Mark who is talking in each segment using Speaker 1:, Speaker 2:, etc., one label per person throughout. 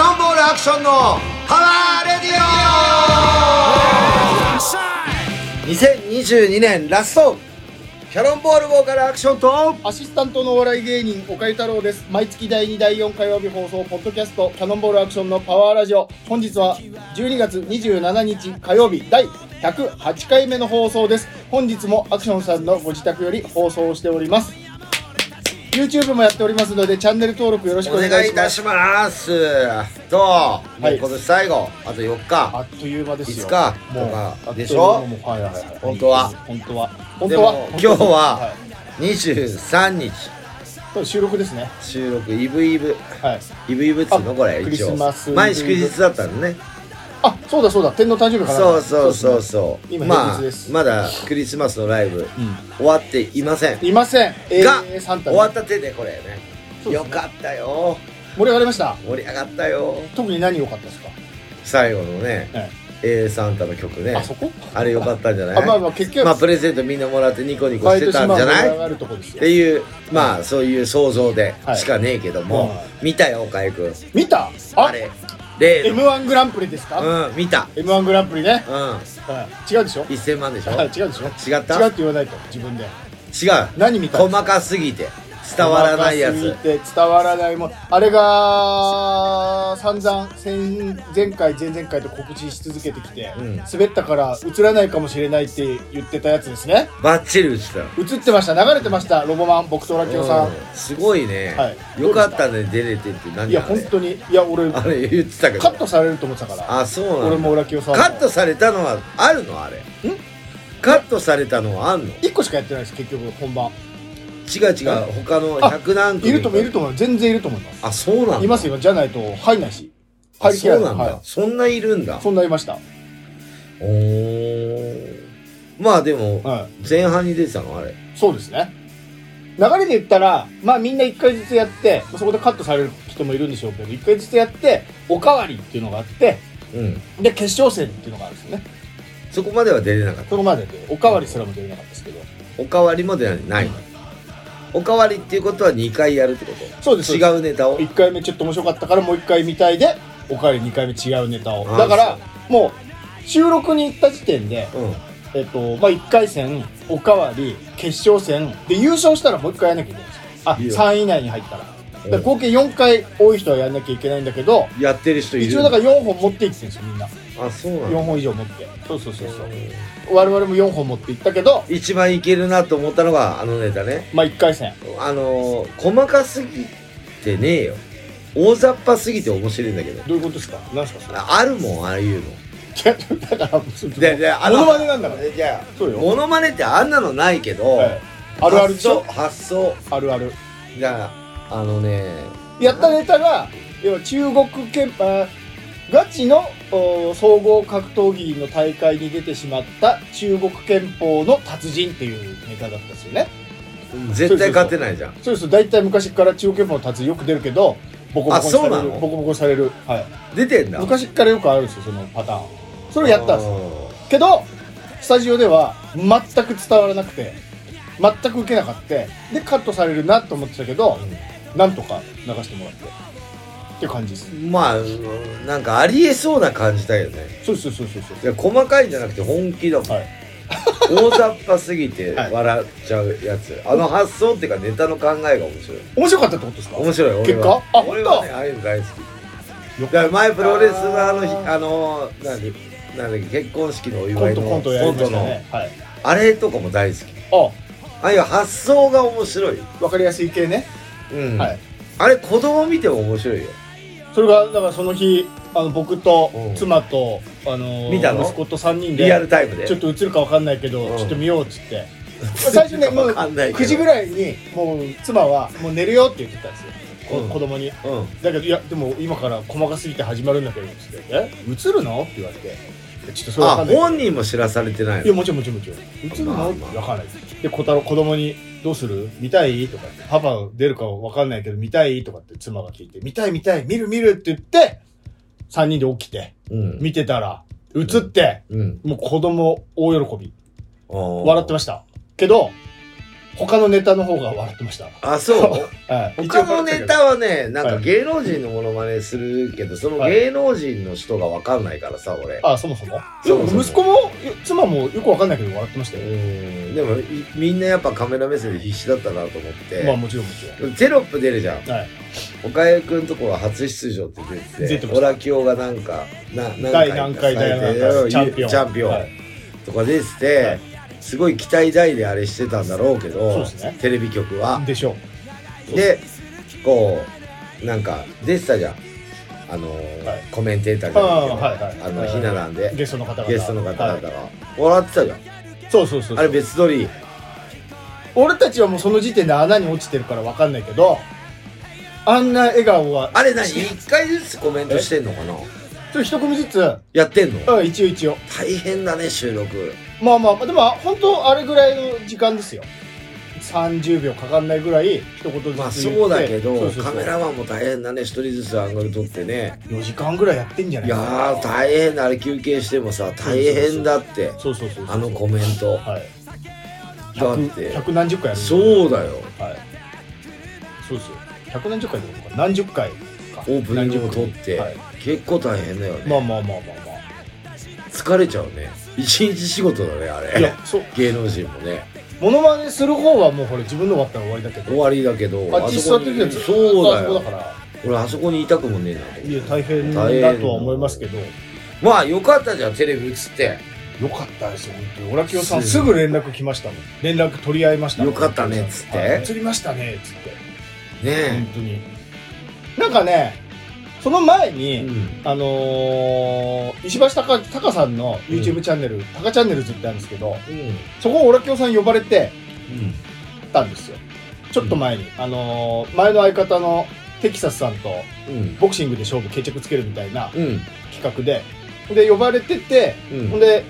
Speaker 1: ションのパワーレディオ2022年ラストキャノンボールボーカルアクションと
Speaker 2: アシスタントのお笑い芸人岡井太郎です毎月第2第4火曜日放送ポッドキャストキャノンボールアクションのパワーラジオ本日は12月27日火曜日第108回目の放送です本日もアクションさんのご自宅より放送をしております YouTube もやっておりますのでチャンネル登録よろしく
Speaker 1: お
Speaker 2: お願
Speaker 1: 願
Speaker 2: い
Speaker 1: い
Speaker 2: し
Speaker 1: いた
Speaker 2: ます
Speaker 1: しますと、もう
Speaker 2: い
Speaker 1: 今年最後あと4日
Speaker 2: あっという間ですよ
Speaker 1: いつか
Speaker 2: もう
Speaker 1: とかでし
Speaker 2: あ
Speaker 1: ょ
Speaker 2: っという間もうはいはいはい
Speaker 1: 本当は
Speaker 2: 本当は本
Speaker 1: で
Speaker 2: 当は
Speaker 1: も今日
Speaker 2: は
Speaker 1: はい23日
Speaker 2: これ収録ですね
Speaker 1: 収録イブイブ
Speaker 2: はい
Speaker 1: イブイブっつうの
Speaker 2: あ
Speaker 1: これ
Speaker 2: クリ
Speaker 1: 一
Speaker 2: ス
Speaker 1: 応
Speaker 2: マス
Speaker 1: 毎祝日だったのね
Speaker 2: あそうだそうだ天皇誕生日かな
Speaker 1: そうそうそう
Speaker 2: ですね
Speaker 1: そう
Speaker 2: 今
Speaker 1: ま
Speaker 2: 平
Speaker 1: あ
Speaker 2: 日です
Speaker 1: まだクリスマスのライブ終わっていません
Speaker 2: いません。
Speaker 1: が
Speaker 2: えー、サンタ
Speaker 1: 終
Speaker 2: ね
Speaker 1: わった手でこれね
Speaker 2: そうです
Speaker 1: よ
Speaker 2: ね
Speaker 1: かったよ
Speaker 2: 盛り上がりました。
Speaker 1: 盛り上がったよ
Speaker 2: 特に何良かったですか。
Speaker 1: 最後のね
Speaker 2: え
Speaker 1: A サンタの曲ね
Speaker 2: あそこ？
Speaker 1: あれよかったんじゃ
Speaker 2: あ
Speaker 1: ない
Speaker 2: まあまあ結局
Speaker 1: まあプレゼントみんなもらってニコニコしてたんじゃ
Speaker 2: 毎年まあ
Speaker 1: な
Speaker 2: 盛り
Speaker 1: い
Speaker 2: 上
Speaker 1: っ
Speaker 2: がるとこですよ
Speaker 1: て。いうまあそういう想像でしかねえけども、
Speaker 2: はい
Speaker 1: 見たよ岡井君
Speaker 2: 見た？
Speaker 1: あ
Speaker 2: あ、
Speaker 1: れ例の
Speaker 2: M1 グランプリですか
Speaker 1: うん見た
Speaker 2: ？M1 グランプリね。
Speaker 1: うん
Speaker 2: はい違うでしょ？
Speaker 1: 1000万でしょ
Speaker 2: はい 違うでしょ？
Speaker 1: 違った
Speaker 2: 違うって言わないと自分で。
Speaker 1: 違う
Speaker 2: 何見た
Speaker 1: 細かすぎて伝わらないや
Speaker 2: 細
Speaker 1: つ
Speaker 2: かすぎて伝わらないもん。あれが散々先前回前々回と告知し続けてきて、
Speaker 1: うん
Speaker 2: 滑ったから映らないかもしれないって言ってたやつですね。
Speaker 1: バッチリ映ってたよ
Speaker 2: 映ってました流れてましたロボマン僕とラキオさん、
Speaker 1: うんすごいね、
Speaker 2: はい
Speaker 1: よかったね出れてって何
Speaker 2: いや
Speaker 1: あれ
Speaker 2: 本当にいや俺
Speaker 1: あれ言ってたけど
Speaker 2: カットされると思ってたから
Speaker 1: あそうなんだ
Speaker 2: 俺もラキオさん
Speaker 1: カットされたのはあるのあれカットされたのはあんの違
Speaker 2: 1個しかやってないです結局本番
Speaker 1: う違う他の
Speaker 2: あ
Speaker 1: 100何組
Speaker 2: いると思ういると思う全然いると思います
Speaker 1: あそうなんだ
Speaker 2: いますよじゃないと入んないし
Speaker 1: あ
Speaker 2: 入り
Speaker 1: そ
Speaker 2: きら
Speaker 1: う
Speaker 2: ない
Speaker 1: なんだ、
Speaker 2: は
Speaker 1: そんないるんだ
Speaker 2: い、そんないました
Speaker 1: おーまあでも、
Speaker 2: は
Speaker 1: 前半に出てたのあれ
Speaker 2: そうですね流れで言ったらまあみんな1回ずつやってそこでカットされる人もいるんでしょうけど1回ずつやっておかわりっていうのがあって
Speaker 1: うん
Speaker 2: で決勝戦っていうのがあるんですよね
Speaker 1: そこまでは出れなかった
Speaker 2: そこまででおかわりすらも出れなかったですけど
Speaker 1: おかわりも出ないないおかわりっていうことは2回やるってこと
Speaker 2: そうですそう
Speaker 1: 違
Speaker 2: です
Speaker 1: うネタを
Speaker 2: 1回目ちょっと面白かったからもう1回見たいでおかわり2回目違うネタを
Speaker 1: あー
Speaker 2: だからもう収録に行った時点で、
Speaker 1: うん
Speaker 2: えっとまあ、1回戦おかわり決勝戦で優勝したらもう1回やんなきゃいけないんですよあ
Speaker 1: いいよ
Speaker 2: 3位以内に入ったらだから
Speaker 1: うん
Speaker 2: 合計4回多い人はやんなきゃいけないんだけど
Speaker 1: やってる人いる
Speaker 2: 一応だから4本持っていってるんですよみんな
Speaker 1: あそうなんだ
Speaker 2: 4本以上持ってそうそうそうそう我々も4本持っていったけど
Speaker 1: 一番いけるなと思ったのがあのネタね
Speaker 2: まあ1回戦
Speaker 1: あのー細かすぎてねえよ大雑把すぎて面白いんだけど
Speaker 2: どういうことですか何ですかそれ
Speaker 1: ああるもんああいうの
Speaker 2: いやだからその
Speaker 1: でであ
Speaker 2: モ
Speaker 1: の
Speaker 2: ノマネなんだから
Speaker 1: いや
Speaker 2: そうよ
Speaker 1: モノマネってあんなのないけど、
Speaker 2: はいあるあるでしょ
Speaker 1: 発想発
Speaker 2: あるある
Speaker 1: 想じゃああのね
Speaker 2: やったネタが要は中国憲法ガチのお総合格闘技の大会に出てしまった中国憲法の達人っていうネタだったんですよね。
Speaker 1: 絶対勝てないじゃん
Speaker 2: そうです大体昔から中国憲法の達人よく出るけどボコボコにされ
Speaker 1: あそうな
Speaker 2: る
Speaker 1: の
Speaker 2: ボコボコにされる、はい、
Speaker 1: 出てんだ
Speaker 2: 昔からよくあるんですよそのパターンそれをやったんですよ
Speaker 1: よ
Speaker 2: けどスタジオでは全く伝わらなくて全く受けなかったでカットされるなと思ってたけど、なんとか流してもらってっていう感じです
Speaker 1: まあうんなんかありえそうな感じだよね
Speaker 2: そうそうそうそうそう
Speaker 1: いや細かいんじゃなくて本気だもん、
Speaker 2: はい
Speaker 1: 大雑把すぎて
Speaker 2: はい
Speaker 1: 笑っちゃうやつ、あの発想っていうかネタの考えが面白い
Speaker 2: 面白かったってことですか
Speaker 1: 面白い俺は
Speaker 2: 結果あ
Speaker 1: 俺
Speaker 2: 本
Speaker 1: は
Speaker 2: 当
Speaker 1: ねああいうの大好き
Speaker 2: よ
Speaker 1: だから前プロレスのあの日
Speaker 2: あー
Speaker 1: あの何なんだっけ結婚式のお
Speaker 2: コ
Speaker 1: 祝い
Speaker 2: ン
Speaker 1: の
Speaker 2: トコントやりましたねは
Speaker 1: コ
Speaker 2: い
Speaker 1: ントのあれとかも大好きああいう発想が面白い、
Speaker 2: あわかりやすい系ね、
Speaker 1: うん
Speaker 2: はい
Speaker 1: あれ子供見ても面白いよ
Speaker 2: それがだからその日あの僕と
Speaker 1: うん
Speaker 2: 妻と、あのー
Speaker 1: 見たの
Speaker 2: 息子と3人で
Speaker 1: リアルタイムで
Speaker 2: ちょっと映るかわかんないけど、
Speaker 1: うん
Speaker 2: ちょっと見ようっつって 最初ねもう
Speaker 1: わかんないけど
Speaker 2: 9時ぐらいにもう妻は「もう寝るよ」って言ってたんですよ、こ
Speaker 1: うん
Speaker 2: 子供に。
Speaker 1: うん
Speaker 2: だけど、いや、でも今から細かすぎて始まるんだけど、つって、え映るのって言われて、ちょっとそれわか
Speaker 1: あ
Speaker 2: んないけど。
Speaker 1: 本人も知らされてない
Speaker 2: いや、
Speaker 1: の
Speaker 2: もちろんもちろんもちろん。映る
Speaker 1: まあ
Speaker 2: のって
Speaker 1: まあ
Speaker 2: わかんない。で、小太郎、子供に、どうする見たいとかって、パパ出るかわかんないけど、見たいとかって妻が聞いて、見たい見たい、見る見るって言って、3人で起きて、
Speaker 1: うん
Speaker 2: 見てたら、映って、
Speaker 1: うん
Speaker 2: もう子供大喜び。
Speaker 1: 笑
Speaker 2: 笑ってました。けど、他のネタの方が笑ってました。
Speaker 1: あ そう
Speaker 2: はい、
Speaker 1: 他のネタはねなんか
Speaker 2: はい
Speaker 1: 芸能人のものまねするけどその芸能人の人が分かんないからさ俺
Speaker 2: あそもそもで
Speaker 1: そも
Speaker 2: も
Speaker 1: そも
Speaker 2: 息子も妻もよくわかんないけど笑ってました
Speaker 1: う
Speaker 2: よ、
Speaker 1: んでもいみんなやっぱカメラ目線で必死だったなと思って、
Speaker 2: まあもちろんもちろん
Speaker 1: テロップ出るじゃん
Speaker 2: はい
Speaker 1: 岡江君とこは初出場って出
Speaker 2: 出
Speaker 1: てて
Speaker 2: てま
Speaker 1: オ
Speaker 2: した
Speaker 1: ラキオがなんかな何
Speaker 2: 第何回第何回チャンピオン
Speaker 1: チャンピオン、
Speaker 2: はい
Speaker 1: とか出てて、
Speaker 2: はい
Speaker 1: すごい期待大であれしてたんだろうけ
Speaker 2: そう
Speaker 1: ど
Speaker 2: ですね
Speaker 1: テレビ局は。
Speaker 2: でしょう
Speaker 1: でこうなんか出てたじゃんあのー
Speaker 2: はい
Speaker 1: コメンテーターが、
Speaker 2: あーはいはい
Speaker 1: あのひな壇で、
Speaker 2: ゲストの方々
Speaker 1: ゲストの方々
Speaker 2: はい
Speaker 1: が、笑ってたじゃん
Speaker 2: そうそうそう
Speaker 1: あれ別撮り
Speaker 2: 俺たちはもうその時点で穴に落ちてるからわかんないけどあんな笑顔は
Speaker 1: あれ何一回ずつコメントしてんのかな
Speaker 2: ちょ一組ずつ、う
Speaker 1: やってんの
Speaker 2: ん、一応一応
Speaker 1: 大変だね収録
Speaker 2: まあまあでも本当あれぐらいの時間ですよ30秒かかんないぐらい一言ずつ言って
Speaker 1: まあそうだけど
Speaker 2: そうそうそう
Speaker 1: カメラマンも大変だね一人ずつアングル撮ってね
Speaker 2: 4時間ぐらいやってんじゃない
Speaker 1: いやー大変だあれ休憩してもさ大変だって
Speaker 2: そうそうそうそう
Speaker 1: あのコメント
Speaker 2: はい
Speaker 1: だっ
Speaker 2: 100
Speaker 1: て
Speaker 2: 100何十回やる
Speaker 1: そうだよ
Speaker 2: はいそうですよ100何十回ってことか何十回か
Speaker 1: オープニングも撮っ
Speaker 2: は
Speaker 1: て
Speaker 2: い
Speaker 1: 結構大変だよね
Speaker 2: まあまあまあまあま
Speaker 1: 疲れちゃうね一日仕事だねあ
Speaker 2: あい
Speaker 1: れ
Speaker 2: やそう
Speaker 1: 芸能人もね
Speaker 2: モノマネする方はもうほれ自分の終わったら終わりだけ
Speaker 1: 終
Speaker 2: ど
Speaker 1: わりだけど
Speaker 2: あっち座
Speaker 1: そ
Speaker 2: っ
Speaker 1: こ
Speaker 2: てる
Speaker 1: に
Speaker 2: やつ
Speaker 1: そうだ
Speaker 2: あそこだ
Speaker 1: よ
Speaker 2: から
Speaker 1: 俺あそこにいたくもねえなと思って
Speaker 2: いや大変だとは思いますけど
Speaker 1: まあよかったじゃんテレビ映って
Speaker 2: よかったですよ本当にオラキオさんすぐ連絡来ましたもん連絡取り合いましたもん
Speaker 1: よかったねっつって
Speaker 2: はい映りましたねっつって本
Speaker 1: ね
Speaker 2: 当になんかねその前に、
Speaker 1: え、うん
Speaker 2: あのー、石橋貴貴さんの YouTube チャンネル、たかチャンネルズってあるんですけど、そこをオラキオさん呼ばれてたんですよ。ちょっと前に。あのー前の相方のテキサスさんと
Speaker 1: うんうん
Speaker 2: ボクシングで勝負決着つけるみたいな
Speaker 1: うん
Speaker 2: 企画で、で、呼ばれてて、
Speaker 1: うん
Speaker 2: ほんで、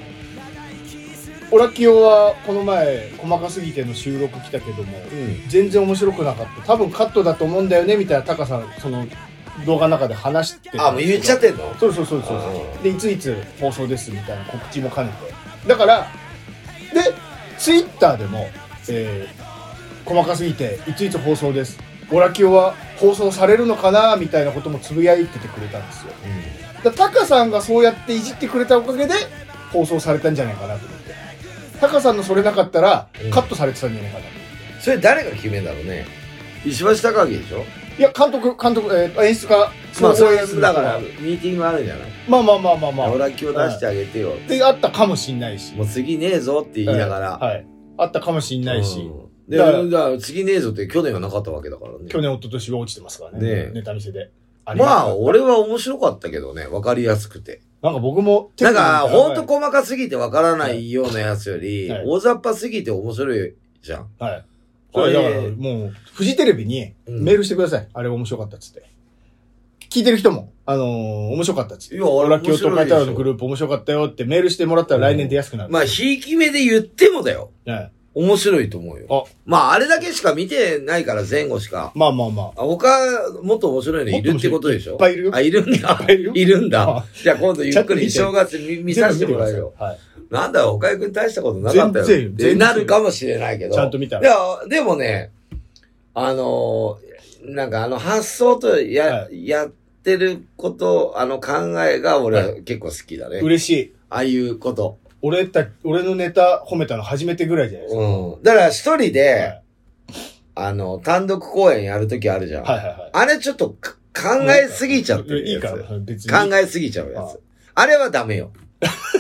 Speaker 2: オラキオはこの前、細かすぎての収録来たけども、
Speaker 1: うん
Speaker 2: 全然面白くなかった。多分カットだと思うんだよね、みたいなタカさん、その動画の中で話してた
Speaker 1: あもう言っちゃってんの
Speaker 2: そうそうそうそう
Speaker 1: あ
Speaker 2: そ
Speaker 1: ー
Speaker 2: うでいついつ放送ですみたいな告知も兼ねてだからでツイッターでも、えー細かすぎていついつ放送ですオラキオは放送されるのかなみたいなこともつぶやいててくれたんですよだタカさんがそうやっていじってくれたおかげで放送されたんじゃないかなと思ってタカさんのそれなかったら
Speaker 1: うん
Speaker 2: カットされてたんじゃないかなと思って
Speaker 1: それ誰が決めんだろうね石橋貴明でしょ
Speaker 2: いや監督監督、えー演出家
Speaker 1: まあそう
Speaker 2: 総合演
Speaker 1: い
Speaker 2: 出
Speaker 1: う
Speaker 2: 家
Speaker 1: だからミーティングあるんじゃない
Speaker 2: まあまあまあまあまあ
Speaker 1: オラキを出してあげてよ
Speaker 2: ってあったかもしんないし
Speaker 1: もう次ねえぞって言いながら、
Speaker 2: はいはい、あったかもしんないし、
Speaker 1: うんでだ
Speaker 2: だ
Speaker 1: か
Speaker 2: からら
Speaker 1: 次ねえぞって去年はなかったわけだからね
Speaker 2: 去年一昨年は落ちてますからね
Speaker 1: ねえ
Speaker 2: ネタ見せで
Speaker 1: まあ俺
Speaker 2: は
Speaker 1: は面白かったけどね分かりやすくて
Speaker 2: なんか僕も
Speaker 1: なんかほんと
Speaker 2: こ
Speaker 1: 細かすぎて分からないようなやつより、
Speaker 2: はい
Speaker 1: 大雑把すぎて面白いじゃん
Speaker 2: はい、はい
Speaker 1: こ
Speaker 2: こ
Speaker 1: れ
Speaker 2: れだからもうフジテレビに
Speaker 1: うん
Speaker 2: メールしてください、あれ面白かったっつって聞いてる人もあのー面白かったっつって
Speaker 1: いやあれ
Speaker 2: 俺ラッキーと
Speaker 1: 面白い
Speaker 2: 書
Speaker 1: で
Speaker 2: い
Speaker 1: しょ
Speaker 2: たのグループ面白かったよってメールしてもらったら来年出やすくなる、
Speaker 1: まあひいき目で言ってもだよ
Speaker 2: はい
Speaker 1: 面白いと思うよ
Speaker 2: あ
Speaker 1: まああれだけしか見てないから前後しか
Speaker 2: まあまあまあ
Speaker 1: あ他、もっと面白いのいるってことでしょ
Speaker 2: もっと面白いいっ
Speaker 1: あ、
Speaker 2: ぱ
Speaker 1: いるんだ。
Speaker 2: ぱいいるよ
Speaker 1: いるん
Speaker 2: あ
Speaker 1: だ
Speaker 2: あ。
Speaker 1: じゃあ今度ゆっくり
Speaker 2: ちゃ
Speaker 1: 正
Speaker 2: ん
Speaker 1: 月見見させてもらう
Speaker 2: 全部
Speaker 1: よ
Speaker 2: 見。くださいはい
Speaker 1: なんだよ、岡井くん大したことなかったよ。
Speaker 2: 全然
Speaker 1: って
Speaker 2: 全然
Speaker 1: なるかもしれないけど。
Speaker 2: ちゃんと見た
Speaker 1: いや、でもね、あのーなんかあの発想とや、
Speaker 2: は
Speaker 1: やってること、あの考えが俺は
Speaker 2: は
Speaker 1: 結構好きだね。
Speaker 2: 嬉しい
Speaker 1: ああいうこと。
Speaker 2: 俺た俺のネタ褒めたの初めてぐらいじゃないです
Speaker 1: うん。だから一人で、
Speaker 2: か、
Speaker 1: あの、単独公演やるときあるじゃん。
Speaker 2: はい、はいはいはい
Speaker 1: あれちょっとか考えすぎちゃってる
Speaker 2: いい
Speaker 1: やつ。
Speaker 2: から別に
Speaker 1: 考えすぎちゃうやつ。あれはダメよ。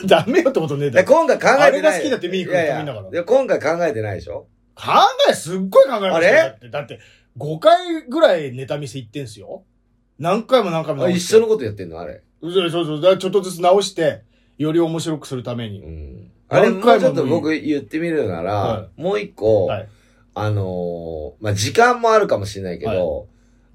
Speaker 2: ダメよってことねえだ
Speaker 1: で
Speaker 2: ろ。
Speaker 1: 今回考えてない。
Speaker 2: あれが好きだって見に来る人
Speaker 1: いやいや
Speaker 2: みんなから
Speaker 1: で今回考えてないでしょ
Speaker 2: 考え、すっごい考えましたよ
Speaker 1: あれ
Speaker 2: だって、だって、5回ぐらいネタ見せ行ってんすよ。何回も何回も
Speaker 1: あ
Speaker 2: 直
Speaker 1: 一
Speaker 2: して
Speaker 1: 緒のことやってんのあれ。
Speaker 2: そうそうそう。だからちょっとずつ直して、より面白くするために。
Speaker 1: うん。あれも
Speaker 2: 何回
Speaker 1: う
Speaker 2: も
Speaker 1: ちょっと僕言ってみるなら、
Speaker 2: は
Speaker 1: もう一個、
Speaker 2: はい
Speaker 1: あのーまあ、時間もあるかもしれないけど、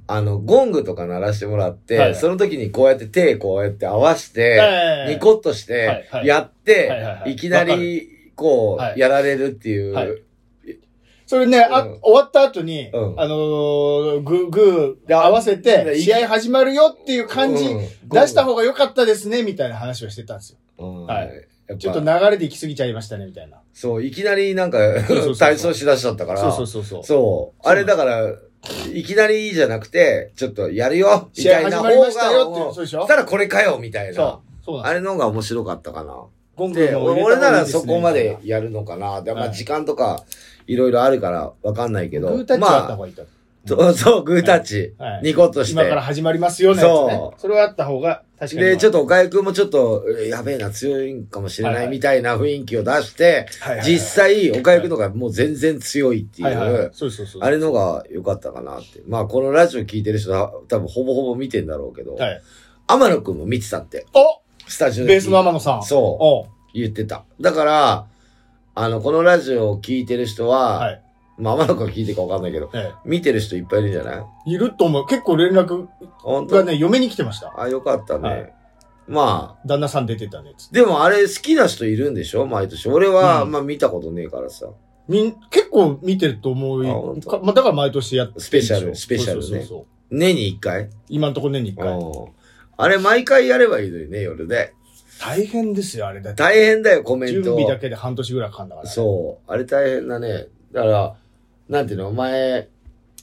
Speaker 1: あの、ゴングとか鳴らしてもらって、
Speaker 2: はい
Speaker 1: その時にこうやって手こうやって合わせて、ニコッとして、
Speaker 2: はいはい
Speaker 1: やっ
Speaker 2: はいはい
Speaker 1: て、
Speaker 2: はい
Speaker 1: いきな
Speaker 2: わか
Speaker 1: り、こう、
Speaker 2: はい
Speaker 1: やられるっていう、
Speaker 2: はいそれね、あ、
Speaker 1: うん
Speaker 2: 終わった後に、
Speaker 1: うん
Speaker 2: あのー、グー、グーで合わせ
Speaker 1: で
Speaker 2: て、
Speaker 1: い
Speaker 2: 試合始まるよっていう感じ、
Speaker 1: うん
Speaker 2: 出した方が良かったですね、みたいな話はしてたんですよ。
Speaker 1: うん
Speaker 2: はい
Speaker 1: やっやっ
Speaker 2: ちょっと流
Speaker 1: ぱ、
Speaker 2: れで行き過ぎちゃいましたね、みたいな。
Speaker 1: そう、いきなりなんか
Speaker 2: そうそうそう、
Speaker 1: 体操しだしちゃったから、
Speaker 2: そうそうそうそう。
Speaker 1: そう。あれだから、いきなりじゃなくて、ちょっとやるよみたいな
Speaker 2: 試合
Speaker 1: 方
Speaker 2: 始ま
Speaker 1: が、
Speaker 2: りましたよっていう
Speaker 1: うん
Speaker 2: そうでしょ
Speaker 1: したらこれかよみたいな
Speaker 2: そ。う。そうなん
Speaker 1: あれの方が面白かったかな。
Speaker 2: ゴング
Speaker 1: で、
Speaker 2: のを入れた
Speaker 1: 俺な
Speaker 2: 方がいい
Speaker 1: ら
Speaker 2: ですね
Speaker 1: そこまで。やるのかな。でま
Speaker 2: は
Speaker 1: あ
Speaker 2: い
Speaker 1: 時間とか、いろいろあるからわかんないけ
Speaker 2: グ
Speaker 1: ど。
Speaker 2: ータッチ
Speaker 1: ま
Speaker 2: はあった方
Speaker 1: あ、
Speaker 2: がいいと。
Speaker 1: そう、そうグータッチ。
Speaker 2: はい
Speaker 1: ニコッとして
Speaker 2: 今。から始まりますよね。そ。
Speaker 1: そう
Speaker 2: それはあった方が、確かに。
Speaker 1: で、ちょっ
Speaker 2: と、
Speaker 1: と岡谷くんもちょっと、えーやべえな、強いんかもしれ
Speaker 2: はい
Speaker 1: な
Speaker 2: はいい
Speaker 1: みたいな雰囲気を出して、
Speaker 2: はいはいはい
Speaker 1: 実際、岡谷くんの方がもう全然強いってい、
Speaker 2: はいはいはいうそうそうそう。
Speaker 1: あれのが良かったかなって。まあ、このラジオ聞いてる人は多分ほぼほぼ見てんだろうけど、
Speaker 2: はい。
Speaker 1: 天野くんも見てたって、
Speaker 2: お
Speaker 1: スタジオで
Speaker 2: ベースの天野さん。
Speaker 1: そう
Speaker 2: おう。
Speaker 1: 言ってた。だから、あの、このラジオを聞いてる人は、
Speaker 2: はい。
Speaker 1: まあ、天野くん聞いてるかわかんないけど、
Speaker 2: え
Speaker 1: 見てる人いっぱいいるんじゃない
Speaker 2: えいると思う。結構連絡
Speaker 1: 本当
Speaker 2: がね、嫁に来てました。
Speaker 1: あ、よかったね。
Speaker 2: はい
Speaker 1: まあ、
Speaker 2: 旦那さん出てたね、つって。
Speaker 1: でもあれ好きな人いるんでしょ毎年。俺は、
Speaker 2: うん
Speaker 1: まあ見たことねえからさ。
Speaker 2: みん、結構見てると思う
Speaker 1: あ
Speaker 2: よ
Speaker 1: 本。当
Speaker 2: かまあ、だから毎年やってるんでしょ
Speaker 1: スペシャルスペシャルね
Speaker 2: そうそうそう。
Speaker 1: 年に一回
Speaker 2: 今のところ年に一回。
Speaker 1: うんあれ毎回やればいいのにね、夜で。
Speaker 2: 大変ですよ、あれだって。
Speaker 1: 大変だよ、コメン
Speaker 2: 準
Speaker 1: ト。
Speaker 2: 備だけで半年ぐらいかかんだから。
Speaker 1: そう。あれ大変だね。だから、なんていうの、前、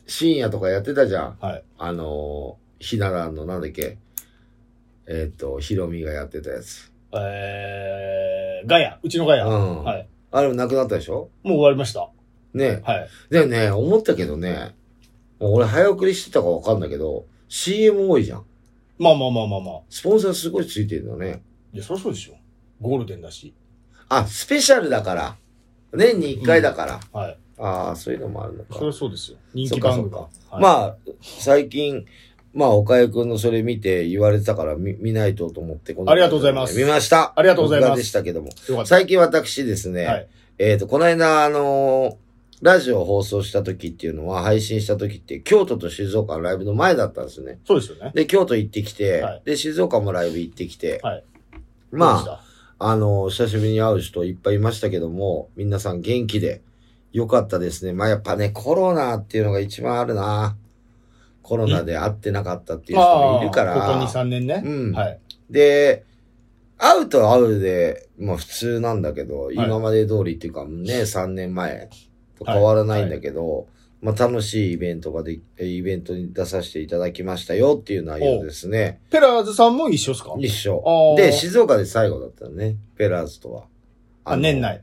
Speaker 1: 深夜とかやってたじゃん。
Speaker 2: はい。
Speaker 1: あのー、ひな壇のなんだっけ。えっ、と、ひろみがやってたやつ。
Speaker 2: えー、ガヤ。うちのガ
Speaker 1: う
Speaker 2: ヤ。
Speaker 1: ん。
Speaker 2: はい。
Speaker 1: あれもなくなったでしょ
Speaker 2: もう終わりました。
Speaker 1: ね。
Speaker 2: はい。
Speaker 1: でね、思ったけどね、もう俺早送りしてたかわかんないけど、CM 多いじゃん。
Speaker 2: まあまあまあまあまあ。
Speaker 1: スポンサーすごいついてるのね。
Speaker 2: いや、そりゃそうでしょ。ゴールデンだし。
Speaker 1: あ、スペシャルだから。年に一回だから。
Speaker 2: はい。
Speaker 1: ああ、そういうのもあるの
Speaker 2: そり
Speaker 1: か。
Speaker 2: ゃそうですよ。人気番組が。はい
Speaker 1: まあ、最近、まあ、岡井くんのそれ見て言われてたから見見ないとと思ってこの
Speaker 2: ありがとうございます
Speaker 1: 見ました。
Speaker 2: ありがとうございます
Speaker 1: 録画でしたけども。
Speaker 2: よかった。
Speaker 1: 最近私ですね、
Speaker 2: はい
Speaker 1: えっ、と、この間、あのーラジオを放送した時っていうのは、配信した時って、京都と静岡のライブの前だったんですね。
Speaker 2: そうですよね。
Speaker 1: で、京都行ってきて、
Speaker 2: はい
Speaker 1: で、静岡もライブ行ってきて、
Speaker 2: はい
Speaker 1: まあ、
Speaker 2: あ。
Speaker 1: あの、久しぶりに会う人いっぱいいましたけども、皆さん元気で、よかったですね。まあやっぱね、コロナっていうのが一番あるな。コロナで会ってなかったっていう人もいるから。
Speaker 2: まあここ2、3年ね。
Speaker 1: うん
Speaker 2: はい。
Speaker 1: で、会うと会うで、まあ普通なんだけど、
Speaker 2: い
Speaker 1: 今まで通りっていうかね、3年前と変わらないんだけど、まあ楽しいイベントがで、イベントに出させていただきましたよっていう内容ですね。
Speaker 2: ペラーズさんも一緒っすか
Speaker 1: 一
Speaker 2: あ
Speaker 1: 緒
Speaker 2: ー。
Speaker 1: で、静岡で最後だったのね。ペラーズとは。
Speaker 2: あ、
Speaker 1: の
Speaker 2: 年。内。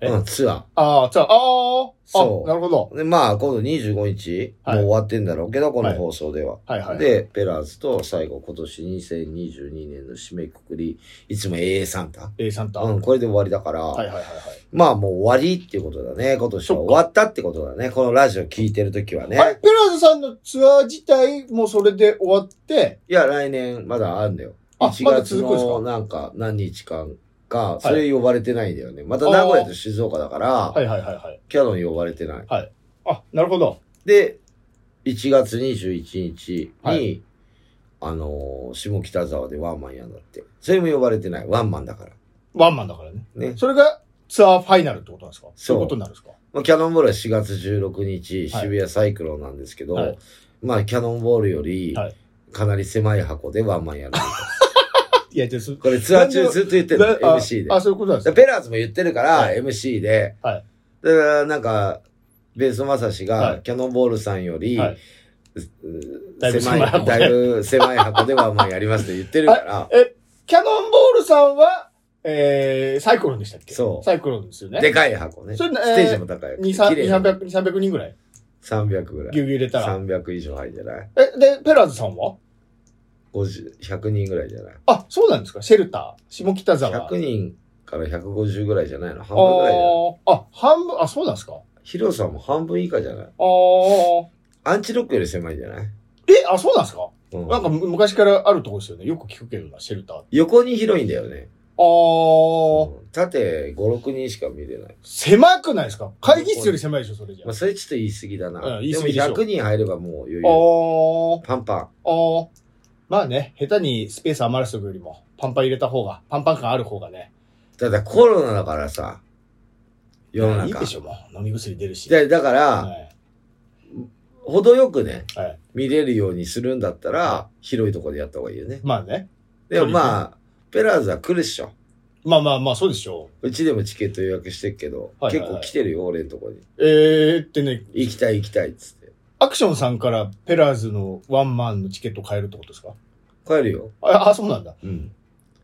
Speaker 2: え
Speaker 1: うん、ツア
Speaker 2: ああ、じゃあ、あー
Speaker 1: そ
Speaker 2: あ、
Speaker 1: う
Speaker 2: なるほど。
Speaker 1: ー。で、まあ、今度25日、
Speaker 2: はい
Speaker 1: もう終わってんだろうけど、この
Speaker 2: はい
Speaker 1: 放送では。
Speaker 2: はいはい。、
Speaker 1: で、ペラーズと最後、今年2022年の締めくくり、いつも AA サンタ。
Speaker 2: A さんと。
Speaker 1: うん、これで終わりだから、
Speaker 2: はいはいはいはい。
Speaker 1: まあもう終わりっていうことだね。今年は
Speaker 2: そっか
Speaker 1: 終わったってことだね。このラジオ聞いてるときは
Speaker 2: あれ、
Speaker 1: ね。
Speaker 2: ペラーズさんのツアー自体もそれで終わって、
Speaker 1: いや、来年まだあるんだよ。
Speaker 2: あ
Speaker 1: 1
Speaker 2: まだ
Speaker 1: 月
Speaker 2: 続くんですか
Speaker 1: のなんか何日間か、
Speaker 2: い
Speaker 1: それ呼ばれてないんだよね。また名古屋と静岡だから、
Speaker 2: はいはいはいはい。
Speaker 1: キャノン呼ばれてない。
Speaker 2: あ、なるほど。
Speaker 1: で、1月21日に、
Speaker 2: はい
Speaker 1: あのー下北沢でワンマンやんだって。それも呼ばれてない。ワンマンだから。
Speaker 2: ワンマンだからね。
Speaker 1: ね。
Speaker 2: それがツアーファイナルってことなんですかそういうことになるんですか
Speaker 1: まあ、キャノンボールは4月16日、
Speaker 2: はい
Speaker 1: 渋谷サイクロンなんですけど、
Speaker 2: はい
Speaker 1: まあ、キャノンボールより
Speaker 2: はい、
Speaker 1: かなり狭い箱でワンマンやる。
Speaker 2: いや、じゃあす、
Speaker 1: これツアー中ずっと言ってるの、
Speaker 2: あ
Speaker 1: MC で。
Speaker 2: あ、そういうことなんです
Speaker 1: で
Speaker 2: か
Speaker 1: ペラーズも言ってるから、
Speaker 2: はい
Speaker 1: MC で。
Speaker 2: はい
Speaker 1: だから、なんか、ベースまさしが、
Speaker 2: はい
Speaker 1: キャノンボールさんより、
Speaker 2: はいだいぶ狭
Speaker 1: 狭
Speaker 2: い
Speaker 1: い
Speaker 2: 箱で
Speaker 1: だいぶ狭い箱ではまあやりますって言ってるか
Speaker 2: え、キャノンボールさんは、えー、サイクロンでしたっけ
Speaker 1: そう
Speaker 2: サイクロンですよ
Speaker 1: ら、
Speaker 2: ね。
Speaker 1: でかい箱ね。
Speaker 2: そ
Speaker 1: ス
Speaker 2: れね
Speaker 1: テージも高い。
Speaker 2: 2、3、
Speaker 1: 綺麗な
Speaker 2: 200 300 300人ぐらい
Speaker 1: 300ぐら
Speaker 2: ぎゅ
Speaker 1: い。
Speaker 2: うぎゅう入れたら。
Speaker 1: 300以上入るんじゃない
Speaker 2: え、で、ペラーズさんは
Speaker 1: ?50、100人ぐらいじゃない
Speaker 2: あ、そうなんですかシェルター。下北沢。
Speaker 1: ?100 人から150ぐらいじゃないの
Speaker 2: あ
Speaker 1: 半分ぐらいじゃない
Speaker 2: ーあ、半分、あ、そうなんですかあ
Speaker 1: 広さも半分以下じゃない
Speaker 2: ー
Speaker 1: アンチロックより狭いんじゃない、
Speaker 2: え、あ、そうなんですか
Speaker 1: うん、
Speaker 2: なんかむ昔からあるとこですよね。よく聞くけどな、シェルター。あ
Speaker 1: 横に広いんだよね。
Speaker 2: ー、
Speaker 1: うん縦5、6人しか見れない。
Speaker 2: 狭くないですか会議室より狭いでしょ、それじゃ
Speaker 1: まあ、。それちょっと言い過ぎだな。
Speaker 2: うん言い過ぎでしょ
Speaker 1: も100人入ればもう余裕
Speaker 2: あ。ー。
Speaker 1: パンパン。
Speaker 2: ああ。まあね、下手にスペース余らせとくよりも、パンパン入れた方が、パンパン感ある方がね。
Speaker 1: ただコロナだからさ、世の中。
Speaker 2: いいでしょ、もう。飲み薬出るし。
Speaker 1: でだから、
Speaker 2: はい。
Speaker 1: 程よくね、
Speaker 2: はい。
Speaker 1: 見れるようにするんだったら、広いところでやった方がいいよね。
Speaker 2: まあね。
Speaker 1: でもまあ、ペラーズは来るっしょ。
Speaker 2: まあまあまあ、そうでしょ
Speaker 1: うちでもチケット予約してっけど、
Speaker 2: はいはいはい
Speaker 1: 結構来てるよ、俺んとこに。
Speaker 2: う。えーってね、
Speaker 1: 行きたい行きたいっつって。
Speaker 2: アクションさんからペラーズのワンマンのチケット買えるってことですか
Speaker 1: 帰るよ。
Speaker 2: あ、あそうなんだ。
Speaker 1: うん。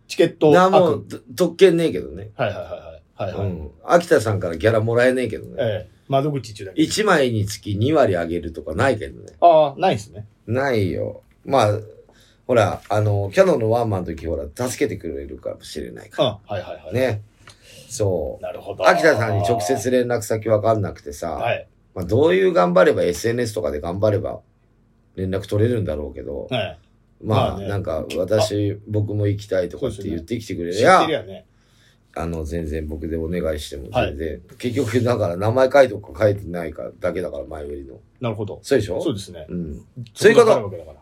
Speaker 2: チケット
Speaker 1: な
Speaker 2: 悪。
Speaker 1: んもう、と特権ねえけどね。
Speaker 2: はいはいはいはい。はいは
Speaker 1: う
Speaker 2: い。
Speaker 1: ん。秋田さんからギャラもらえねえけどね。
Speaker 2: ええ窓口中だけ。
Speaker 1: 1枚につき2割上げるとかないけどね。
Speaker 2: ああ、ないですね。
Speaker 1: ないよ。まあ、ほら、あの、キャノンのワンマンの時ほら、助けてくれるかもしれないか
Speaker 2: あはいはいは
Speaker 1: ら
Speaker 2: い。。
Speaker 1: ね。そう。
Speaker 2: なるほど。
Speaker 1: 秋田さんに直接連絡先わかんなくてさ、
Speaker 2: はい。
Speaker 1: まあ、どういう頑張れば SNS とかで頑張れば連絡取れるんだろうけど、
Speaker 2: はい。
Speaker 1: まあ、
Speaker 2: まあね
Speaker 1: なんか私、僕も行きたいとかっ
Speaker 2: そう
Speaker 1: て
Speaker 2: ですよね
Speaker 1: 言ってきてくれ
Speaker 2: 知っ
Speaker 1: り
Speaker 2: て
Speaker 1: ゃ、
Speaker 2: るやね。
Speaker 1: あの、全然僕でお願いしても
Speaker 2: はい
Speaker 1: 全然、結局だから名前書いとくか書いてないかだけだから前売りの。
Speaker 2: なるほど。
Speaker 1: そうでしょ
Speaker 2: そうですね。
Speaker 1: うん。そういうこと
Speaker 2: そがわかるわけだか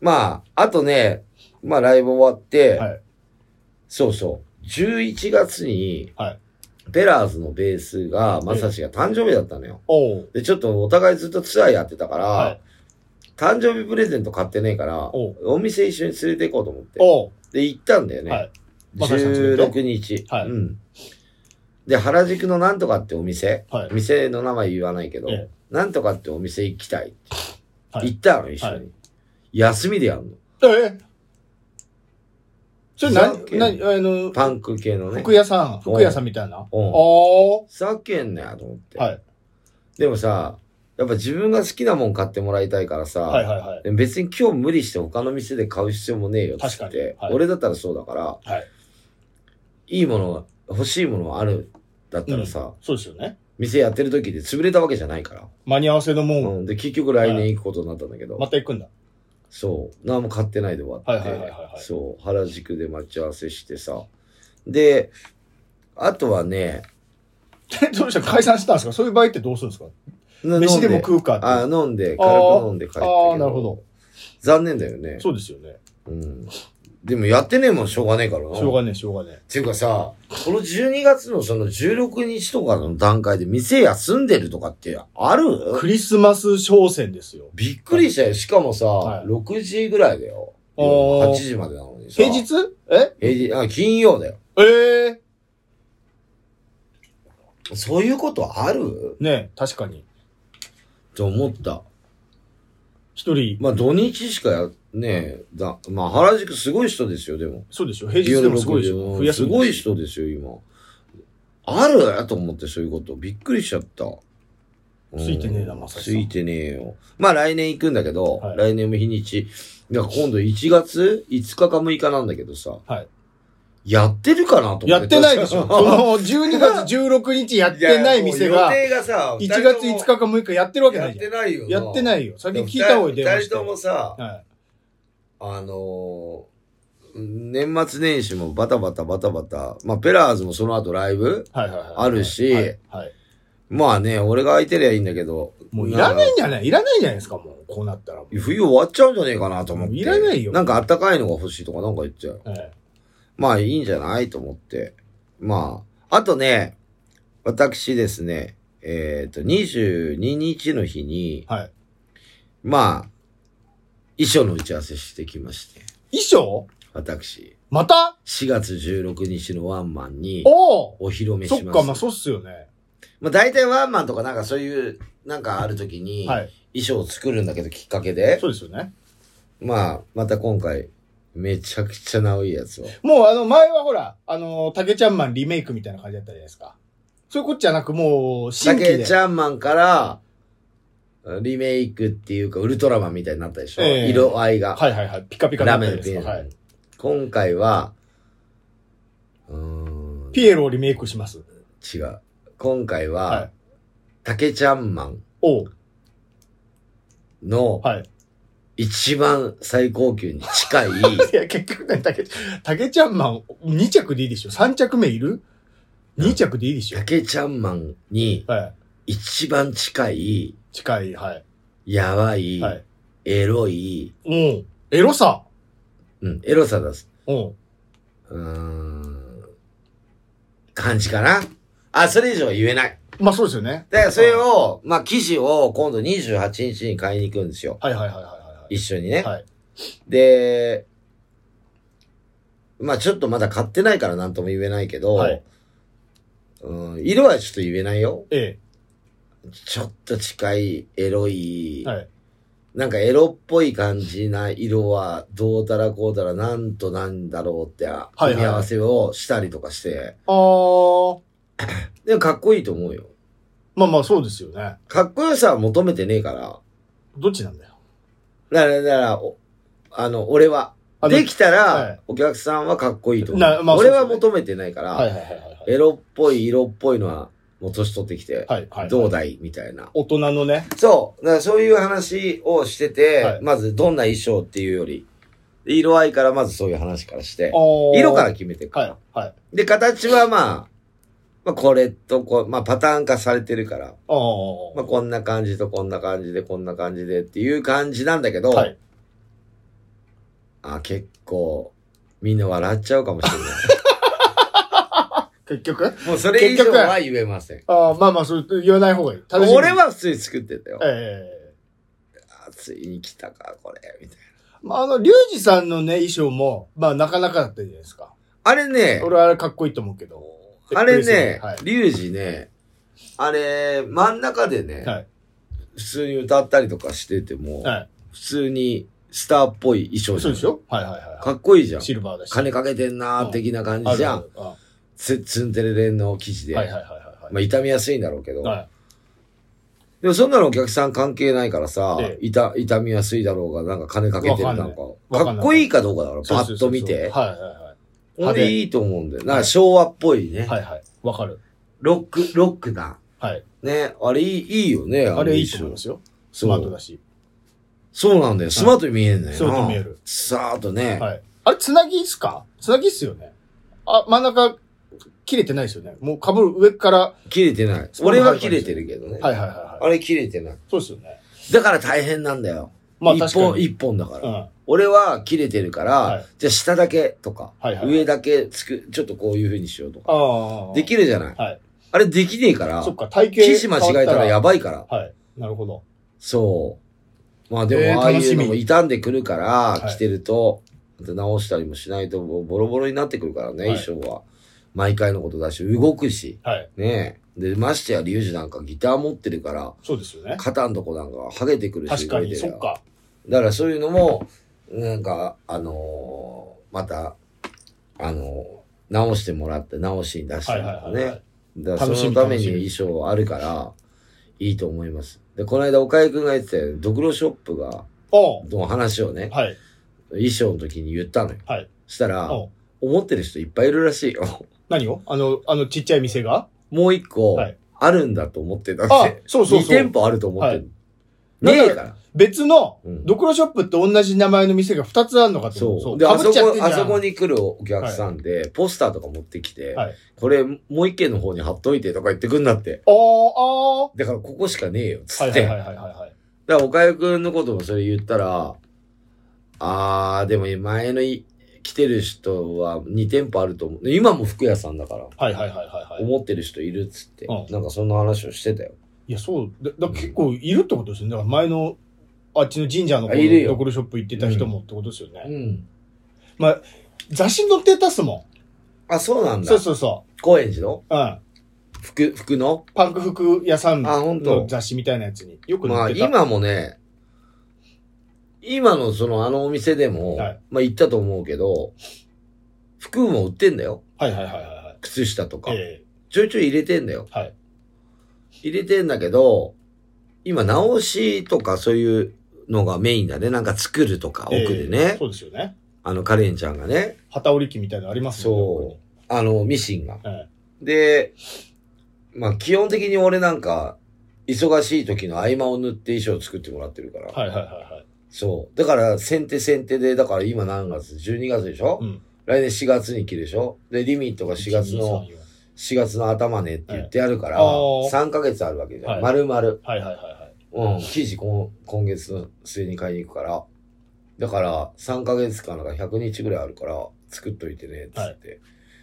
Speaker 1: まあ、あとね、まあライブ終わって、
Speaker 2: はい
Speaker 1: そうそう、11月に、
Speaker 2: はい
Speaker 1: ペラーズのベースが、まさしが誕生日だったのよ。
Speaker 2: らおう。
Speaker 1: で、ちょっとお互いずっとツアーやってたから、
Speaker 2: はい。
Speaker 1: 誕生日プレゼント買ってねえから、
Speaker 2: おう
Speaker 1: お店一緒に連れて行こうと思って。
Speaker 2: おう。
Speaker 1: で、行ったんだよね。
Speaker 2: はいまさしさん連れて
Speaker 1: 16日、
Speaker 2: はい
Speaker 1: うん。で、原宿のなんとかってお店、
Speaker 2: はい。
Speaker 1: 店の名前言わないけど、
Speaker 2: え
Speaker 1: なんとかってお店行きたい。
Speaker 2: はい
Speaker 1: 行ったの、一緒に。
Speaker 2: はい
Speaker 1: 休みでやんの。
Speaker 2: ええそれ
Speaker 1: ふざ
Speaker 2: 何
Speaker 1: けん
Speaker 2: 何あの、
Speaker 1: パンク系のね。
Speaker 2: 服屋さん、服屋さんみたいな。
Speaker 1: うん
Speaker 2: おお。
Speaker 1: ふざけんなよと思って。
Speaker 2: はい。
Speaker 1: でもさ、やっぱ自分が好きなもん買ってもらいたいからさ、
Speaker 2: はいはいはい。
Speaker 1: でも別に今日無理して他の店で買う必要もねえよっつっ
Speaker 2: 確かに
Speaker 1: て、
Speaker 2: はい
Speaker 1: 俺だったらそうだから、、
Speaker 2: はい
Speaker 1: いものが欲しいものがあるだったらさ、
Speaker 2: そうですよね。
Speaker 1: 店やってる時で潰れたわけじゃないから、
Speaker 2: 間に合わせのも、
Speaker 1: うんん、で結局来年行くことになったんだけど、
Speaker 2: また行くんだ。
Speaker 1: そう何も買ってないで終わって、
Speaker 2: はいはいはいはいはい
Speaker 1: そう原宿で待ち合わせしてさであとはね
Speaker 2: えどうした解散したんですかそういう場合ってどうするんですか
Speaker 1: な
Speaker 2: 飯でも
Speaker 1: 飲ん
Speaker 2: 食うかって。
Speaker 1: あ飲んで軽く飲んで帰って
Speaker 2: ああ、なるほど。
Speaker 1: 残念だよね
Speaker 2: そうですよね。
Speaker 1: うん、でもやってねえもんしょうがねえからな
Speaker 2: しょうがねえ、しょうがね
Speaker 1: っていうかさ、この12月のその16日とかの段階で店休んでるとかってある
Speaker 2: え。クリスマス商戦ですよ。
Speaker 1: びっくりしたよ。しかもさ、
Speaker 2: はい
Speaker 1: 6時ぐらいだよ。
Speaker 2: あー
Speaker 1: 8時までなのにさ。
Speaker 2: 平日え
Speaker 1: 平日あ、金曜だよ。
Speaker 2: ええ
Speaker 1: そういうことある
Speaker 2: ねえ、確かに。
Speaker 1: と思った。
Speaker 2: 一人、
Speaker 1: まあ土日しかや、ねえ、だ、まあ原宿すごい人ですよ、でも。
Speaker 2: そうでしょ平日でもすごいでし
Speaker 1: 夜
Speaker 2: ょ
Speaker 1: 6
Speaker 2: 冬休
Speaker 1: す
Speaker 2: み
Speaker 1: ごい人ですよ、今。あるやと思って、そういうこと。びっくりしちゃった。うん
Speaker 2: ついてねえなまさしさ
Speaker 1: つ
Speaker 2: ん
Speaker 1: いてねえよ。まあ来年行くんだけど、
Speaker 2: はい
Speaker 1: 来年も日にち。だから今度1月5日か6日なんだけどさ。
Speaker 2: はい
Speaker 1: やってるかなと思って。
Speaker 2: やってないで しょそ
Speaker 1: や
Speaker 2: の、12月16日やってない店が、
Speaker 1: いやもう予定がさ、
Speaker 2: 1月5日か6日やってるわけ
Speaker 1: や
Speaker 2: な
Speaker 1: っ
Speaker 2: いじゃ
Speaker 1: て
Speaker 2: ん。
Speaker 1: ないよ。
Speaker 2: やって
Speaker 1: い。
Speaker 2: ないよ。先聞いた方がいい電
Speaker 1: 二
Speaker 2: 話し
Speaker 1: 人
Speaker 2: て。
Speaker 1: ともさ、
Speaker 2: は
Speaker 1: あのー年末年始もバタバタバタバタ。まあ、ペラーズもその後ライブ
Speaker 2: い。はいはいはい。
Speaker 1: あるし
Speaker 2: はい。はい
Speaker 1: まあね、俺が空いてりゃいいんだけど。
Speaker 2: もういらない
Speaker 1: ん
Speaker 2: んじゃないいらないんじゃないですかもう、こうなったら。
Speaker 1: か冬終わっちゃうんじゃねえかなと思って。
Speaker 2: いらないよ
Speaker 1: なんかあったかいのが欲しいとかなんか言っちゃう。
Speaker 2: え
Speaker 1: まあいいんじゃないと思って。まあ。あとね、私ですね、えっ、と、22日の日に
Speaker 2: え、はい。
Speaker 1: まあ、衣装の打ち合わせしてきまして、
Speaker 2: 衣装
Speaker 1: 私、
Speaker 2: また
Speaker 1: 4月16日のワンマンに
Speaker 2: おお
Speaker 1: お披露目し
Speaker 2: そ
Speaker 1: ま
Speaker 2: っ
Speaker 1: す。
Speaker 2: か、まあそうっすよね。
Speaker 1: まあ大体ワンマンとかなんかそういう、なんかある時に、
Speaker 2: はい。
Speaker 1: 衣装を作るんだけどきっかけで、
Speaker 2: そうですよね。
Speaker 1: まあ、また今回、めちゃくちゃ直いいやつを。
Speaker 2: もうあの、前はほら、あの、竹ちゃんマンリメイクみたいな感じだったじゃないですか。そういうことじゃなく、もう、新規
Speaker 1: 竹
Speaker 2: で。
Speaker 1: ちゃんマンから、リメイクっていうか、ウルトラマンみたいになったでしょ、
Speaker 2: ええ
Speaker 1: 色合いが。
Speaker 2: はいはいはい。ピカピカだ
Speaker 1: ラ
Speaker 2: ったじ
Speaker 1: メ
Speaker 2: ゃな
Speaker 1: の
Speaker 2: い
Speaker 1: ピ
Speaker 2: で
Speaker 1: エ
Speaker 2: す
Speaker 1: ロ。
Speaker 2: か。はい。
Speaker 1: 今回は、うーん、
Speaker 2: ピエロをリメイクします。
Speaker 1: 違う。今回
Speaker 2: は、
Speaker 1: はい竹ちゃんマン
Speaker 2: おう。
Speaker 1: の
Speaker 2: はい。
Speaker 1: 一番最高級に近 い、
Speaker 2: いや、結局ね、竹、竹ちゃんマン、2着でいいでしょ ?3 着目いる ?2 着でいいでしょ
Speaker 1: 竹ちゃんマンに
Speaker 2: はい。
Speaker 1: 一番近い、
Speaker 2: 近い、はい。
Speaker 1: やばい、
Speaker 2: はい。
Speaker 1: エロい、
Speaker 2: おう。エロさ。
Speaker 1: うん、エロさ出す。
Speaker 2: おう。
Speaker 1: うーん感じかな。あ、それ以上は言えない。
Speaker 2: まあそうですよね。
Speaker 1: だからそれを、まあ、記事を今度28日に買いに行くんですよ。
Speaker 2: はいはいはいはいはいはい。
Speaker 1: 一緒にね。
Speaker 2: はい
Speaker 1: で、まあちょっとまだ買ってないからなんとも言えないけど、
Speaker 2: はい
Speaker 1: うん、色はちょっと言えないよ。
Speaker 2: え
Speaker 1: ちょっと近いエロい、
Speaker 2: え。はい。
Speaker 1: なんかエロっぽい感じな色はどうたらこうたらなんとなんだろうって
Speaker 2: はい
Speaker 1: 組み合わせをしたりとかして、
Speaker 2: あー。
Speaker 1: でもかっこいいと思うよ。
Speaker 2: まあまあ、そうですよね。
Speaker 1: かっこよさは求めてねえから。
Speaker 2: どっちなんだよ。
Speaker 1: だから、だから、おあの、俺は。
Speaker 2: あの
Speaker 1: できた
Speaker 2: は
Speaker 1: ら
Speaker 2: い、
Speaker 1: お客さんはかっこいいと思う。
Speaker 2: なまあ
Speaker 1: 俺
Speaker 2: そ
Speaker 1: は
Speaker 2: うです
Speaker 1: 求めてないから、
Speaker 2: はいはいはいはい
Speaker 1: エロっぽい、色っぽいのは、もう年取ってきて、
Speaker 2: はい。はいはい。
Speaker 1: どう
Speaker 2: だ
Speaker 1: だいみたいな。
Speaker 2: 大人のね。
Speaker 1: そう。だからそういう話をしてて、
Speaker 2: はい
Speaker 1: まずどんな衣装っていうより、色合いからまずそういう話からして、色
Speaker 2: 色
Speaker 1: から。決めていく。
Speaker 2: はい。はい。
Speaker 1: で、形はまあ、まあこれとこう、まあパターン化されてるから、
Speaker 2: あ
Speaker 1: まあ
Speaker 2: あ。
Speaker 1: こんな感じとこんな感じでこんな感じでっていう感じなんだけど、
Speaker 2: はい。
Speaker 1: あ結構、みんな笑っちゃうかもしれない。
Speaker 2: 結局
Speaker 1: もうそれ以上は言えません。
Speaker 2: ああ、まあまあ、それ言わない方がいい。正しい
Speaker 1: 俺。は普通に作ってたよ。
Speaker 2: え
Speaker 1: あついに来たか、これ、みたいな。
Speaker 2: えまあ、あの、リュウジさんのね、衣装も、まあ、なかなかだったじゃないですか。
Speaker 1: あれね、
Speaker 2: 俺はあれかっこいいと思うけど。
Speaker 1: あれ
Speaker 2: びっくりす
Speaker 1: ね
Speaker 2: るはい、
Speaker 1: リュウジね、あれ、真ん中でね、
Speaker 2: はい
Speaker 1: 普通に歌ったりとかしてても、
Speaker 2: はい。
Speaker 1: 普通にスターっぽい衣装じ
Speaker 2: そ
Speaker 1: ゃ。
Speaker 2: うんでしょはいはいはい
Speaker 1: か
Speaker 2: は
Speaker 1: っこいいじゃ
Speaker 2: い。
Speaker 1: ん。
Speaker 2: シルバーだし。
Speaker 1: 金かけてんなー的な感じじゃ
Speaker 2: あ
Speaker 1: ん
Speaker 2: る。あるある
Speaker 1: ツツンテレレンの記事
Speaker 2: う
Speaker 1: で。
Speaker 2: んはいはいはいはい
Speaker 1: まあ、
Speaker 2: はい。
Speaker 1: 痛みやすいんだろうけど。
Speaker 2: はい。
Speaker 1: でもそんなのお客さん関係ないからさ、
Speaker 2: え
Speaker 1: 痛痛みやすいだろうが、なんか金かけてる
Speaker 2: わ
Speaker 1: な
Speaker 2: かんない
Speaker 1: んか。
Speaker 2: わか
Speaker 1: か
Speaker 2: んない
Speaker 1: っこいいかどうかだろ、パ
Speaker 2: そうそ
Speaker 1: ッ
Speaker 2: うそ
Speaker 1: と
Speaker 2: うそう
Speaker 1: 見て。
Speaker 2: はいはいはい
Speaker 1: ほん
Speaker 2: 派手
Speaker 1: でいいと思うんだよ。なんか昭和っぽいね。。
Speaker 2: はいはい。わかる。
Speaker 1: ロック、ロックだ。
Speaker 2: はい。
Speaker 1: ね、あれいいいいよね。
Speaker 2: あれいいと思い
Speaker 1: い
Speaker 2: ますよ。ス
Speaker 1: そ
Speaker 2: マート
Speaker 1: う。
Speaker 2: だし。
Speaker 1: そうなんだよ。スマートに見えんだよな。
Speaker 2: スマートに見える
Speaker 1: さーっとね。
Speaker 2: はい。あれ、つなぎっすかつなぎっすよね。あ、真ん中、切れてないですよね。もう被る上から。は
Speaker 1: 切れてない。
Speaker 2: スマー
Speaker 1: 俺
Speaker 2: ト
Speaker 1: は切れてるけどね。
Speaker 2: いはいはいは
Speaker 1: あれ切れてない。
Speaker 2: い。そうですよね。
Speaker 1: だから大変なんだよ。
Speaker 2: まあ
Speaker 1: 一
Speaker 2: 確か
Speaker 1: 本、
Speaker 2: に。
Speaker 1: 一本だから。
Speaker 2: うん。
Speaker 1: 俺は切れてるから、
Speaker 2: はい
Speaker 1: じゃあ下だけとか、
Speaker 2: はいはい
Speaker 1: 上だけつく、ちょっとこういう風にしようとか。
Speaker 2: ああ。
Speaker 1: できるじゃない。
Speaker 2: はい
Speaker 1: あれできねえから
Speaker 2: そ、っか、体型。
Speaker 1: 記事間違えたらや
Speaker 2: ば
Speaker 1: ばいから。
Speaker 2: はい。なるほど。
Speaker 1: そう。まあ
Speaker 2: え
Speaker 1: で
Speaker 2: ー
Speaker 1: も、ああ
Speaker 2: 楽
Speaker 1: い
Speaker 2: し
Speaker 1: う
Speaker 2: み
Speaker 1: のも傷んでくるから、
Speaker 2: はい
Speaker 1: 着てると、直したりもしないと、ボロボロになってくるからね、
Speaker 2: はい
Speaker 1: 衣装は。毎回のことだし、動くし、
Speaker 2: はい。
Speaker 1: ねえ。で、ましてや、リュウジなんかギター持ってるから、
Speaker 2: そうですよね。
Speaker 1: 肩のとこなんかは剥げてくるし、
Speaker 2: 確かに、
Speaker 1: 動いて
Speaker 2: そ
Speaker 1: りゃ
Speaker 2: っか。
Speaker 1: だからそういうのも、なんか、あのーまた、あのー直してもらって、直しに出した
Speaker 2: はい
Speaker 1: り
Speaker 2: は
Speaker 1: と
Speaker 2: い
Speaker 1: か
Speaker 2: はいは
Speaker 1: ね
Speaker 2: い。。
Speaker 1: だから
Speaker 2: 楽し
Speaker 1: そ
Speaker 2: み
Speaker 1: のために
Speaker 2: 楽しみ
Speaker 1: 衣装あるから、いいと思います。で、この間、岡井くんが言ってたよドクロショップが、
Speaker 2: おう
Speaker 1: の話をね、
Speaker 2: はい。
Speaker 1: 衣装の時に言ったのよ。
Speaker 2: はい
Speaker 1: したら、
Speaker 2: おう
Speaker 1: 思ってる人いっぱいいるらしいよ。
Speaker 2: 何をあの、あのちっちゃい店が
Speaker 1: もう一個
Speaker 2: はい、
Speaker 1: あるんだと思ってたっ
Speaker 2: あ
Speaker 1: て。、
Speaker 2: そうそう
Speaker 1: 2
Speaker 2: そ
Speaker 1: 店
Speaker 2: う。
Speaker 1: 舗あると思ってる。
Speaker 2: は
Speaker 1: ね
Speaker 2: い
Speaker 1: えから。
Speaker 2: 別の、
Speaker 1: うん
Speaker 2: ドクロショップって同じ名前の店が2つあるのかと思
Speaker 1: そう。
Speaker 2: う。
Speaker 1: で、あ
Speaker 2: 被
Speaker 1: そ
Speaker 2: っちゃっ
Speaker 1: こ
Speaker 2: て、んじゃ
Speaker 1: あ
Speaker 2: ん
Speaker 1: そこに来るお客さんで、ポスターとか持ってきて、
Speaker 2: はい
Speaker 1: これ、もう一軒の方に貼っといてとか言ってくんなって。
Speaker 2: あ
Speaker 1: だから、ここしかねえよ、つ
Speaker 2: あ。は
Speaker 1: っ
Speaker 2: い
Speaker 1: て。
Speaker 2: はいはいはいはいはい。
Speaker 1: だから、岡井くんのこともそれ言ったら、あー、でも前のい来てる人は2店舗あると思う。今も服屋さんだから、
Speaker 2: はいはいはいはいはい。
Speaker 1: 思ってる人いるっつって、
Speaker 2: うん
Speaker 1: なんかそんな話をしてたよ。
Speaker 2: いや、そう。だだ結構いるってことですよね。だから前の、あっちの神社の
Speaker 1: あいるよ
Speaker 2: ドクロショップ行ってた人もってことですよね。
Speaker 1: ん。
Speaker 2: 雑誌に載ってたっすも
Speaker 1: あ、そうなん
Speaker 2: ん。
Speaker 1: だ
Speaker 2: そう。そうそ
Speaker 1: 高円寺の
Speaker 2: う。うん。
Speaker 1: 服、服の
Speaker 2: パンク服屋さん
Speaker 1: あほんと
Speaker 2: の雑誌みたいなやつによく
Speaker 1: まあ
Speaker 2: 載ってた。
Speaker 1: 今もね、今のそのあのお店でも、
Speaker 2: はい
Speaker 1: まあ行ったと思うけど、服も売ってんだよ。
Speaker 2: はいはいはいはいはい。
Speaker 1: 靴下とか。
Speaker 2: え
Speaker 1: ちょいちょい入れてんだよ。
Speaker 2: えはい。
Speaker 1: 入れてんだけど、今直しとかそういうのがメインだね。なんか作るとか、奥で
Speaker 2: ええ
Speaker 1: ね。
Speaker 2: そうですよね。
Speaker 1: あのカレンちゃんがね、
Speaker 2: 旗織り機みたいなのありますよね。
Speaker 1: あのミシンが。
Speaker 2: そう。え
Speaker 1: で、まあ基本的に俺なんか、忙しい時の合間を縫って衣装作ってもらってるから
Speaker 2: え。はいはいはいはい。
Speaker 1: そう。だから、先手先手で、だから今何月 ?12 月でしょ、
Speaker 2: うん
Speaker 1: 来年4月に着るでしょで、リミットが4月の、
Speaker 2: 1 2 3 4
Speaker 1: 4月の頭ねって言ってあるから、
Speaker 2: はいあー
Speaker 1: 3ヶ月あるわけじゃん。
Speaker 2: はい
Speaker 1: 丸々。
Speaker 2: はいはいはいはい。
Speaker 1: うん。生地今、今月の末に買いに行くから。だから、3ヶ月間なんか100日ぐらいあるから、作っといてね、つって。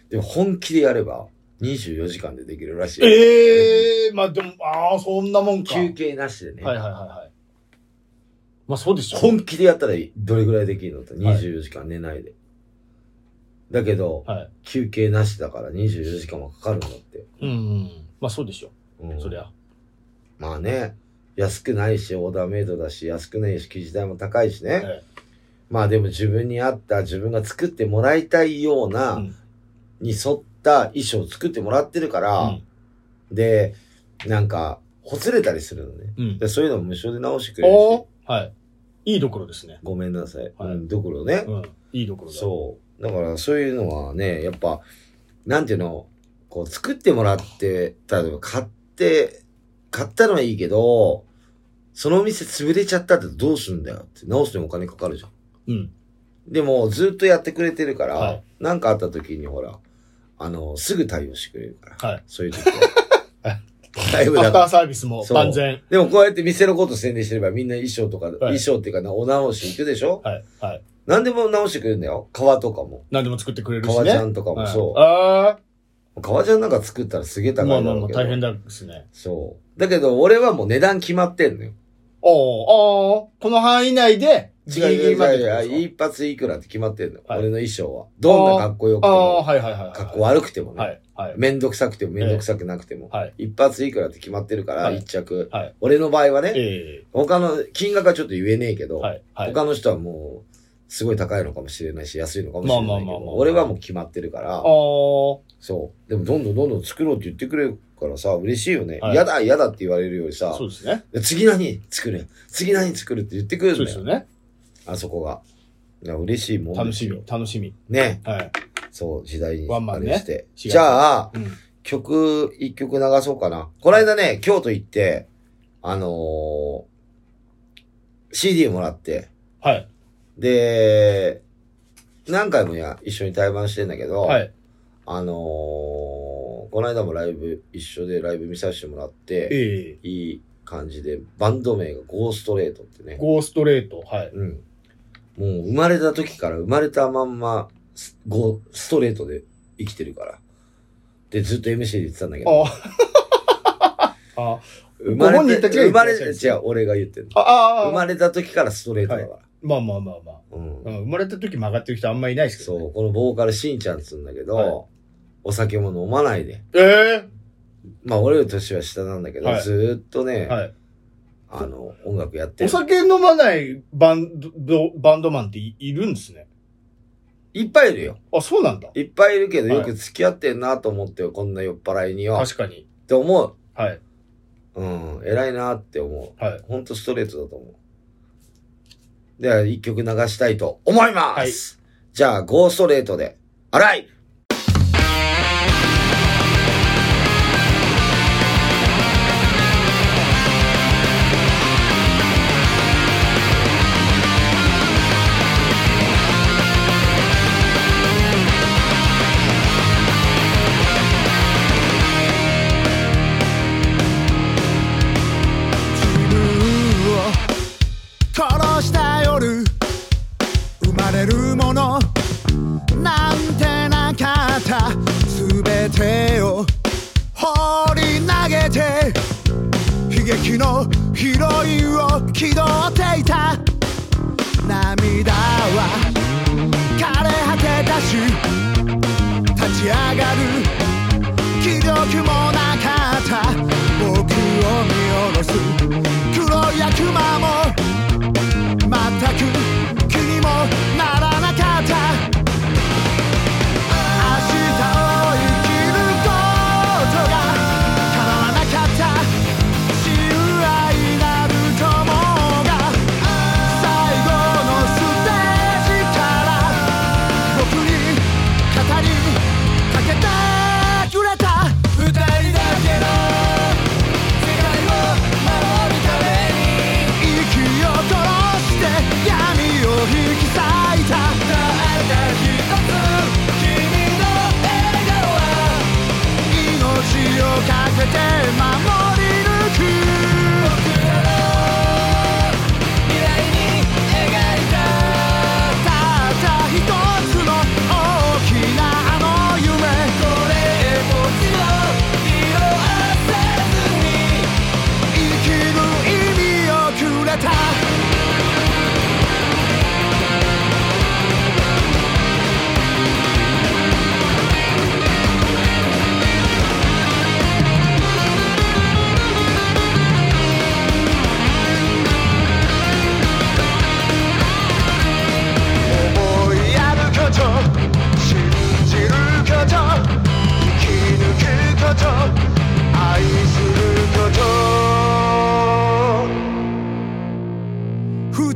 Speaker 1: でも本気でやれば、24時間でできるらしい。
Speaker 2: ええまあでも、ああ、そんなもんか。
Speaker 1: 休憩なしでね。
Speaker 2: はいはいはいはい。まあそうでしょ。
Speaker 1: 本気でやったらどれぐらいできるのって24時間寝ないで。だけど、
Speaker 2: はい。
Speaker 1: 休憩なしだから24時間もかかるんだって。
Speaker 2: うんうん。まあそうでしょ。
Speaker 1: うん、
Speaker 2: そりゃ。
Speaker 1: まあね、安くないし、オーダーメイドだし、安くないし、生地代も高いしね。
Speaker 2: え
Speaker 1: まあでも自分に合った、自分が作ってもらいたいような、
Speaker 2: うん
Speaker 1: に沿った衣装を作ってもらってるから、
Speaker 2: うん
Speaker 1: で、なんか、ほつれたりするのね。
Speaker 2: うん
Speaker 1: で。そういうのも無償で直してくれる
Speaker 2: お
Speaker 1: し
Speaker 2: お。はい。いいところですね。
Speaker 1: ごめんなさい。
Speaker 2: はい
Speaker 1: うん、どころね。
Speaker 2: うん。いいところだ。
Speaker 1: そう。だからそういうのはね、やっぱ、なんていうの、こう作ってもらって、例えば買って、買ったのはいいけど、そのお店潰れちゃったってどうするんだよって、直すのにお金かかるじゃん。
Speaker 2: う。うん。
Speaker 1: でも、ずっとやってくれてるから、
Speaker 2: はい
Speaker 1: なんかあった時にほら、あの、すぐ対応してくれるから、
Speaker 2: はい
Speaker 1: そういう時 は。だいぶ
Speaker 2: ア
Speaker 1: だか
Speaker 2: フタ
Speaker 1: ら
Speaker 2: ーサービスも
Speaker 1: そう
Speaker 2: 万全。
Speaker 1: でもこうやって店のこと宣伝してればみんな衣装とか、衣装っていうかな、お直し行くでしょ、
Speaker 2: はい。はい。
Speaker 1: 何でも直してくれるんだよ。革とかも。
Speaker 2: 何でも作ってくれるし
Speaker 1: 革
Speaker 2: ね。
Speaker 1: ジャンとかも
Speaker 2: はい
Speaker 1: そう。
Speaker 2: あ
Speaker 1: 革ジャンなんか作ったらすげえ
Speaker 2: あ。
Speaker 1: 高い
Speaker 2: まあ
Speaker 1: だ
Speaker 2: まあ
Speaker 1: ろう
Speaker 2: まあ
Speaker 1: けど。
Speaker 2: 大変ですね。
Speaker 1: そう。だけど、俺はもう値段決まってんのよ。
Speaker 2: おおおーこの範囲内で、
Speaker 1: 違
Speaker 2: ギ
Speaker 1: う
Speaker 2: リギ
Speaker 1: 違
Speaker 2: リ
Speaker 1: う
Speaker 2: ま
Speaker 1: 違う
Speaker 2: でってことです
Speaker 1: 一発いくらって決まってんの。
Speaker 2: はい
Speaker 1: 俺の衣装は。どんな格好よく
Speaker 2: か。
Speaker 1: て
Speaker 2: ああ、
Speaker 1: も、
Speaker 2: はいはいはいはい。
Speaker 1: 格好悪くてもね、
Speaker 2: はい。はい。
Speaker 1: めんどくさくてもめんどくさくなくても。
Speaker 2: はい。
Speaker 1: 一発いくらって決まってるから、
Speaker 2: はい
Speaker 1: 一着、
Speaker 2: はい
Speaker 1: 俺の場合はね、
Speaker 2: ええ。
Speaker 1: 他の、金額はちょっと言えねえけど、
Speaker 2: はい。はい。
Speaker 1: 他の人はもう、すごい高いのかもしれないし、安いのかもしれないけ
Speaker 2: まあまあまあまあ
Speaker 1: ど、俺はもう決まってるから、
Speaker 2: あ
Speaker 1: そう。でもどんどんどんどん作ろうって言ってくれるからさ、嬉しいよね。
Speaker 2: はい
Speaker 1: 嫌だ、嫌だって言われるよりさ
Speaker 2: あ、、そうですね。
Speaker 1: で次何作る次何作るって言ってくるん
Speaker 2: そ
Speaker 1: だ
Speaker 2: うです
Speaker 1: よ。
Speaker 2: よね。
Speaker 1: あそこが。いや、嬉しいもん
Speaker 2: 楽
Speaker 1: です
Speaker 2: し
Speaker 1: よ
Speaker 2: み、楽しみ。
Speaker 1: ね。
Speaker 2: はい。
Speaker 1: そう、時代に。
Speaker 2: ワンマンね
Speaker 1: あれして。
Speaker 2: 違う
Speaker 1: じゃあ、
Speaker 2: うん。
Speaker 1: 曲、一曲流そうかな。この間ね、京都行って、あのー CD もらって、
Speaker 2: はい。
Speaker 1: で、何回もや、一緒に対バンしてんだけど、
Speaker 2: はい。
Speaker 1: あのーこの間もライブ、一緒でライブ見させてもらって、
Speaker 2: ええ。
Speaker 1: いい感じで、バンド名がゴーストレートってね。
Speaker 2: ゴーストレート。はい。
Speaker 1: うん。もう生まれた時から生まれたまんま、スゴーストレートで生きてるから。で、ずっと MC で言ってたんだけど、
Speaker 2: ああ。あ
Speaker 1: 生まれ
Speaker 2: ご本人たちが
Speaker 1: 生
Speaker 2: 言って
Speaker 1: ま
Speaker 2: ら
Speaker 1: れ、
Speaker 2: っしゃるんです
Speaker 1: 違
Speaker 2: ね
Speaker 1: う、俺が言ってる
Speaker 2: あ。あ
Speaker 1: 生
Speaker 2: あ。
Speaker 1: まれた時からストレートだから。
Speaker 2: まあまあまあまあ。
Speaker 1: うん
Speaker 2: うん生まれた時曲がってる人あんまいないですけ
Speaker 1: そ
Speaker 2: どね。
Speaker 1: う、このボーカルしんちゃんっつうんだけど、
Speaker 2: はい
Speaker 1: お酒も飲まないで。
Speaker 2: え
Speaker 1: まあ、俺より年は下なんだけど、
Speaker 2: はい
Speaker 1: ずーっと
Speaker 2: え
Speaker 1: ね、
Speaker 2: はい。
Speaker 1: あの、音楽やって
Speaker 2: お
Speaker 1: る。
Speaker 2: 酒飲まないバンド、バンドマンっていいるんですね。
Speaker 1: いっぱいいるよ。
Speaker 2: あ、そうなんだ。
Speaker 1: いっぱいいるけど、
Speaker 2: はい
Speaker 1: よく付き合ってんなと思ってよ、こんな酔っ払いによ。っ
Speaker 2: 確かに。
Speaker 1: て思う。
Speaker 2: はい。
Speaker 1: うん、偉いなって思
Speaker 2: はい。
Speaker 1: う。ほんとストレートだと思う。では、一曲流したいと思います、じゃあ、ゴーストレートで、洗い
Speaker 3: 自分を殺した夜生まれるものなんてなかった全てを放り投げて悲劇のヒロインを気取っていた涙は枯れ果てたし立ち上がる気力もなかった僕を見下ろす黒い悪魔も全く気にもならなかった明日を生きることが叶わなかった親愛なる友が最後のステージから僕に語りかけてくれた二人だけの世界を守るために息を殺して闇を引き裂いたたった一つ君の笑顔は命をかけて守り抜く僕らの未来に描いたたった一つの大きなあの夢これっぽっちを色あせずに生きる意味をくれた「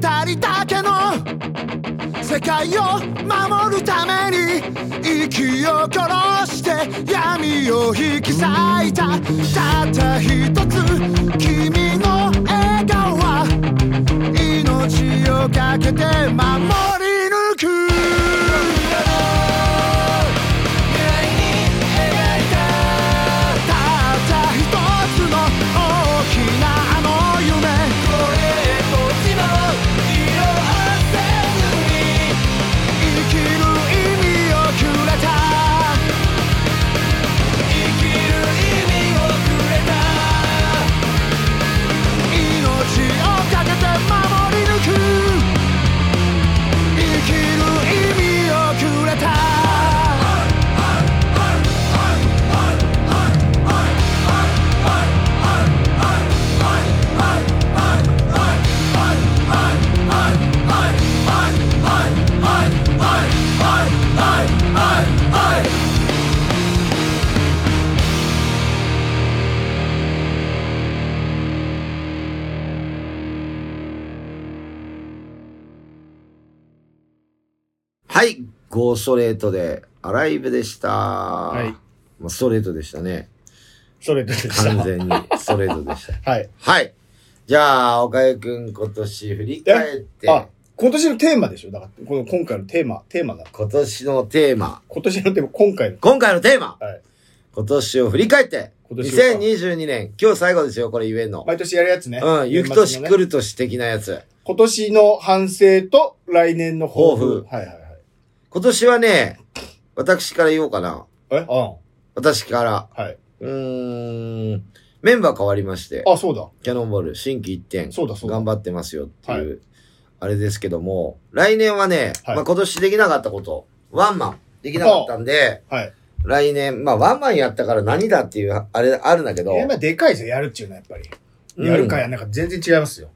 Speaker 3: 二人だけの世界を守るために息を殺して闇を引き裂いたたった一つ君の笑顔は命をかけて守り抜く「たった一つの想いを大きなあの夢」「これっぽっちも色あせずに」「生きる意味をくれた」「生きる意味をくれた」「命をかけて守り抜く」生きる意味をくれた
Speaker 1: はい。ゴーストレートで、アライブでした。
Speaker 2: い
Speaker 1: まあストレートでしたね。
Speaker 2: それでした。
Speaker 1: 完
Speaker 2: は
Speaker 1: 全にストレートで した。
Speaker 2: い。
Speaker 1: はい。じゃあ、岡井くん今年振り返って、
Speaker 2: あ、今年のテーマでしょだから、この今回のテーマ、テーマだ。
Speaker 1: 今年のテーマ、
Speaker 2: 今年のテーマ、今回の。
Speaker 1: 今回のテーマ、
Speaker 2: はい。
Speaker 1: 今年を振り返って、
Speaker 2: 今年を
Speaker 1: 2022年、今日最後ですよ、これ言えんの。
Speaker 2: 毎年やるやつね。
Speaker 1: うん、
Speaker 2: 年
Speaker 1: ゆ
Speaker 2: 末
Speaker 1: く
Speaker 2: のね
Speaker 1: 年来る年的なやつ。
Speaker 2: 今年の反省と来年の抱負。
Speaker 1: 抱負
Speaker 2: はいはいはい。
Speaker 1: 今年はね、私から言おうかな。
Speaker 2: えう
Speaker 1: 私から。
Speaker 2: ん。はい。
Speaker 1: うーん、メンバー変わりまして、
Speaker 2: あ、そうだ。
Speaker 1: キャノンボール、新規一点、
Speaker 2: そうだそうだ
Speaker 1: 頑張ってますよっていう、
Speaker 2: は
Speaker 1: あれですけども、来年はね、
Speaker 2: はい
Speaker 1: まあ今年できなかったこと、ワンマンできなかったんで、
Speaker 2: はい。
Speaker 1: 来年、まあワンマンやったから何だっていう、あれ、あるんだけど、
Speaker 2: え、まあ、でかいですよ、やるっていうのはやっぱり。やるかやんないか全然違いますよ。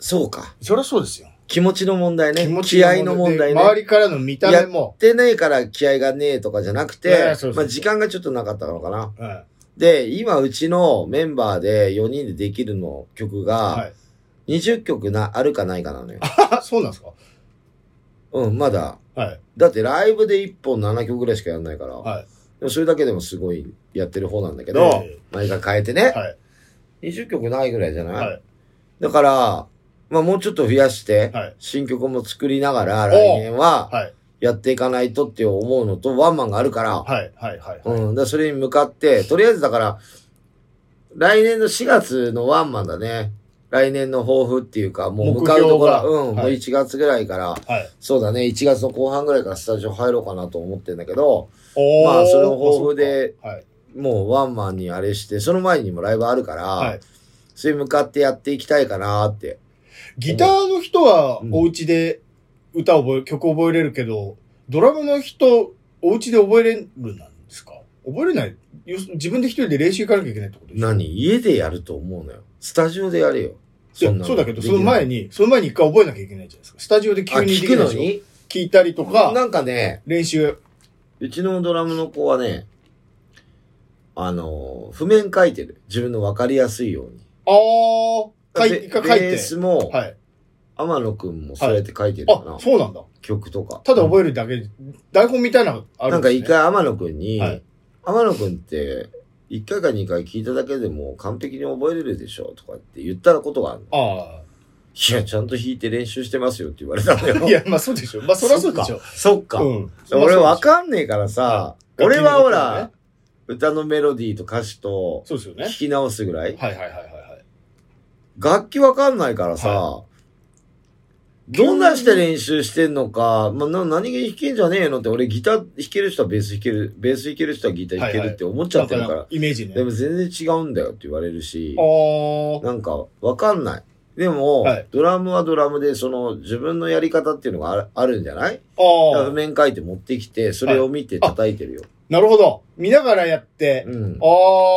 Speaker 1: そうか。
Speaker 2: そりゃそうですよ。
Speaker 1: 気持ちの問題ね。気
Speaker 2: の
Speaker 1: 合の問題
Speaker 2: で
Speaker 1: ね。
Speaker 2: 周りからの見た目
Speaker 1: やっ
Speaker 2: も。
Speaker 1: てないから気合がねえとかじゃなく
Speaker 2: いやい
Speaker 1: て
Speaker 2: やそうそう、そ
Speaker 1: ま
Speaker 2: う
Speaker 1: あ時間がちょっとなかったのかな。
Speaker 2: うん。
Speaker 1: で、今うちのメンバーで4人でできるの曲
Speaker 2: は
Speaker 1: が、
Speaker 2: い。
Speaker 1: 20曲な、あるかないかなのよ。
Speaker 2: あ、 そうなんですか
Speaker 1: うん、まだ。
Speaker 2: はい。
Speaker 1: だってライブで1本7曲ぐらいしかやんないから、
Speaker 2: はい。
Speaker 1: でもそれだけでもすごいやってる方なんだけど
Speaker 2: ええ、
Speaker 1: 毎回変えてね、
Speaker 2: はい。
Speaker 1: 20曲ないぐらいじゃない、
Speaker 2: はい。
Speaker 1: だから、まあもうちょっと増やして
Speaker 2: はい、
Speaker 1: 新曲も作りながら来年は
Speaker 2: はい。
Speaker 1: やっていかないとって思うのと、ワンマンがあるから、
Speaker 2: はい。はい。はい。
Speaker 1: うん。だからそれに向かって、とりあえずだから、来年の4月のワンマンだね。来年の抱負っていうか、もう向かうとこ
Speaker 2: 目標が
Speaker 1: ろ、うん、
Speaker 2: はい
Speaker 1: もう1月ぐらいから、
Speaker 2: はい。
Speaker 1: そうだね、1月の後半ぐらいからスタジオ入ろうかなと思ってんだけど、
Speaker 2: おー
Speaker 1: まあそれの抱負で。
Speaker 2: あそっかはい。
Speaker 1: もうワンマンにあれして、その前にもライブあるから、
Speaker 2: はい。
Speaker 1: それに向かってやっていきたいかなって。
Speaker 2: ギターの人はお家で歌覚え、曲覚えれるけど、ドラムの人、お家で覚えれるんですか覚えれないよ自分で一人で練習行かなきゃいけないってことでしょ
Speaker 1: 何家でやると思うのよ。スタジオでやれよ。
Speaker 2: いや
Speaker 1: んなの
Speaker 2: そうだけど、その前。に、その前に一回覚えなきゃいけないじゃないですか。スタジオで
Speaker 1: あ、
Speaker 2: 急にで
Speaker 1: 聞
Speaker 2: き
Speaker 1: く
Speaker 2: ない
Speaker 1: の
Speaker 2: でしょ
Speaker 1: に
Speaker 2: 聞いたりと
Speaker 1: な
Speaker 2: か、
Speaker 1: んかね、
Speaker 2: 練習。
Speaker 1: うちのドラムの子はね、あの、譜面書いてる。自分の分かりやすいように。
Speaker 2: あー、書い
Speaker 1: で
Speaker 2: 一回書い
Speaker 1: ベー
Speaker 2: て。
Speaker 1: スも、
Speaker 2: はい。
Speaker 1: 天野くんもそうやって書いてるかな。
Speaker 2: あ、そうなんだ。
Speaker 1: 曲とか。
Speaker 2: ただ覚えるだけ、台本みたいなのある
Speaker 1: なんんか
Speaker 2: です、ね
Speaker 1: 一、回天野くんに、
Speaker 2: はい
Speaker 1: 天野くんって、一回か二回聞いただけでも完璧に覚えれるでしょとかって言ったことがあるの。
Speaker 2: あ
Speaker 1: いや、ちゃんと弾いて練習してますよって言われたの
Speaker 2: あ。
Speaker 1: よ。
Speaker 2: いや、まあそうでしょ。まあそりゃそうでしょ。
Speaker 1: そっか。
Speaker 2: うん。
Speaker 1: 俺わ
Speaker 2: ん
Speaker 1: かんねえからさ、
Speaker 2: はい
Speaker 1: 俺はほ
Speaker 2: 楽器の
Speaker 1: ら
Speaker 2: こ、
Speaker 1: 歌のメロディーと歌詞と
Speaker 2: そうですよね
Speaker 1: 聞。き直すぐらい
Speaker 2: はいはいはいはいはい。
Speaker 1: 楽器わかんないからさ、
Speaker 2: は
Speaker 1: どんなして練習してんのか、まあ、な何気に弾けんじゃねえのって、俺ギター弾ける人はベース弾ける、ベース弾ける人はギター弾けるって思っちゃってるから、
Speaker 2: なんイメージね。
Speaker 1: でも全然違うんだよって言われるし、
Speaker 2: あ
Speaker 1: なんかわかんない。でも、
Speaker 2: はい
Speaker 1: ドラムはドラムで、その自分のやり方っていうのがあるあるんじゃないだから
Speaker 2: あ。あ
Speaker 1: 譜
Speaker 2: あ。
Speaker 1: 面書いて持ってきて、それを見て叩いてるよ。
Speaker 2: なるほど。見ながらやって。
Speaker 1: うん。だ
Speaker 2: あ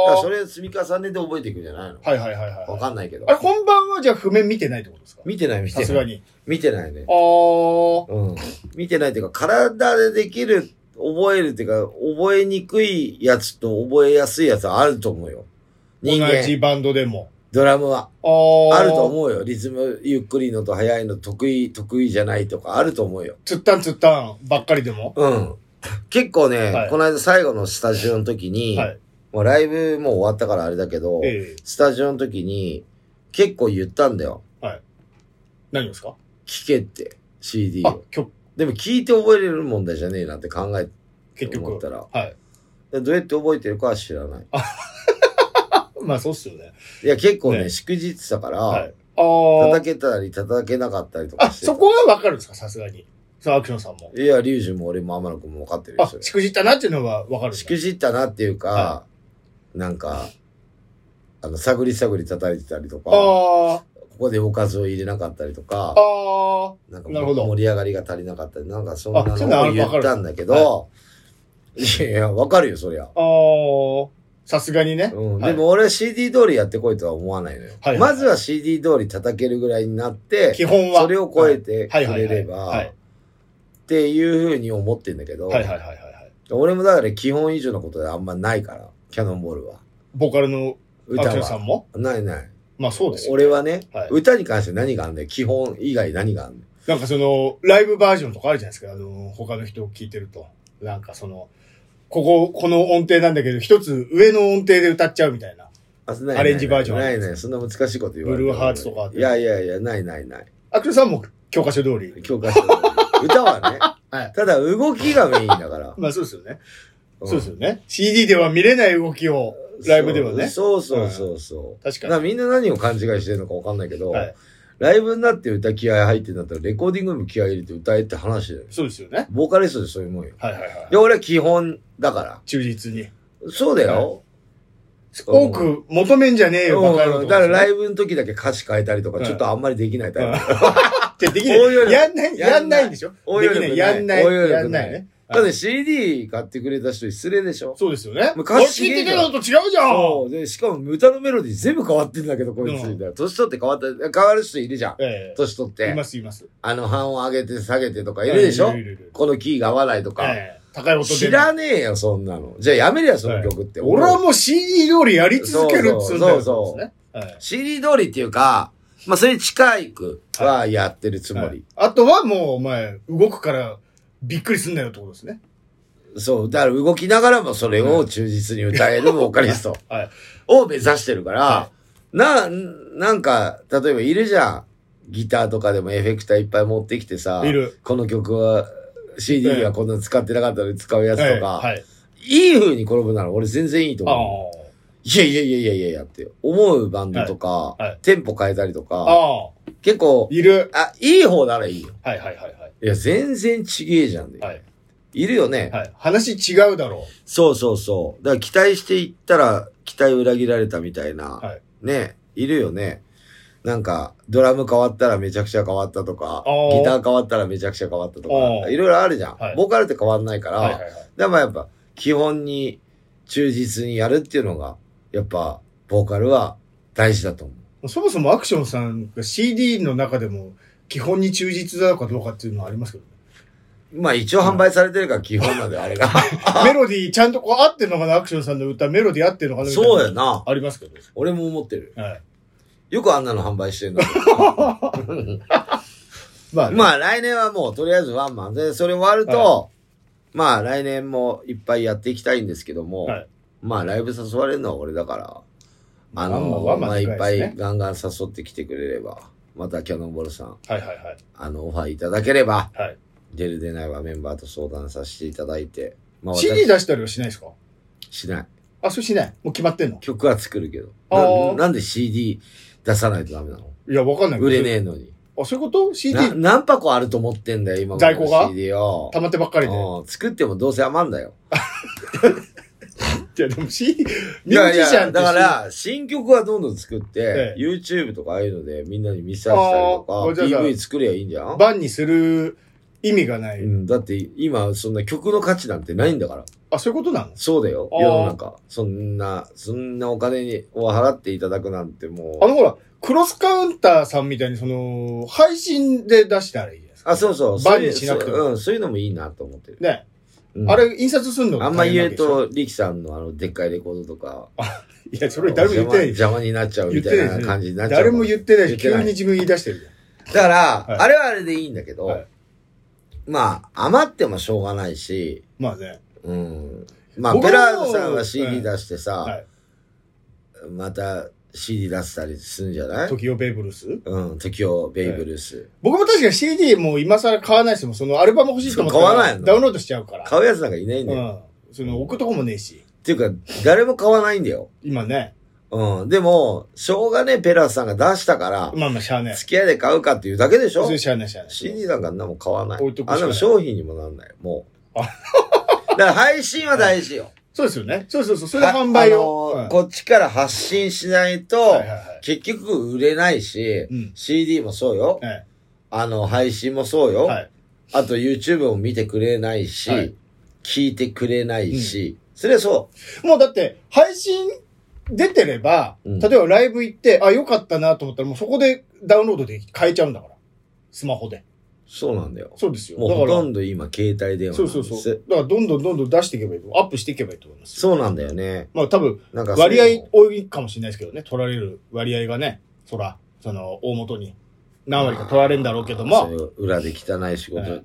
Speaker 1: から
Speaker 2: あ。
Speaker 1: それ積み重ねて覚えていくんじゃないの
Speaker 2: はいはいはいはい。
Speaker 1: わかんないけど
Speaker 2: あ。れ、本番はじゃあ譜面見てないってことですか
Speaker 1: 見てない見
Speaker 2: さ
Speaker 1: て
Speaker 2: す
Speaker 1: な
Speaker 2: が
Speaker 1: い。
Speaker 2: に。
Speaker 1: 見てないね。
Speaker 2: ああ。
Speaker 1: うん。見てないっていうか、体でできる、覚えるっていうか、覚えにくいやつと覚えやすいやつはあると思うよ。人
Speaker 2: 同
Speaker 1: 間。
Speaker 2: じバンドでも。
Speaker 1: ドラムは。
Speaker 2: あ
Speaker 1: あると
Speaker 2: う。
Speaker 1: 思うよ。リズムゆっくりのと速いの得意、得意じゃないとかあると思うよ。
Speaker 2: つったんつったんばっかりでも。
Speaker 1: うん。結構ね、
Speaker 2: はい
Speaker 1: この間最後のスタジオの時に、
Speaker 2: はい。
Speaker 1: もうライブもう終わったからあれだけど、
Speaker 2: ええ
Speaker 1: スタジオの時に結構言ったんだよ。
Speaker 2: 何ですか
Speaker 1: 聞けって、CD
Speaker 2: あ
Speaker 1: を。、
Speaker 2: 曲、
Speaker 1: でも聞いて覚えれる問題じゃねえなって考え
Speaker 2: 結
Speaker 1: て思
Speaker 2: 局
Speaker 1: っ。たら、
Speaker 2: はい。
Speaker 1: でどうやって覚えてるかは知らない。
Speaker 2: まあ、そうっすよね。
Speaker 1: いや、結構ね、
Speaker 2: ね
Speaker 1: 祝日だから、
Speaker 2: はい。ああ。
Speaker 1: 叩けたり叩けなかったりと
Speaker 2: あ、
Speaker 1: かしてた
Speaker 2: そこはわかるんですかさすがに。そう、アクションさんも。
Speaker 1: いや、リュウジも俺も天野くんも分かってるよ、
Speaker 2: あ
Speaker 1: そ、れ。
Speaker 2: しくじったなっていうのはわかるんだ
Speaker 1: しくじったなっていうか、
Speaker 2: は
Speaker 1: なんか、あの、探り探り叩いてたりとか、こ
Speaker 2: ああ。
Speaker 1: こでおかずを入れなかったりとか、
Speaker 2: ああ。
Speaker 1: なんか
Speaker 2: なるほど
Speaker 1: 盛り上がりが足りなかったり、なんかそんな
Speaker 2: あそういうの
Speaker 1: の
Speaker 2: は
Speaker 1: を言ったんだけど、いやいや、わかるよ、そりゃ。
Speaker 2: あーさすがにね。
Speaker 1: うん、
Speaker 2: はい
Speaker 1: でも俺は CD 通りやってこいとは思わないのよ。
Speaker 2: はいはい
Speaker 1: まずは CD 通り叩けるぐらいになって、
Speaker 2: 基本は。
Speaker 1: それを超えてく
Speaker 2: はいはい
Speaker 1: れ
Speaker 2: はい
Speaker 1: れ
Speaker 2: は
Speaker 1: ば
Speaker 2: い、
Speaker 1: っていうふうに思ってんだけど、
Speaker 2: はいはいはいはいはい。
Speaker 1: 俺もだから基本以上のことであんまないから、キャノンボールは。
Speaker 2: ボーカルのアク
Speaker 1: 歌
Speaker 2: ションさ
Speaker 1: は。
Speaker 2: んも
Speaker 1: ないない。
Speaker 2: まあそうですよ。
Speaker 1: 俺はね、
Speaker 2: はい
Speaker 1: 歌に関して何があんだよ。基本以外何があんだよ。
Speaker 2: なんかその、ライブバージョンとかあるじゃないですか。あの、他の人を聞いてると。なんかその、ここ、この音程なんだけど、一つ上の音程で歌っちゃうみたいな。
Speaker 1: あないない
Speaker 2: アレンジバージョン
Speaker 1: ないない。そんな難しいこと言わない。
Speaker 2: ブルーハーツとかあって
Speaker 1: いやいやいや、ないないない。
Speaker 2: アクションさんも教科書通り。
Speaker 1: 教科 書の歌はね、
Speaker 2: はい
Speaker 1: ただ動きがメインだから。
Speaker 2: まあそうですよね。
Speaker 1: うん
Speaker 2: そうですよね。CD では見れない動きを、ライブではね。
Speaker 1: そうそうそうそう。
Speaker 2: 確か
Speaker 1: だか
Speaker 2: に
Speaker 1: らみんな何を勘違いしてるのかわかんないけど、
Speaker 2: はい
Speaker 1: ライブになって歌気合入ってんだったら、レコーディングにも気合入れて歌えって話だよ。
Speaker 2: そうですよね。
Speaker 1: ボーカリストでそういうもんよ。
Speaker 2: はいはいはい
Speaker 1: で、。俺は基本だか
Speaker 2: 忠実に。
Speaker 1: ら。そうだよ。
Speaker 2: 多く求めんじゃねえよ、バカ野郎
Speaker 1: うんだからラ
Speaker 2: ブ
Speaker 1: イブの時だけ歌詞変えたりと
Speaker 2: は
Speaker 1: か、
Speaker 2: い
Speaker 1: ちょっとあんまりできないタイプ。
Speaker 2: ってでき
Speaker 1: 応用
Speaker 2: な
Speaker 1: 力
Speaker 2: い。やんない、
Speaker 1: やんない
Speaker 2: やんないんでしょ
Speaker 1: 応
Speaker 2: で
Speaker 1: 用
Speaker 2: き
Speaker 1: 力
Speaker 2: な、
Speaker 1: ないい
Speaker 2: やんな
Speaker 1: 応用力
Speaker 2: い、
Speaker 1: ない
Speaker 2: やんないね。
Speaker 1: だって CD 買ってくれた人失礼でしょ
Speaker 2: そうですよね。
Speaker 1: 昔
Speaker 2: これ聞いてたのと違うじゃん
Speaker 1: そう。で、しかも歌のメロディー全部変わってんだけど、こいつ。
Speaker 2: うん
Speaker 1: みたいな年取って変わった、変わる人いるじゃん。
Speaker 2: え
Speaker 1: 年取っ
Speaker 2: えいま
Speaker 1: て。
Speaker 2: す、います。
Speaker 1: あの、半音上げて下げてとかいるでしょ
Speaker 2: いるいるいる
Speaker 1: このキーが合わないとか。
Speaker 2: ええ高い音で。
Speaker 1: 知らねえよ、そんなの。じゃあやめりゃ、その曲って。
Speaker 2: 俺はもう CD 通りやり続けるっつうんだよ。
Speaker 1: そうそう
Speaker 2: ですねえ
Speaker 1: CD 通りっていうか、まあ、それに近いくはやってるつ
Speaker 2: え
Speaker 1: もり。
Speaker 2: はいあとはもう、お前、動くから、びっくりすんなよってことですね。
Speaker 1: そう、だから動きながらもそれを忠実に歌えるボーカリスト
Speaker 2: はい。
Speaker 1: を目指してるから
Speaker 2: は、
Speaker 1: な、なんか、例えばいるじゃん。ギターとかでもエフェクターいっぱい持ってきてさ
Speaker 2: いる、
Speaker 1: この曲は CD はこんなの使ってなかったのに使うやつ
Speaker 2: ええ
Speaker 1: とか、
Speaker 2: はい。
Speaker 1: いい風に転ぶなら俺全然いいと
Speaker 2: ああ
Speaker 1: 思う。いやいやいやいやいやいやって思うバンドとか
Speaker 2: いはい、
Speaker 1: テンポ変えたりと
Speaker 2: あ。
Speaker 1: か、
Speaker 2: ああ。
Speaker 1: 結構、
Speaker 2: いる。
Speaker 1: あ、いい方ならいいよ。
Speaker 2: はいはいはいはい。
Speaker 1: いや、全然ちげえじゃんね。
Speaker 2: はい。
Speaker 1: いるよね。
Speaker 2: はい。話違うだろ
Speaker 1: そうそうそう。だから期待していったら、期待裏切られたみたいな、
Speaker 2: はい
Speaker 1: ね、いるよね。なんか、ドラム変わったらめちゃくちゃ変わったとか
Speaker 2: あ、ー
Speaker 1: ギター変わったらめちゃくちゃ変わったと
Speaker 2: あ
Speaker 1: か、
Speaker 2: ー
Speaker 1: いろいろあるじゃん。
Speaker 2: はい
Speaker 1: ボーカルって変わんないから、
Speaker 2: う。はいはいはい。
Speaker 1: でもやっぱ、基本に忠実にやるっていうのが、やっぱ、ボーカルは大事だと思う。
Speaker 2: そもそもアクションさんが CD の中でも基本に忠実なのかどうかっていうのはありますけどね。
Speaker 1: まあ一応販売されてるから基本なんであれが。
Speaker 2: メロディーちゃんとこう合ってるのかなアクションさんの歌、メロディー合ってるのかなみたいな
Speaker 1: そうや。な。
Speaker 2: ありますけど。
Speaker 1: 俺も思ってる。
Speaker 2: はい。
Speaker 1: よくあんなの販売してるのに。
Speaker 2: まあね、
Speaker 1: まあ来年はもうとりあえずワンマンで、それ終わると、まあ来年もいっぱいやっていきたいんですけども、
Speaker 2: はい
Speaker 1: まあライブ誘われるのは俺だから、あ
Speaker 2: ワンマン
Speaker 1: の、
Speaker 2: ワンマン
Speaker 1: まあいっぱ
Speaker 2: 近いです
Speaker 1: いガンガン誘ってきてくれれば、またキャノンボールさん、
Speaker 2: はいはいはい。
Speaker 1: あの、オファーいただければ、
Speaker 2: はい
Speaker 1: 出る出ないはメンバーと相談させていただいて、まあ
Speaker 2: CD 出したりはしないですか
Speaker 1: しない。
Speaker 2: あ、それしない。もう決まってんの
Speaker 1: 曲は作るけど。
Speaker 2: あ
Speaker 1: な
Speaker 2: ー
Speaker 1: なんで CD 出さないとダメなの
Speaker 2: いや、わかんないけど。
Speaker 1: 売れねえのに。
Speaker 2: あ、そういうこと ?CD
Speaker 1: な何箱あると思ってんだよ、今
Speaker 2: 在庫が
Speaker 1: CD を。
Speaker 2: 溜まってばっかりで。
Speaker 1: うん作ってもどうせ余んだよ。
Speaker 2: いや、でも CD、
Speaker 1: い
Speaker 2: ミュー
Speaker 1: やい
Speaker 2: ジシャン
Speaker 1: や、
Speaker 2: って
Speaker 1: だから、新曲はどんどん作って
Speaker 2: え、
Speaker 1: YouTube とかああいうのでみんなに見せ合わせたりと
Speaker 2: あ
Speaker 1: か、
Speaker 2: ーじゃあじゃあ
Speaker 1: PV 作りゃいいんじゃん
Speaker 2: バンにする意味がな
Speaker 1: う
Speaker 2: い。
Speaker 1: ん、だって今、そんな曲の価値なんてないんだから。
Speaker 2: あ、そういうことなの
Speaker 1: そうだよ、
Speaker 2: あー
Speaker 1: 世の中。そんな、そんなお金にを払っていただくなんても
Speaker 2: あ
Speaker 1: う。
Speaker 2: のほら、クロスカウンターさんみたいにその、配信で出したらいいじゃないですか。
Speaker 1: あ、そうそう。
Speaker 2: バンにしなくて
Speaker 1: そういう
Speaker 2: も。
Speaker 1: うん、そういうのもいいなと思ってる。
Speaker 2: ね。
Speaker 1: うん
Speaker 2: あれ、印刷すんの
Speaker 1: あんま言え
Speaker 2: 大変なんで
Speaker 1: と、力さんのあの、でっかいレコードとか、
Speaker 2: しょ。いや、それ誰も言ってない
Speaker 1: 邪魔邪魔になっちゃうみたい
Speaker 2: 言ってない
Speaker 1: な
Speaker 2: です
Speaker 1: 感じになっちゃう。
Speaker 2: 誰も言ってない
Speaker 1: 言
Speaker 2: し、
Speaker 1: って
Speaker 2: 急
Speaker 1: ない
Speaker 2: に自分言い出してるじ
Speaker 1: だから、
Speaker 2: はい
Speaker 1: あれはあれでいいんだけど、
Speaker 2: はい
Speaker 1: まあ、余ってもしょうがないし、
Speaker 2: ゃん。まあね。
Speaker 1: うん。まあ、
Speaker 2: 僕
Speaker 1: ペ
Speaker 2: は
Speaker 1: ラーズさん
Speaker 2: は
Speaker 1: はい CD 出してさ、
Speaker 2: はい。
Speaker 1: また CD 出したりするんじゃない
Speaker 2: トキオベーブルース
Speaker 1: うん、時をベイブルース。
Speaker 2: 僕も確かに CD もう今更買わないですもん。そのアルバム欲しいと思ったら
Speaker 1: そう買わないの
Speaker 2: ダウンロードしちゃうから。
Speaker 1: 買うやつなんかいないんだよ。っ
Speaker 2: うん。その置くとこもねえし。
Speaker 1: ていうか、誰も買わないんだよ。
Speaker 2: 今ね。
Speaker 1: うん。でも、しょうがねえペラーズさんが出したから、
Speaker 2: まあまあ、しゃあない。
Speaker 1: 付き合いで買うかっていうだけでしょ
Speaker 2: それしゃあないしゃあない。
Speaker 1: CD なんかあんなもん買わない。
Speaker 2: 置いとくしか
Speaker 1: あ
Speaker 2: ない
Speaker 1: んなもん商品にもなんない。もう。
Speaker 2: あ
Speaker 1: だから配信は大事よ。
Speaker 2: そうですよね。そうそうそう。それで販売を。
Speaker 1: ああのー
Speaker 2: うん
Speaker 1: こっちから発信しないと、
Speaker 2: はいはいはい
Speaker 1: 結局売れないし、
Speaker 2: うん
Speaker 1: CD もそうよ。
Speaker 2: はい
Speaker 1: あの、配信もそうよ。
Speaker 2: はい。
Speaker 1: あと YouTube も見てくれないし、
Speaker 2: はい
Speaker 1: 聞いてくれないし、それはそ
Speaker 2: もうだって、配信出てれば、
Speaker 1: うん
Speaker 2: 例えばライブ行って、あ、よかったなと思ったら、もうそこでダウンロードで変えちゃうんだから。スマホで。
Speaker 1: う。そうなんだよ。
Speaker 2: そうですよ。
Speaker 1: もう
Speaker 2: だ
Speaker 1: ほ
Speaker 2: から
Speaker 1: と、んど今携帯電話
Speaker 2: そ
Speaker 1: なん
Speaker 2: う
Speaker 1: です。
Speaker 2: そうそう。だから、どんどんどんどん出していけばいいと。アップしていけばいいと思います。
Speaker 1: そうなんだよね。
Speaker 2: まあ多分、
Speaker 1: なんかそう
Speaker 2: 割合多いかもしれないですけどね。取られる割合がね、そら、その、大元に何割か取られるんだろうけど
Speaker 1: そうい
Speaker 2: も、
Speaker 1: う裏で汚い仕事
Speaker 2: はいつっ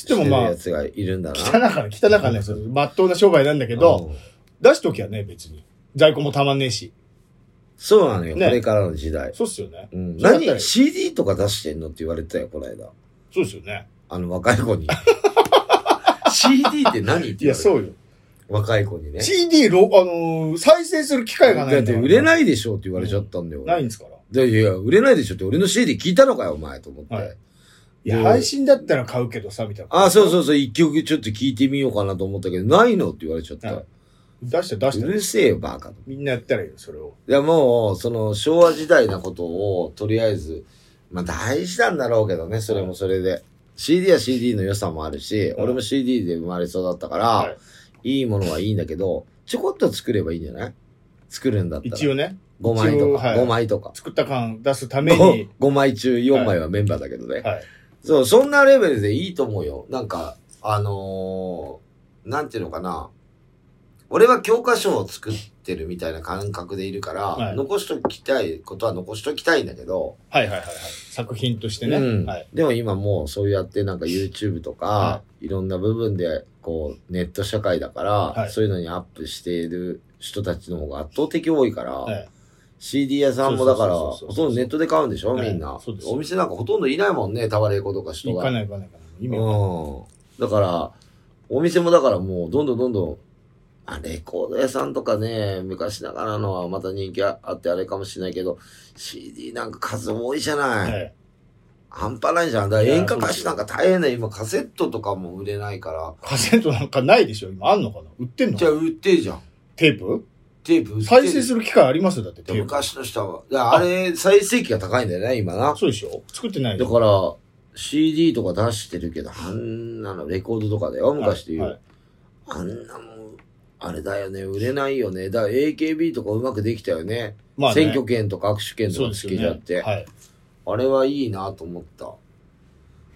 Speaker 1: して
Speaker 2: ても
Speaker 1: る
Speaker 2: まあ
Speaker 1: や、つがいるんだな。
Speaker 2: 汚かな、汚かないですよ。まっとうな商売なんだけ
Speaker 1: う
Speaker 2: ど、
Speaker 1: ん
Speaker 2: 出しときゃね、別に。在庫もたまんねえし。
Speaker 1: そうなのよ、
Speaker 2: ね
Speaker 1: これからの時代。
Speaker 2: そうっすよね。
Speaker 1: うん、
Speaker 2: そうだったら
Speaker 1: 何 ?CD とか出してんのって言われてたよ、この間。
Speaker 2: そうっすよね。
Speaker 1: あの、若い子に。CD って何って
Speaker 2: い
Speaker 1: 言
Speaker 2: や、
Speaker 1: われて
Speaker 2: そうよ。
Speaker 1: 若い子にね。
Speaker 2: CD、ろあのー再生する機会がない
Speaker 1: だっ
Speaker 2: ん
Speaker 1: て
Speaker 2: から
Speaker 1: 売れないでしょって言われちゃったんだよ。
Speaker 2: ないんですから。
Speaker 1: でいや、売れないでしょって俺の CD 聞いたのかよ、お前、と思って。
Speaker 2: はいいや、
Speaker 1: で
Speaker 2: 配信だったら買うけどさ、みたいな。
Speaker 1: ああ、そう
Speaker 2: う。
Speaker 1: そうそう、一曲ちょっと聞いてみようかなと思ったけど、ないのって言われちゃった。
Speaker 2: はい出して出し
Speaker 1: う
Speaker 2: て。
Speaker 1: るせえよ、バカと。
Speaker 2: みんなやったらいいよ、それを。
Speaker 1: いや、もう、その、昭和時代なことを、とりあえず、まあ大事なんだろうけどね、それもそれで。CD は CD の良さもあるし、俺も CD で生まれ育ったから、、
Speaker 2: はい
Speaker 1: いものはいいんだけど、ちょこっと作ればいいんじゃない作るんだったら。
Speaker 2: 一応ね、
Speaker 1: 5枚と
Speaker 2: 一応
Speaker 1: か、
Speaker 2: はい
Speaker 1: 5枚とか。
Speaker 2: 作った感出すため
Speaker 1: 5,
Speaker 2: に、
Speaker 1: 枚中4枚はメンバーだけどね。
Speaker 2: はい。
Speaker 1: そう、そんなレベルでいいと思うよ。なんか、あのー、なんていうのかな。俺は教科書を作ってるみたいな感覚でいるから、
Speaker 2: はい
Speaker 1: 残しときたいことは残しときたいんだけど、
Speaker 2: はいはいはいはい。作品としてね。
Speaker 1: うん
Speaker 2: はい。
Speaker 1: でも今もうそうやってなんか YouTube とか、、
Speaker 2: はい
Speaker 1: ろんな部分でこうネット社会だから、
Speaker 2: はい
Speaker 1: そういうのにアップしている人たちの方が圧倒的多いから、
Speaker 2: はい。
Speaker 1: CD 屋さんもだから、
Speaker 2: そう
Speaker 1: ほ
Speaker 2: そうそうそう
Speaker 1: とんどネットで買うんでしょ、
Speaker 2: はい
Speaker 1: みんな
Speaker 2: そうで。す
Speaker 1: お店なんかほとんどいないもんね、タワレコとか人
Speaker 2: 行
Speaker 1: が。
Speaker 2: かない行かない行かない。意味わ
Speaker 1: うん。だから、お店もだからもうどんどんどんどん、あレコード屋さんとかね、昔ながらのはまた人気あってあれかもしれないけど、CD なんか数多いじゃ
Speaker 2: か
Speaker 1: ない。
Speaker 2: んない。はい。
Speaker 1: 半端ないじゃん。だから演歌歌
Speaker 2: い
Speaker 1: 手
Speaker 2: や
Speaker 1: なんか大変だよ。今カセットとかも売れないから。
Speaker 2: カセットなんかないでしょ今あんのかな売ってんの
Speaker 1: じゃあ売ってるじゃん。
Speaker 2: テープ
Speaker 1: テープ売ってる。
Speaker 2: 再生する機会ありますよだってテープ。
Speaker 1: 昔の人は。だからあれ、再生機が高いんだよね、今な。
Speaker 2: そうでしょ作ってないで
Speaker 1: だ
Speaker 2: しょ
Speaker 1: から、CD とか出してるけど、あんなのレコードとかだよ、昔で言う。
Speaker 2: はいはい
Speaker 1: あんなもん、あれだよね、売れないよね。だから AKB とかうまくできたよね。
Speaker 2: まあね
Speaker 1: 選挙権とか握手権とかつけちゃって、
Speaker 2: そうですよねはい。
Speaker 1: あれはいいなと思った。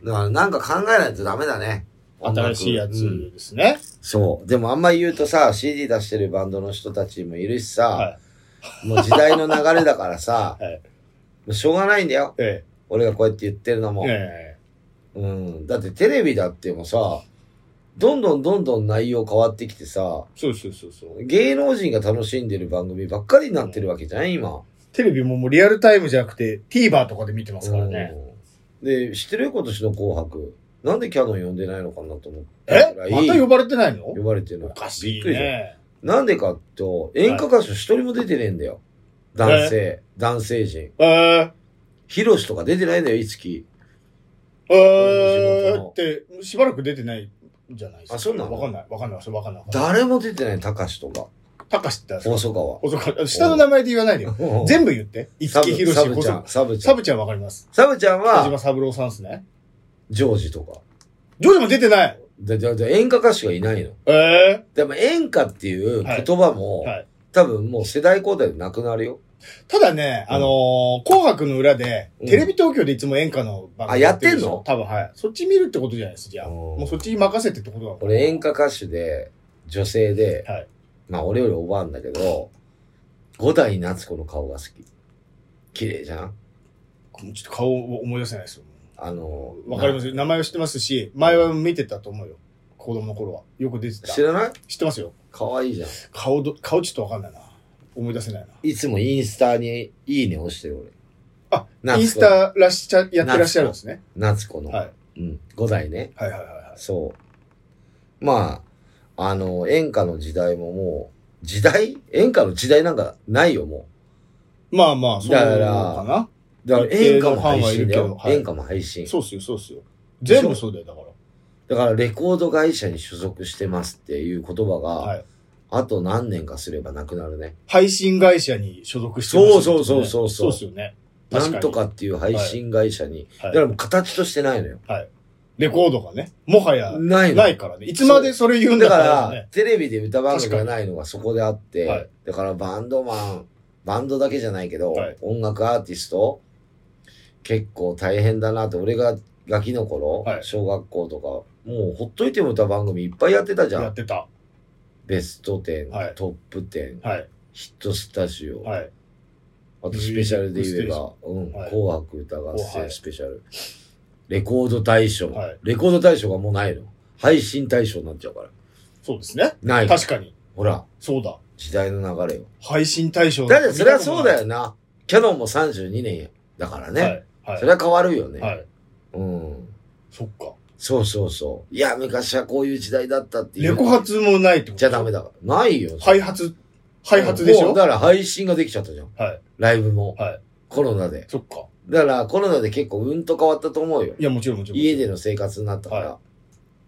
Speaker 1: だからなんか考えないとダメだね。音楽
Speaker 2: 新しいや
Speaker 1: うん
Speaker 2: つですね。
Speaker 1: そう。でもあんま言うとさ、CD 出してるバンドの人たちもいるしさ、
Speaker 2: は
Speaker 1: もう時代の流れだからさ、
Speaker 2: はい
Speaker 1: もうしょうがないんだよ。
Speaker 2: い。え
Speaker 1: 俺がこうやって言ってるの
Speaker 2: え。
Speaker 1: も。
Speaker 2: え
Speaker 1: うん。だってテレビだってもさ、どんどんどんどん内容変わってきてさ、
Speaker 2: え。そうそうそうそう。
Speaker 1: 芸能人が楽しんでる番組ばっかりになってるわけじゃん、今。
Speaker 2: テレビももうリアルタイムじゃなくて TVer とかで見てますからね。
Speaker 1: うんで、知ってる今年の紅白。なんでキャノン呼んでないのかなと思って。
Speaker 2: えまた呼ばれてないの
Speaker 1: 呼ばれてる
Speaker 2: お
Speaker 1: の。
Speaker 2: かしい
Speaker 1: びっくりじゃん
Speaker 2: ね。
Speaker 1: なんでかと、演歌歌手一人も出てねえんだよ。男性、男性陣。
Speaker 2: ええ。
Speaker 1: ヒロシとか出てないんだよ、いつき。
Speaker 2: えーって、しばらく出てないんじゃないですか。
Speaker 1: あそうなの
Speaker 2: わかんない。わかんない。それわかんない。
Speaker 1: 誰も出てない、高志とか、
Speaker 2: たかしって誰ですか
Speaker 1: 細川。
Speaker 2: おそか下の名前で言わないでよ。 全部言って。五
Speaker 1: サブ
Speaker 2: 木ひろし、
Speaker 1: サブちゃ
Speaker 2: 細
Speaker 1: ん、サブちゃ
Speaker 2: サ
Speaker 1: ん。
Speaker 2: ブちゃんわかります。
Speaker 1: サブちゃん
Speaker 2: 田
Speaker 1: は、
Speaker 2: 島三郎さんですね。
Speaker 1: ジョージとか。
Speaker 2: ジョージも出てない
Speaker 1: で、で、で、演歌歌手がいないの。
Speaker 2: ええ
Speaker 1: でも演歌っていう
Speaker 2: はい
Speaker 1: 言葉も、
Speaker 2: はい
Speaker 1: 多分もう世代交代でなくなるよ。
Speaker 2: ただね、あのー紅白の裏で、
Speaker 1: うん
Speaker 2: テレビ東京でいつも演歌の番
Speaker 1: あやってんの
Speaker 2: 多分はい。そっち見るってことじゃないです、じゃあ。
Speaker 1: うん
Speaker 2: もうそっちに任せてってことだ
Speaker 1: 俺演歌歌手で、女性で、
Speaker 2: はい
Speaker 1: まあ俺よりおばあんだけど、五代夏子の顔が好き。綺麗じゃん
Speaker 2: もうちょっと顔を思い出せないですよ。
Speaker 1: あの、
Speaker 2: わかりますすよ。名前を知ってますし、前は見てたと思うよ。子供の頃は。よく出てた。
Speaker 1: 知らない
Speaker 2: 知ってますよ。
Speaker 1: 可愛いじゃん。
Speaker 2: 顔ど、顔ちょっとわかんないな。思い出せないな。
Speaker 1: いつもインスタにいいね押してる
Speaker 2: あ
Speaker 1: 俺。
Speaker 2: インスタらっしゃ、やってらっしゃるんですね。
Speaker 1: 夏子の。
Speaker 2: はい。
Speaker 1: うん。五代ね。
Speaker 2: はいはいはいはい。
Speaker 1: そう。まあ、あの、演歌の時代ももう、時代演歌の時代なんかないよ、も
Speaker 2: まあまあ、そう
Speaker 1: だから
Speaker 2: かな。
Speaker 1: う。だから演歌も配
Speaker 2: 一定のファンはいる
Speaker 1: 信
Speaker 2: け
Speaker 1: だ
Speaker 2: ど
Speaker 1: よ。
Speaker 2: はい
Speaker 1: 演歌も配信。
Speaker 2: そうっすよ、そうっすよ。全部そうだよ、だから。
Speaker 1: だからレコード会社に所属してますっていう言葉が、
Speaker 2: はい
Speaker 1: あと何年かすればなくなるね。
Speaker 2: 配信会社に所属してますよね
Speaker 1: そうそうそう
Speaker 2: そ。
Speaker 1: そうう
Speaker 2: そうっすよね。
Speaker 1: な
Speaker 2: 確
Speaker 1: んとかっていう配信会社に。
Speaker 2: は
Speaker 1: だ
Speaker 2: い
Speaker 1: からもう形としてないのよ。
Speaker 2: レコードがね、もはや、
Speaker 1: ないの。
Speaker 2: ないからね。いつまでそれ言うんだ
Speaker 1: だか
Speaker 2: から
Speaker 1: ら
Speaker 2: ね。、
Speaker 1: テレビで歌番組がないのがそこであって、
Speaker 2: はい
Speaker 1: だからバンドマン、バンドだけじゃないけど、
Speaker 2: はい
Speaker 1: 音楽アーティスト、結構大変だなって、俺がガキの頃、
Speaker 2: はい
Speaker 1: 小学校とか、もうほっといても歌番組いっぱいやってたじゃ
Speaker 2: やっ
Speaker 1: ん。
Speaker 2: てた。
Speaker 1: ベスト10、
Speaker 2: はい
Speaker 1: トップ10、
Speaker 2: はい。
Speaker 1: ヒットスタジオ、
Speaker 2: はい。
Speaker 1: あとスペシャルで言えば、うん、
Speaker 2: はい
Speaker 1: 紅白歌合
Speaker 2: はい
Speaker 1: 戦スペシャル。レコード大賞、
Speaker 2: はい
Speaker 1: レコード大賞がもうないの。配信大賞になっちゃうから。
Speaker 2: そうですね。
Speaker 1: ない。
Speaker 2: 確かに。
Speaker 1: ほら、
Speaker 2: そうだ。
Speaker 1: 時代の流れよ。
Speaker 2: 配信対象
Speaker 1: だってそれはそうだよな。キャノンも32年や。だからね。
Speaker 2: はい。はい。
Speaker 1: それは変わるよね。
Speaker 2: はい。
Speaker 1: うん。
Speaker 2: そっか。
Speaker 1: そうそうそう。いや、昔はこういう時代だったっていう。
Speaker 2: レコ発もないってこと
Speaker 1: じゃダメだから。ないよ。
Speaker 2: 開発、開発でし
Speaker 1: も
Speaker 2: ょ
Speaker 1: うだから配信ができちゃったじゃん。
Speaker 2: はい。
Speaker 1: ライブも。
Speaker 2: はい。
Speaker 1: コロナで。
Speaker 2: そっか。
Speaker 1: だからコロナで結構うんと変わったと思うよ
Speaker 2: い。や、もちろんもちろん。
Speaker 1: 家での生活になったから。
Speaker 2: は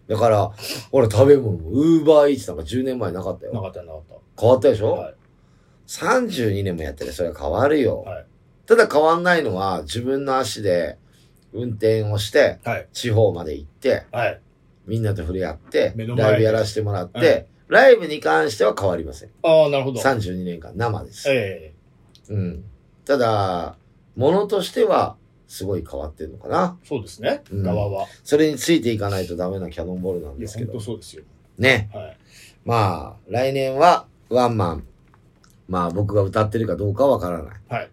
Speaker 1: だから、ほら食べ物も、ウーバーイーツなんか10年前なかった
Speaker 2: な
Speaker 1: よ。
Speaker 2: かったなかっ。
Speaker 1: 変わったでしたょ、
Speaker 2: はい。
Speaker 1: 32年もやってるそれは変わるよ、
Speaker 2: はい
Speaker 1: ただ変わんないのは自分の足で運転をして
Speaker 2: はい。
Speaker 1: 地方まで行って
Speaker 2: はい。
Speaker 1: みんなと触れ合って
Speaker 2: 目の前で
Speaker 1: ライブやらせてもらって、
Speaker 2: はい
Speaker 1: ライブに関しては変わりません
Speaker 2: ああ、なるほど。
Speaker 1: 32年間生です、
Speaker 2: え
Speaker 1: うん、ただものとしてはすごい変わってるのかな
Speaker 2: えそうですね。
Speaker 1: うん
Speaker 2: 側は。
Speaker 1: それについていかないとダメなキャノンボールなん
Speaker 2: い
Speaker 1: で
Speaker 2: や、
Speaker 1: すけ
Speaker 2: 本
Speaker 1: ど
Speaker 2: 当そうですよ。
Speaker 1: ね
Speaker 2: はい。
Speaker 1: まあ来年はワンマンまあ僕が歌ってるかどうかはわからない
Speaker 2: はい。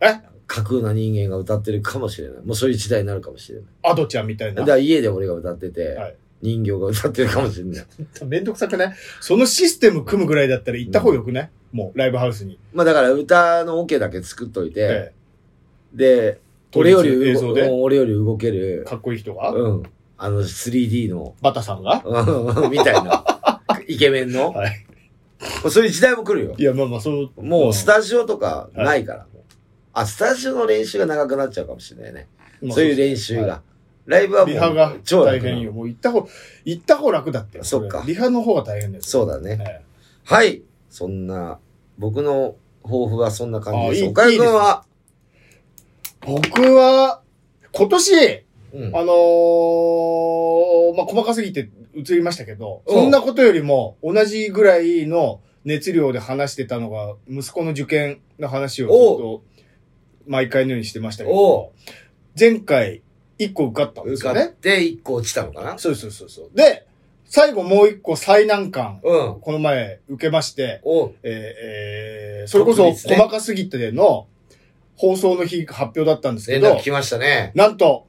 Speaker 2: え
Speaker 1: 架空な人間が歌ってるかもしれない。もうそういう時代になるかもしれない。
Speaker 2: アドちゃんみたいな
Speaker 1: だか。ら家で俺が歌ってて、
Speaker 2: はい
Speaker 1: 人形が歌ってるかもしれない。
Speaker 2: めんどくさくないそのシステム組むぐらいだったら行った方がよくないもう、ライブハウスに。
Speaker 1: まあだから歌のオ、ケだけ作っといて、
Speaker 2: え
Speaker 1: で、
Speaker 2: 当
Speaker 1: 俺
Speaker 2: 日
Speaker 1: より
Speaker 2: 映
Speaker 1: 動
Speaker 2: 像で
Speaker 1: うん俺より動ける
Speaker 2: え。、かっこいい人が
Speaker 1: うん。あの 3D の、
Speaker 2: バタさんが
Speaker 1: うんみたい な、イケメンの。
Speaker 2: はい
Speaker 1: もうそういう時代も来るよ
Speaker 2: い。や、まあまあ、そう。
Speaker 1: も
Speaker 2: ん
Speaker 1: うスタジオとかないから。あ、スタジオの練習が長くなっちゃうかもしれないね。
Speaker 2: まあ
Speaker 1: そういう練習が。
Speaker 2: は
Speaker 1: ライブはも
Speaker 2: リハが
Speaker 1: う超
Speaker 2: 大
Speaker 1: 楽な
Speaker 2: 変よ。もう行った方、行った方楽だって。
Speaker 1: そっか
Speaker 2: れリハの方が大変です。
Speaker 1: そうだね。
Speaker 2: え
Speaker 1: はい。そんな、僕の抱負はそんな感じです。
Speaker 2: あいい
Speaker 1: 岡井くんは、
Speaker 2: え僕は、今年、
Speaker 1: うん
Speaker 2: あのーまあ、細かすぎて映りましたけど、そんなことよりも、同じぐらいの熱量で話してたのが、息子の受験の話をずっと、毎回のようにしてましたけど
Speaker 1: お、
Speaker 2: 前回、一個受かったんです
Speaker 1: 受か
Speaker 2: よね
Speaker 1: っ。て1個落ちたのかな
Speaker 2: そうそうそうそう。で、最後もう一個最難関、
Speaker 1: うん。
Speaker 2: この前受けまして、
Speaker 1: おう
Speaker 2: えーえーそれこそ
Speaker 1: 特別ね
Speaker 2: 細かすぎての放送の日発表だったんですけ
Speaker 1: 連
Speaker 2: ど
Speaker 1: 絡、来ましたね。
Speaker 2: なんと、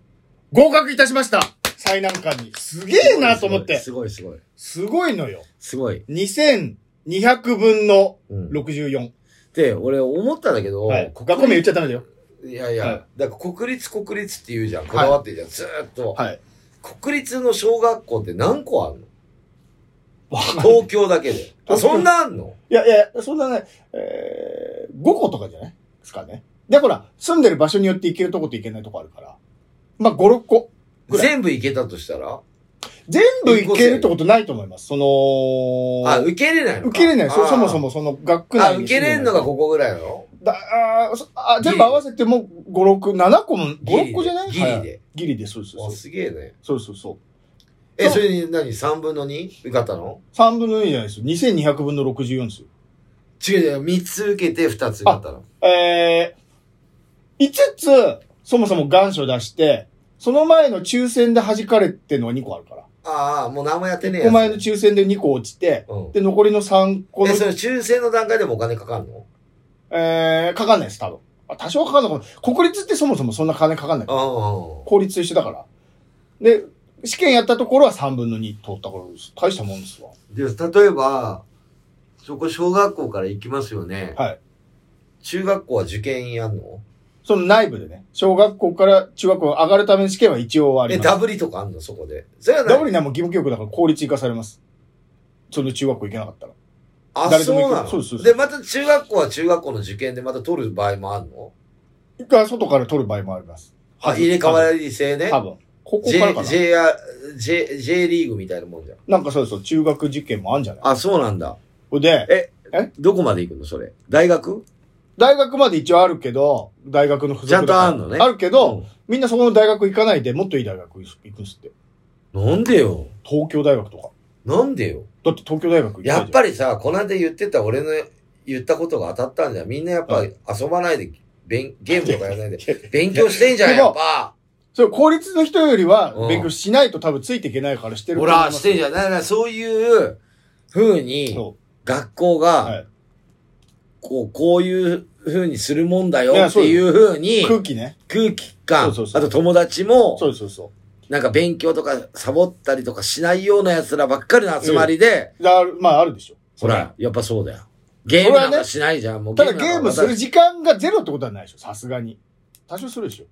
Speaker 2: 合格いたしました最難関に。すげえなと思って。
Speaker 1: すごいすごい。
Speaker 2: すごいのよ。
Speaker 1: すごい。
Speaker 2: 2200分の
Speaker 1: うん。
Speaker 2: 64。
Speaker 1: で、俺思ったんだけど、
Speaker 2: はい。
Speaker 1: 国
Speaker 2: 学校名言っちゃダメだよ。
Speaker 1: いやいや、
Speaker 2: はい
Speaker 1: だから国立国立って言うじゃん。こだわってるじゃん。ずーっと、
Speaker 2: はい。
Speaker 1: 国立の小学校って何個あんの
Speaker 2: わかんない
Speaker 1: 東京だけで。あ、そんなあんの
Speaker 2: いやいや、そんなね、えー、5個とかじゃないですかね。で、ほら、住んでる場所によって行けるとこと行けないとこあるから。まあ、5、6個。ぐらい
Speaker 1: 全部行けたとしたら
Speaker 2: 全部行けるってことないと思います。その、
Speaker 1: あ、受けれないのか
Speaker 2: 受けれない。そ
Speaker 1: あー
Speaker 2: そもそもその学区
Speaker 1: あ、
Speaker 2: 内
Speaker 1: 受
Speaker 2: に
Speaker 1: け
Speaker 2: 住んでない
Speaker 1: れんのがここぐらいなの
Speaker 2: だあーそあ全部合わせても5、6、7個も、5、6個じゃない
Speaker 1: ギリで。
Speaker 2: は
Speaker 1: ギリで
Speaker 2: ギリで、そうそ
Speaker 1: あ
Speaker 2: うそう。
Speaker 1: すげえね。
Speaker 2: そうそうそう。
Speaker 1: え、
Speaker 2: そ
Speaker 1: そうれに何 ?3 分の 2? 受かったの
Speaker 2: 3分の2じゃないですよ。2200分の64ですよ。
Speaker 1: 違う違う、三つ受けて二つになったの。
Speaker 2: えー、5つ、そもそも願書出して、その前の抽選で弾かれてるのは2個あるから。
Speaker 1: ああ、もう何もやってねえ
Speaker 2: お前の
Speaker 1: つ
Speaker 2: 抽選で2個落ちて、
Speaker 1: うん
Speaker 2: で、残りの3個の
Speaker 1: え、、その抽選の段階でもお金かかんの
Speaker 2: えー、かかんないです、多分。あ多少はかかんないかも国立ってそもそもそんな金かかんない。
Speaker 1: う
Speaker 2: 公立と一緒だから。で、試験やったところは3分の2通ったからです。大したもんですわ。
Speaker 1: んうん。で、例えば、そこ小学校から行きますよね。
Speaker 2: はい。
Speaker 1: 中学校は受験やんの
Speaker 2: その内部でね、小学校から中学校上がるための試験は一応あり
Speaker 1: え、
Speaker 2: ます。
Speaker 1: ダブリとかあんのそこで。それは
Speaker 2: ダブ
Speaker 1: リ
Speaker 2: リナも義務教育だから公立行かされます。その中学校行けなかったら。
Speaker 1: あ、
Speaker 2: 誰で
Speaker 1: そう
Speaker 2: も行く
Speaker 1: なの
Speaker 2: そうですそうです
Speaker 1: で、また中学校は中学校の受験でまた取る場合もあるの
Speaker 2: 一回外から取る場合もあります。
Speaker 1: あ、入れ替わり制ね。
Speaker 2: 多分。高校
Speaker 1: J
Speaker 2: からか、な
Speaker 1: J、J、J リーグみたいなもんじゃん。
Speaker 2: なんかそうそう、中学受験もあるんじゃない
Speaker 1: あ、そうなんだ。
Speaker 2: ほいで、
Speaker 1: どこまで行くのそれ。大学
Speaker 2: 大学まで一応あるけど、大学の付属だか
Speaker 1: ちゃ
Speaker 2: ら
Speaker 1: んとあんのね
Speaker 2: あるけど、みんなそこの大学行かないで、もっといい大学行くんですって。
Speaker 1: うん。なんでよ。
Speaker 2: 東京大学とか。
Speaker 1: なんでよ。
Speaker 2: だって東京大学行きたいじゃん
Speaker 1: やっぱりさ、この間言ってた俺の言ったことが当たったんじゃん。みんなやっぱ
Speaker 2: は
Speaker 1: 遊ばないで、勉ゲームとかやらないで、勉強してんじゃん、やっぱ。
Speaker 2: それ公立の人よりは
Speaker 1: うん
Speaker 2: 勉強しないと多分ついていけないからしてる
Speaker 1: ほ
Speaker 2: と思い
Speaker 1: ら、
Speaker 2: ます
Speaker 1: してんじゃん。だからそういう風に、
Speaker 2: そ
Speaker 1: 学校
Speaker 2: は
Speaker 1: が
Speaker 2: い、
Speaker 1: こう、こういう風にするもんだよ
Speaker 2: いや
Speaker 1: っていう風に
Speaker 2: う。、空気ね。
Speaker 1: 空気感、あ
Speaker 2: そうそうそ
Speaker 1: と
Speaker 2: う
Speaker 1: 友達も、
Speaker 2: そうそうそ
Speaker 1: なんか勉強とかサボったりとかしないような奴らばっかりの集まりで、
Speaker 2: う。だまああるでしょ。
Speaker 1: ほら、やっぱそうだよ。ゲームなんかしないじゃん、もう
Speaker 2: ただゲームす
Speaker 1: なん
Speaker 2: る
Speaker 1: か
Speaker 2: 時間がゼロってことはないでしょ。さすがに。多少するでしょ。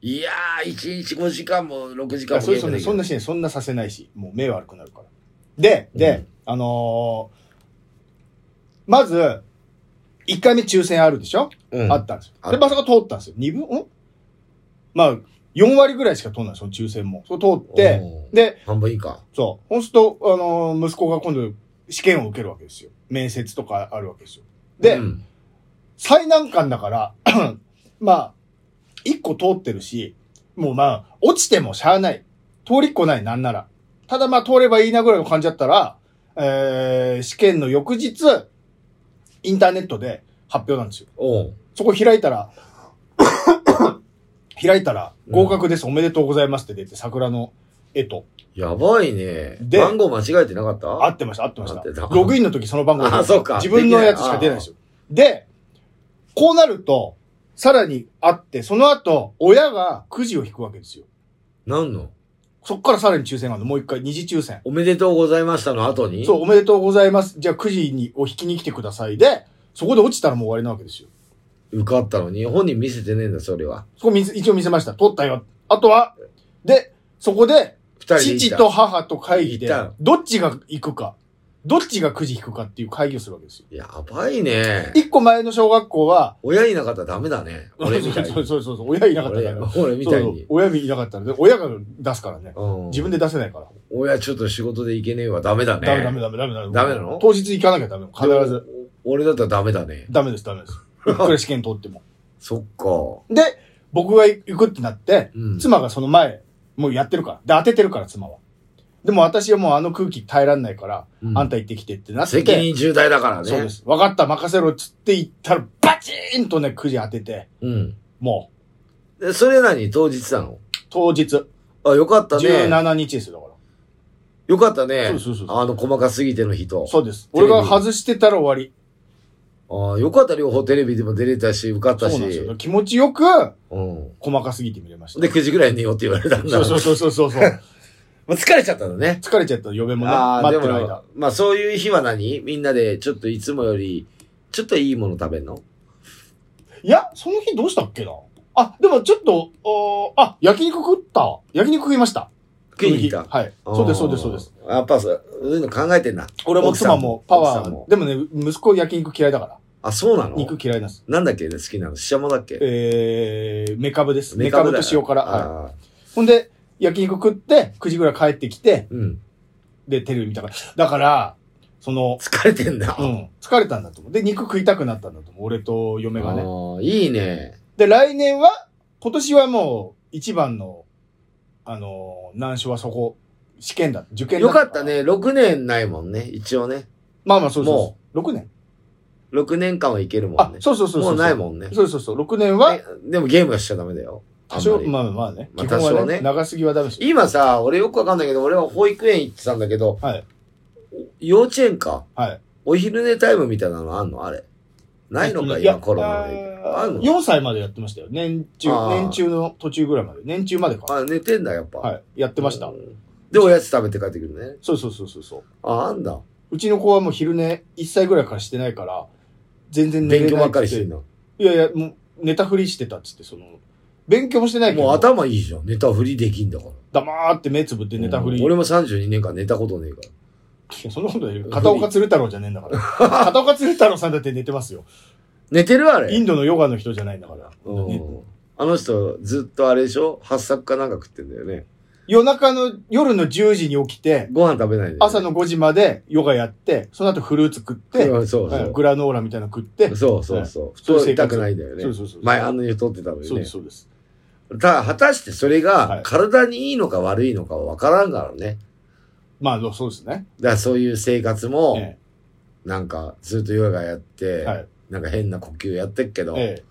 Speaker 1: いやー、1日5時間も6時
Speaker 2: いや
Speaker 1: 間も
Speaker 2: そ
Speaker 1: ゲー
Speaker 2: れそ
Speaker 1: ムで
Speaker 2: んな
Speaker 1: き
Speaker 2: そん
Speaker 1: る
Speaker 2: な。シーンそんなさせないし、もう目悪くなるから。で、で、あのーまず、1回目抽選あるでしょ、
Speaker 1: うん
Speaker 2: あったんです
Speaker 1: あ
Speaker 2: よ。
Speaker 1: る
Speaker 2: で、まさか通ったんですよ。2分んまあ、4割ぐらいしか通んない、その抽選も。そう通って、
Speaker 1: うん
Speaker 2: で、
Speaker 1: 半分以下。
Speaker 2: そう。そうすると、あのー息子が今度試験を受けるわけですよ。面接とかあるわけですよ。で、
Speaker 1: うん
Speaker 2: 最難関だから、 まあ、一個通ってるし、もうまあ、落ちてもしゃあない。通りっこない、なんなら。ただまあ、通ればいいなぐらいの感じだったら、えー、試験の翌日、インターネットで発表なんですよ。
Speaker 1: おう
Speaker 2: そこ開いたら、開いたら、合格です、おめでとうございますって出て、桜の絵と。
Speaker 1: やばいね。
Speaker 2: で
Speaker 1: 番号間違えてなかった
Speaker 2: 合ってました、合ってまし
Speaker 1: 合ってた
Speaker 2: た。ログインの時その番号
Speaker 1: あそうか
Speaker 2: 自分のやつしか出ないですよ。で、こうなると、さらにあって、その後、親がくじを引くわけですよ。
Speaker 1: なんの
Speaker 2: そっからさらに抽選があるの。もう一回、二次抽選。
Speaker 1: おめでとうございましたの後に
Speaker 2: そう、おめでとうございます。じゃあくじにを引きに来てください。で、そこで落ちたらもう終わりなわけですよ。
Speaker 1: 受かったのに、本人見せてねえんだ、それは。
Speaker 2: そこ見せ一応見せました。取ったよ。あとは、で、そこで、
Speaker 1: 二人で行った
Speaker 2: 父と母と会議で
Speaker 1: 行った、
Speaker 2: どっちが行くか、どっちがくじ引くかっていう会議をするわけですよ。
Speaker 1: やばいね。
Speaker 2: 一個前の小学校は、
Speaker 1: 親いなかったらダメだね。俺みたいに。
Speaker 2: そうそうそうそう、親いなかったから。
Speaker 1: 俺俺みたい
Speaker 2: そうそう
Speaker 1: に。
Speaker 2: 親いなかったらね、親が出すからね。
Speaker 1: うん
Speaker 2: 自分で出せないから。
Speaker 1: 親ちょっと仕事で行けねえわ。ダメだね。
Speaker 2: ダメダメダメダメダメ。
Speaker 1: ダメなの
Speaker 2: 当日行かなきゃダメ。必ず。
Speaker 1: でも。俺だったらダメだね。
Speaker 2: ダメです、ダメです。いくら試験通っても。
Speaker 1: そっか。
Speaker 2: で、僕が行くってなって、
Speaker 1: うん
Speaker 2: 妻がその前、もうやってるから。で、当ててるから、妻は。でも私はもうあの空気耐えらんないから、
Speaker 1: うん
Speaker 2: あんた行ってきてってなって。
Speaker 1: 責任重大だからね。
Speaker 2: そうで。す。分かった、任せろっつって行ったら、バチーンとね、くじ当てて、
Speaker 1: うん。
Speaker 2: も
Speaker 1: でそれなに当日なの
Speaker 2: う、当日、
Speaker 1: あ、よかったね。
Speaker 2: 17日ですよ、だから。
Speaker 1: よかったね。
Speaker 2: そうそうそうそう
Speaker 1: あの、細かすぎての人。
Speaker 2: そうです。
Speaker 1: テレ
Speaker 2: 俺
Speaker 1: ビ
Speaker 2: が外してたら終わり。
Speaker 1: ああ、よかった、両方テレビでも出れたし、受かった
Speaker 2: そ
Speaker 1: し。
Speaker 2: うなんですよ。気持ちよく、
Speaker 1: うん。
Speaker 2: 細かすぎて見れました。
Speaker 1: で、9時ぐらい寝ようって言われたんだ。
Speaker 2: そうそうそうそ うそう。
Speaker 1: もう疲れちゃったのね。
Speaker 2: 疲れちゃった嫁もね、
Speaker 1: ああ、
Speaker 2: 待
Speaker 1: で
Speaker 2: ってる
Speaker 1: も
Speaker 2: 間。、
Speaker 1: まあそういう日は何みんなで、ちょっといつもより、ちょっといいもの食べんの
Speaker 2: いや、その日どうしたっけなあ、でもちょっと、おーあ、焼肉食った。焼肉食いました。
Speaker 1: 食いに行った
Speaker 2: その日はい。そうです、そうです、そうです。。
Speaker 1: やっぱそうそういうの考えてんな。
Speaker 2: 俺も
Speaker 1: 奥さ
Speaker 2: 妻
Speaker 1: ん
Speaker 2: もパワ
Speaker 1: 奥さん
Speaker 2: ー
Speaker 1: も、
Speaker 2: でもね、息子焼肉嫌いだから。
Speaker 1: あ、そうなの
Speaker 2: 肉嫌いなんです。
Speaker 1: なんだっけね、好きなの。ししゃもだっけ
Speaker 2: えー、メカブです。メカブと塩辛。は
Speaker 1: あー
Speaker 2: い。ほんで、焼肉食って、9時ぐらい帰ってきて、
Speaker 1: うん。
Speaker 2: で、テレビ見たから。だから、その、
Speaker 1: 疲れてんだ。
Speaker 2: うん。疲れたんだと思う。で、肉食いたくなったんだと思う。俺と嫁が
Speaker 1: あ
Speaker 2: ね。
Speaker 1: ーいいね。
Speaker 2: で、来年は、今年はもう、一番の、あのー難所はそこ、試験だ。受験だ。
Speaker 1: よかった。ね。6年ないもんね、一応ね。
Speaker 2: まあまあ、そうそう
Speaker 1: も
Speaker 2: そう。6年
Speaker 1: 6年間はいけるも
Speaker 2: あ
Speaker 1: んね。
Speaker 2: そうそうそうそう
Speaker 1: もうないもんね。
Speaker 2: そうそうそう6年は
Speaker 1: えでもゲームはしちゃダメだよ。あ
Speaker 2: 多
Speaker 1: んま
Speaker 2: 少
Speaker 1: り。
Speaker 2: まあまあね
Speaker 1: まあ
Speaker 2: 基本は
Speaker 1: 多少
Speaker 2: ね
Speaker 1: ね
Speaker 2: 長すぎはダメです
Speaker 1: 今さ、俺よくわかんないけど、俺は保育園行ってたんだけど、
Speaker 2: はい
Speaker 1: 幼稚園か
Speaker 2: はい
Speaker 1: お昼寝タイムみたいなのあんのあれ。ないのか、
Speaker 2: いや
Speaker 1: 今コロナで。あんの
Speaker 2: 4歳までやってましたよ年中
Speaker 1: あー
Speaker 2: 年中の途中ぐらいまで年中までか
Speaker 1: あ、寝てんだ、やっぱ。
Speaker 2: はいやってました
Speaker 1: うん。で、おやつ食べて帰ってくるね。
Speaker 2: そうそうそうそうそう
Speaker 1: あ、あんだ。
Speaker 2: うちの子はもう昼寝1歳ぐらいからしてないから全然寝
Speaker 1: 勉
Speaker 2: れない
Speaker 1: 強ばっかりしてん
Speaker 2: って
Speaker 1: の。
Speaker 2: いやいやもう寝たふりしてたっつってその勉強もしてないけど
Speaker 1: もう頭いいじゃん。寝たふりできんだから。
Speaker 2: 黙って目つぶって寝たふり
Speaker 1: うん俺も32年間寝たことねえから。
Speaker 2: いやそんなことないよ。片岡鶴太郎じゃねえんだ から。片岡鶴太郎さんだって寝てますよ。
Speaker 1: 寝てるあ
Speaker 2: イ
Speaker 1: れ。
Speaker 2: ンドのヨガの人じゃないんだから。
Speaker 1: うん
Speaker 2: ね
Speaker 1: あの人、ずっとあれでしょ発作かなんか食ってんだよね。
Speaker 2: 夜中の、夜の10時に起きて、
Speaker 1: ご飯食べないで、
Speaker 2: 朝の5時までヨガやって、その後フルーツ食って、
Speaker 1: うんそうそう
Speaker 2: はいグラノーラみたいなの食って、
Speaker 1: そうそうそう。
Speaker 2: そう
Speaker 1: 太
Speaker 2: いう生活
Speaker 1: りたくないんだよね。
Speaker 2: そうそうそう
Speaker 1: 前あんなに太ってたのにね。
Speaker 2: そうです、そうです。
Speaker 1: ただ、果たしてそれ
Speaker 2: はい
Speaker 1: が体にいいのか悪いのかは分からんからね。
Speaker 2: まあ、そうですね。
Speaker 1: だからそういう生活も、
Speaker 2: え
Speaker 1: なんかずっとヨガやっ
Speaker 2: え
Speaker 1: て、
Speaker 2: はい。
Speaker 1: なんか変な呼吸やってっけど、
Speaker 2: ええ。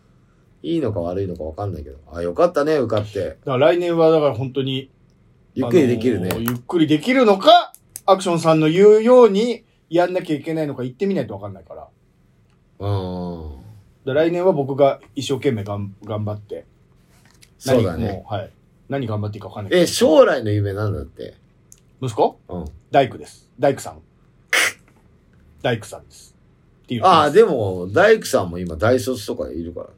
Speaker 1: いいのか悪いのか分かんないけど、あ、よかったね、受かって。
Speaker 2: だから来年は、だから本当に、
Speaker 1: ゆっくりできるね。
Speaker 2: あのーゆっくりできるのか、アクションさんの言うように、やんなきゃいけないのか言ってみないとわかんないから。だか
Speaker 1: うん。
Speaker 2: ら来年は僕が一生懸命がん頑張って、
Speaker 1: そうだ
Speaker 2: 何
Speaker 1: ね。
Speaker 2: もうはい。何頑張っていいか分かんないけど。
Speaker 1: え、将来の夢なんだって。
Speaker 2: 息子
Speaker 1: うん。
Speaker 2: 大工です。大工さん。大工さんです。っていう。
Speaker 1: ああ、でも、大工さんも今大卒とかいるからね。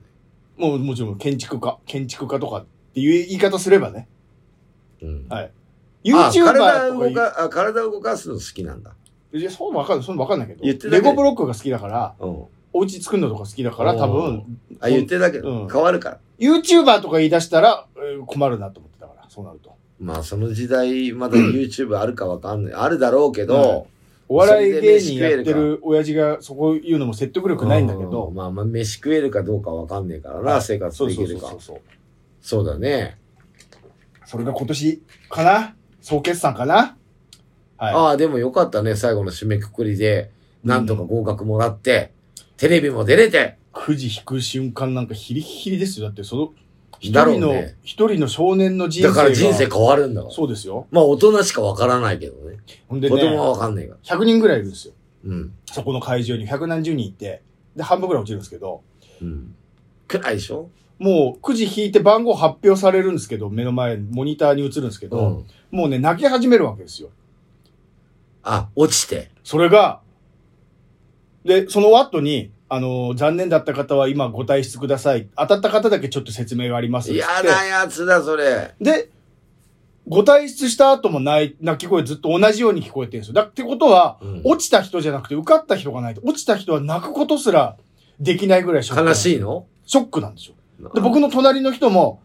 Speaker 2: もうもちろん建築家、建築家とかっていう言い方すればね。
Speaker 1: うん。
Speaker 2: は
Speaker 1: あ
Speaker 2: い YouTuber
Speaker 1: 体動
Speaker 2: とか
Speaker 1: かあ体動かすの好きなんだ。
Speaker 2: 言ういや、そうわかんない、そうわかんないけど。
Speaker 1: 言ってたけ
Speaker 2: レ
Speaker 1: ど
Speaker 2: ゴブロックが好きだから、
Speaker 1: うん。
Speaker 2: お家作るのとか好きだから、多
Speaker 1: お
Speaker 2: 分、
Speaker 1: あ、言ってたけど、
Speaker 2: うん
Speaker 1: 変わるから。
Speaker 2: YouTuber とか言い出したら、えー困るなと思ってたから、そうなると。
Speaker 1: まあ、その時代、まだ YouTube あるかわかんない。あるだろうけど、
Speaker 2: お笑い芸人やってる親父がそこ言うのも説得力ないんだけ
Speaker 1: う
Speaker 2: ど
Speaker 1: ん。まあ、まあ、飯食えるかどうかわかんねえから
Speaker 2: は
Speaker 1: な、
Speaker 2: い
Speaker 1: 生活
Speaker 2: そう
Speaker 1: で
Speaker 2: そ
Speaker 1: き
Speaker 2: うそ
Speaker 1: る
Speaker 2: う
Speaker 1: か
Speaker 2: そう。そう。
Speaker 1: そうだね。
Speaker 2: それが今年かな総決算かなはい。
Speaker 1: ああ、でもよかったね、最後の締めくくりで、なんとか合格もらって、テレビも出れて、
Speaker 2: くじ引く瞬間なんかヒリヒリですよ。だってその、一
Speaker 1: だろ
Speaker 2: 人
Speaker 1: う
Speaker 2: の、
Speaker 1: ね
Speaker 2: 一人の少年の人生
Speaker 1: だ
Speaker 2: が。
Speaker 1: から人生変わるんだから。
Speaker 2: そうですよ。
Speaker 1: まあ、大人しかわからないけどね。
Speaker 2: ほんで
Speaker 1: 子供は
Speaker 2: ね、
Speaker 1: わかんないから。
Speaker 2: 100人ぐらいいるんですよ。
Speaker 1: うん。
Speaker 2: そこの会場に100何十人いて、で、半分ぐらい落ちるんですけど、
Speaker 1: うん。暗いでしょ
Speaker 2: もうくじ引いて番号発表されるんですけど、目の前、モニターに映るんですけ
Speaker 1: う
Speaker 2: ど、
Speaker 1: ん。
Speaker 2: もうね、泣き始めるわけですよ。
Speaker 1: あ、落ちて。
Speaker 2: それが、で、その後に、あのー残念だった方は今ご退出ください。当たった方だけちょっと説明がありますっつって。
Speaker 1: 嫌なやつだ、それ。
Speaker 2: で、ご退出した後もない、泣き声ずっと同じように聞こえてるんですよ。だってことは、
Speaker 1: うん
Speaker 2: 落ちた人じゃなくて受かった人がないと、落ちた人は泣くことすらできないぐらいショック。
Speaker 1: 悲
Speaker 2: い。
Speaker 1: しいの
Speaker 2: ショックなんですよ。で、僕の隣の人も、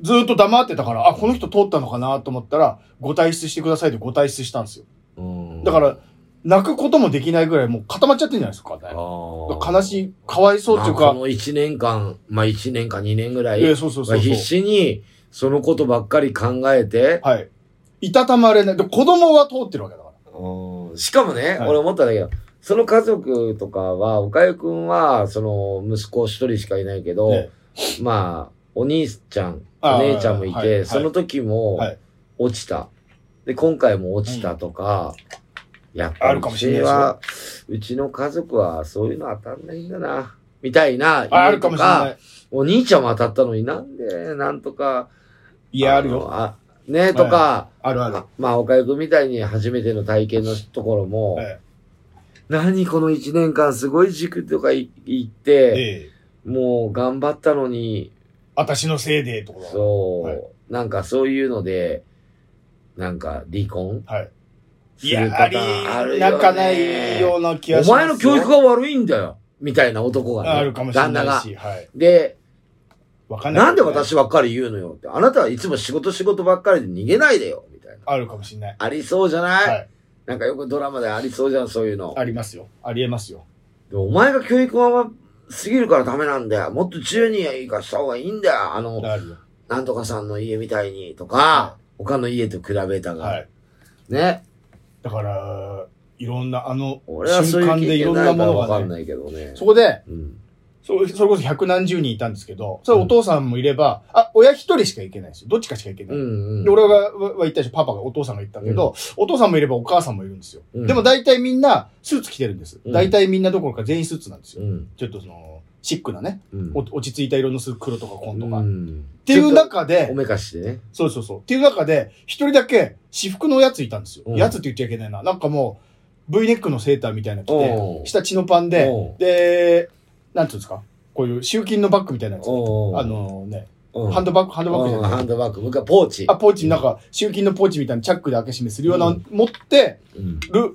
Speaker 2: ずっと黙ってたから、あ、この人通ったのかなと思ったら、ご退出してくださいでご退出したんですよ。
Speaker 1: うん、
Speaker 2: だから、泣くこともできないぐらいもう固まっちゃってるんじゃないですか、ね。だから悲し
Speaker 1: い。
Speaker 2: い、かわいそうっていう
Speaker 1: まあ
Speaker 2: か
Speaker 1: こ、の1年間、まあ1年か2年ぐらい、
Speaker 2: ええそうそうそうそう。
Speaker 1: 必死にそのことばっかり考えて、
Speaker 2: はい。いたたまれない。で、子供は通ってるわけだから。
Speaker 1: うんしかもね、
Speaker 2: はい
Speaker 1: 俺思ったんだけど、その家族とかは、おかゆくんは、その、息子一人しかいないけど、
Speaker 2: ね
Speaker 1: まあ、お兄ちゃん、
Speaker 2: あ
Speaker 1: お
Speaker 2: ー
Speaker 1: 姉ちゃんもいて、
Speaker 2: はいはい
Speaker 1: その時も
Speaker 2: はい、
Speaker 1: 落ちた、で、今回も落ちたとか、やっぱり
Speaker 2: あるかもしれないですよ
Speaker 1: うちはうちの家族はそういうの当たんないんだな、みたいな。
Speaker 2: ああるかもしれ
Speaker 1: と
Speaker 2: ない。
Speaker 1: お兄ちゃんも当たったのになんで、なんとか。
Speaker 2: いや、ある
Speaker 1: の
Speaker 2: よ。
Speaker 1: あね、とか、
Speaker 2: あるある
Speaker 1: あ。まあ、岡井くんみたいに初めての体験のところも、
Speaker 2: え
Speaker 1: 何この一年間すごい軸とかい行って、
Speaker 2: ええ。
Speaker 1: もう頑張ったのに、
Speaker 2: 私のせいで、とか。
Speaker 1: そう、
Speaker 2: はい
Speaker 1: なんかそういうので、なんか離婚
Speaker 2: はい。
Speaker 1: す
Speaker 2: いや
Speaker 1: る、
Speaker 2: あ
Speaker 1: パ
Speaker 2: り
Speaker 1: ターンある、よ、ね。
Speaker 2: なんかないような気がし
Speaker 1: お
Speaker 2: ます
Speaker 1: 前の教育が悪いんだよみたいな男がね。
Speaker 2: あるかもしれ
Speaker 1: 旦那
Speaker 2: ない
Speaker 1: が。
Speaker 2: し、はい。
Speaker 1: で、
Speaker 2: わかんない。
Speaker 1: なんで私ばっかり言うのよって。あなたはいつも仕事仕事ばっかりで逃げないでよみたいな。
Speaker 2: あるかもしれない。
Speaker 1: ありそうじゃない、
Speaker 2: はい。
Speaker 1: なんかよくドラマでありそうじゃん、そういうの。
Speaker 2: ありますよ。ありえますよ。
Speaker 1: でもお前が教育がすぎるからダメなんだよ。もっと自由に生かした方がいいんだよ。あの、
Speaker 2: あるよ。
Speaker 1: なんとかさんの家みたいにとか、
Speaker 2: は
Speaker 1: 他の家と比べたが、
Speaker 2: はい。
Speaker 1: ね。
Speaker 2: だから、いろんな、あの
Speaker 1: 俺はそう
Speaker 2: 瞬
Speaker 1: いう
Speaker 2: 間で
Speaker 1: 経
Speaker 2: いろ
Speaker 1: 験
Speaker 2: ん
Speaker 1: なか
Speaker 2: ないも
Speaker 1: ら
Speaker 2: の
Speaker 1: わか
Speaker 2: が
Speaker 1: ん
Speaker 2: ね。
Speaker 1: ないけどね。
Speaker 2: そこで、
Speaker 1: うん。
Speaker 2: そそれこそ百何十人いたんですけど、それお父さんもいれば、あ、親一人しか行けないですよ。どっちかしか行けな
Speaker 1: う
Speaker 2: い。
Speaker 1: んうん。
Speaker 2: で、俺が、はは行ったし、パパが、お父さんが行ったけど、お父さんもいればお母さんもいるんですよ。
Speaker 1: うん
Speaker 2: でも大体みんな、スーツ着てるんです。
Speaker 1: うん
Speaker 2: 大体みんなどころか全員スーツなんですよ。
Speaker 1: うん。
Speaker 2: ちょっとその、シックなね、
Speaker 1: うん。
Speaker 2: お落ち着いた色のスーツ、黒とか紺とか。
Speaker 1: う
Speaker 2: っ
Speaker 1: ん
Speaker 2: ていう中
Speaker 1: ちょっとお
Speaker 2: で、
Speaker 1: めかしてね。
Speaker 2: そうそうそう。っていう中で、一人だけ、私服のやついたんですよ。
Speaker 1: うん
Speaker 2: やつって言っちゃいけないな。なんかもう、V ネックのセーターみたいなの着
Speaker 1: お
Speaker 2: て、
Speaker 1: う
Speaker 2: 下血のパンで、
Speaker 1: おう
Speaker 2: で、なんていうんですかこういう、集金のバッグみたいなやつ。
Speaker 1: おう
Speaker 2: あのね、
Speaker 1: うん
Speaker 2: ハンドバッグ、ハンドバッグじゃ
Speaker 1: う
Speaker 2: ない
Speaker 1: んハンドバッグ。僕はポーチ。
Speaker 2: あ、ポーチ、なんか、集金のポーチみたいなチャックで開け閉めするような、
Speaker 1: うん
Speaker 2: 持って
Speaker 1: うん。
Speaker 2: る、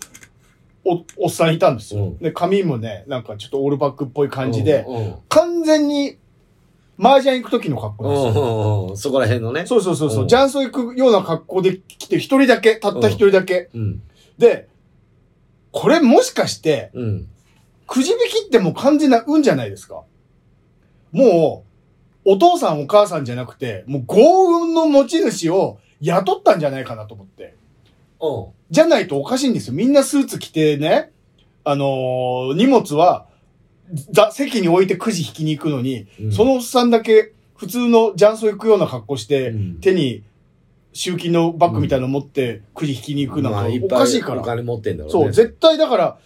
Speaker 2: お、おっさんいたんですよ。
Speaker 1: うん
Speaker 2: で、髪もね、なんかちょっとオールバックっぽい感じで、
Speaker 1: うん。うん
Speaker 2: 完全に、麻雀行く時の格好
Speaker 1: う
Speaker 2: なんですよ。
Speaker 1: んうんそこら辺のね。
Speaker 2: そうそうそうそうう、
Speaker 1: ん
Speaker 2: ジャンソ行くような格好で来て、一人だけ、たった一人だけ。
Speaker 1: うん。
Speaker 2: で、これもしかして、
Speaker 1: うん。
Speaker 2: くじ引きってもう完全な運じゃないですか。もう、お父さんお母さんじゃなくて、もう幸運の持ち主を雇ったんじゃないかなと思って。
Speaker 1: お
Speaker 2: じゃないとおかしいんですよ。みんなスーツ着てね、あのー荷物は、ざ、席に置いてくじ引きに行くのに、
Speaker 1: うん
Speaker 2: そのおっさんだけ普通の雀荘行くような格好して、
Speaker 1: うん
Speaker 2: 手に集金のバッグみたいなの持ってくじ引きに行くなん
Speaker 1: ま
Speaker 2: か
Speaker 1: あいっ
Speaker 2: お
Speaker 1: ぱ
Speaker 2: かしいから。
Speaker 1: お金持ってんだろうね。
Speaker 2: そう、絶対だから、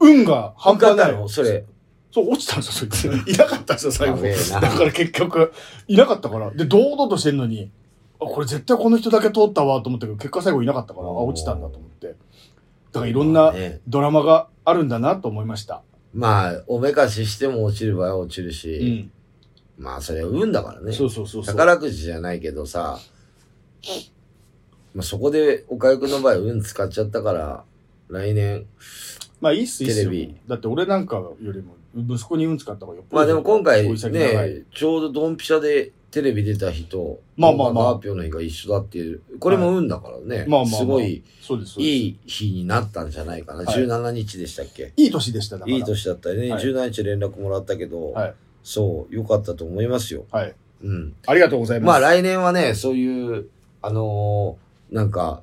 Speaker 2: 運が半
Speaker 1: 半端
Speaker 2: 端な。
Speaker 1: ないのそれ。
Speaker 2: そう、落ちたんですよ、そいつ。いなかったんですよ、最後。
Speaker 1: やべえ
Speaker 2: だ
Speaker 1: な
Speaker 2: から結局、いなかったから。で、堂々としてんのに、あ、これ絶対この人だけ通ったわと思ったけど、結果最後いなかったから、あ、
Speaker 1: おー
Speaker 2: 落ちたんだと思って。だからいろんな
Speaker 1: ね
Speaker 2: ドラマがあるんだなと思いました。
Speaker 1: まあ、おめかししても落ちる場合は落ちる
Speaker 2: う
Speaker 1: し、
Speaker 2: ん。
Speaker 1: まあ、それは運だからね。
Speaker 2: そうそうそうそう。
Speaker 1: 宝くじじゃないけどさ、まあ、そこで岡井くんの場合運使っちゃったから、来年。
Speaker 2: まあいいっす、いいっすよ
Speaker 1: テレビ。
Speaker 2: だって俺なんかよりも、息子に運使った方がよっぽど。
Speaker 1: まあでも今回
Speaker 2: お潔い長い
Speaker 1: ね、ちょうどドンピシャでテレビ出た日と、
Speaker 2: まあまあまあ
Speaker 1: ガーピョの日が一緒だっていう、これも運だからね。
Speaker 2: まあまあまあ
Speaker 1: すごい
Speaker 2: そうです、そうです。
Speaker 1: いい日になったんじゃないかな。
Speaker 2: はい
Speaker 1: 17日でしたっけ
Speaker 2: いい年でした、だから。
Speaker 1: いい年だったよね。
Speaker 2: はい
Speaker 1: 17日連絡もらったけど、
Speaker 2: はい
Speaker 1: そう、良かったと思いますよ。
Speaker 2: はい。
Speaker 1: うん。
Speaker 2: ありがとうございます。
Speaker 1: まあ来年はね、そういう、あのーなんか、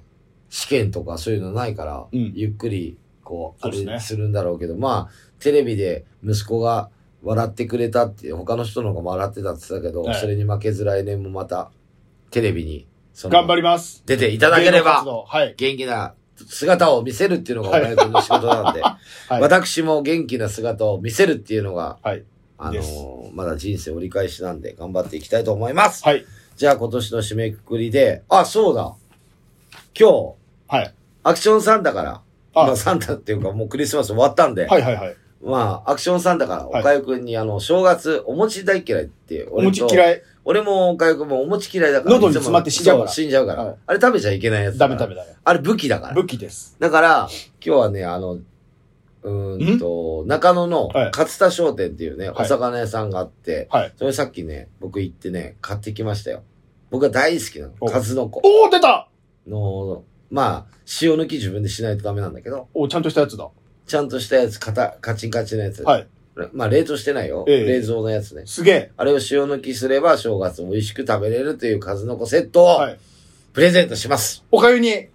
Speaker 1: 試験とかそういうのないから、
Speaker 2: うん
Speaker 1: ゆっくり、こう、
Speaker 2: そうですね
Speaker 1: あれするんだろうけど、まあ、テレビで息子が笑ってくれたって、他の人の方が笑ってたって言ってたけど、
Speaker 2: はい
Speaker 1: それに負けず来年もまた、テレビに、その
Speaker 2: 頑張ります。
Speaker 1: 出てい
Speaker 2: い
Speaker 1: ただければ、
Speaker 2: はい。
Speaker 1: 元気な姿を見せるっていうのが岡井君の仕事なんで、
Speaker 2: はい
Speaker 1: 私も元気な姿を見せるっていうのが、
Speaker 2: はい
Speaker 1: あの
Speaker 2: です
Speaker 1: ーまだ人生折り返しなんで頑張っていきたいと思います。
Speaker 2: はい。
Speaker 1: じゃあ今年の締めくくりで、あ、そうだ。今日、
Speaker 2: はい。
Speaker 1: アクションサンタから、
Speaker 2: あ
Speaker 1: まあサンタっていうかもうクリスマス終わったんで、
Speaker 2: はいはいはい。
Speaker 1: まあアクションサンタから
Speaker 2: はい
Speaker 1: 岡井くんにあの、正月お餅大嫌いって、
Speaker 2: お
Speaker 1: 俺
Speaker 2: 餅
Speaker 1: と、
Speaker 2: 嫌い。
Speaker 1: 俺も岡井くんもお餅嫌いだから、
Speaker 2: 喉に
Speaker 1: いつも
Speaker 2: 詰まって死んじゃうから
Speaker 1: そ死んじゃうから、
Speaker 2: はい
Speaker 1: あれ食べちゃいけないやつ
Speaker 2: ダ
Speaker 1: だ
Speaker 2: メ
Speaker 1: から
Speaker 2: ダメダメ。
Speaker 1: あれ武器だから。
Speaker 2: 武器です。
Speaker 1: だから、今日はね、あの、うーんと、中野の
Speaker 2: はい
Speaker 1: 勝田商店っていうね、
Speaker 2: は
Speaker 1: お
Speaker 2: い
Speaker 1: 魚屋さんがあって、
Speaker 2: はい。
Speaker 1: それさっきね、僕行ってね、買ってきましたよ。僕が大好きな
Speaker 2: お
Speaker 1: の、数の子
Speaker 2: おお出た
Speaker 1: の、まあ、塩抜き自分でしないとダメなんだけど、
Speaker 2: おちゃんとしたやつだ。
Speaker 1: ちゃんとしたやつ、カタカチンカチンのやつ。
Speaker 2: はい。
Speaker 1: まあ、冷凍してないよ。
Speaker 2: ええ
Speaker 1: 冷蔵のやつね。
Speaker 2: すげえ。
Speaker 1: あれを塩抜きすれば、正月美味しく食べれるという数の子セットを
Speaker 2: は、い。
Speaker 1: プレゼントします。
Speaker 2: おかゆに、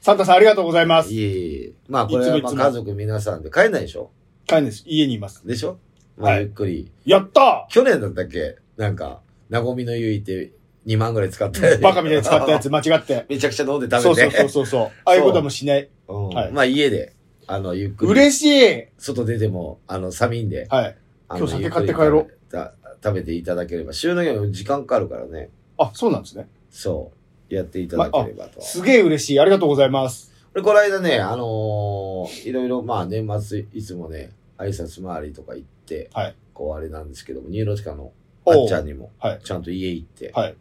Speaker 2: サンタさんありがとうございます。
Speaker 1: いえいえ。まあ、これはい
Speaker 2: つも
Speaker 1: ま
Speaker 2: い
Speaker 1: あ
Speaker 2: つも
Speaker 1: 家族皆さんで帰んないでしょ
Speaker 2: 帰んです。家にいます。
Speaker 1: でしょま
Speaker 2: は
Speaker 1: あ、
Speaker 2: い
Speaker 1: ゆっくり。
Speaker 2: やった
Speaker 1: 去年だったっけなんか、なごみの湯いて2万ぐらい使った。
Speaker 2: ーバカみたいに使ったや。つ間違って。
Speaker 1: めちゃくちゃ飲んで
Speaker 2: そ
Speaker 1: 食
Speaker 2: うそ
Speaker 1: べ
Speaker 2: うそ
Speaker 1: て
Speaker 2: う。そうそう。ああいうことはもうしない。
Speaker 1: うん
Speaker 2: はい
Speaker 1: まあ、家で、あの、ゆっくり。
Speaker 2: 嬉しい
Speaker 1: 外出ても、あの、寒いんで。
Speaker 2: はい。
Speaker 1: あ
Speaker 2: 今
Speaker 1: の
Speaker 2: 日酒買って帰ろ
Speaker 1: う。た食べていただければ。収納業に時間かかるからね。
Speaker 2: あ、そうなんですね。
Speaker 1: そう。やっていただければと。
Speaker 2: すげえ嬉しい。ありがとうございます。
Speaker 1: 俺、この間ね、あのーいろいろ、まあ、年末、いつもね、挨拶回りとか行って、
Speaker 2: はい
Speaker 1: こう、あれなんですけども、ニューロティカのあ
Speaker 2: お
Speaker 1: っ
Speaker 2: う
Speaker 1: ちゃんにも
Speaker 2: はい、
Speaker 1: ちゃんと家行って、
Speaker 2: はい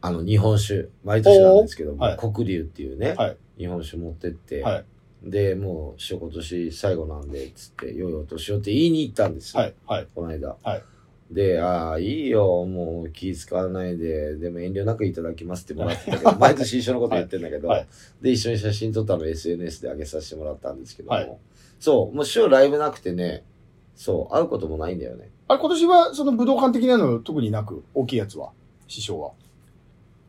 Speaker 1: あの、日本酒、毎年なんですけども、
Speaker 2: おーはい
Speaker 1: 黒龍っていうね、
Speaker 2: はい
Speaker 1: 日本酒持ってって、
Speaker 2: はい
Speaker 1: で、もう、今年最後なんで、つって、よいお年をって言いに行ったんですよ、
Speaker 2: はい。はい。
Speaker 1: この間。
Speaker 2: はい
Speaker 1: で、ああ、いいよ、もう気使わないで、でも遠慮なくいただきますってもらってたけど、毎年一緒のこと言ってんだけど、
Speaker 2: はいはい
Speaker 1: で、一緒に写真撮ったの SNS で上げさせてもらったんですけども、
Speaker 2: はい
Speaker 1: そう、もう週ライブなくてね、そう、会うこともないんだよね。
Speaker 2: あれ、今年は、その武道館的なの特になく、大きいやつは、師匠は。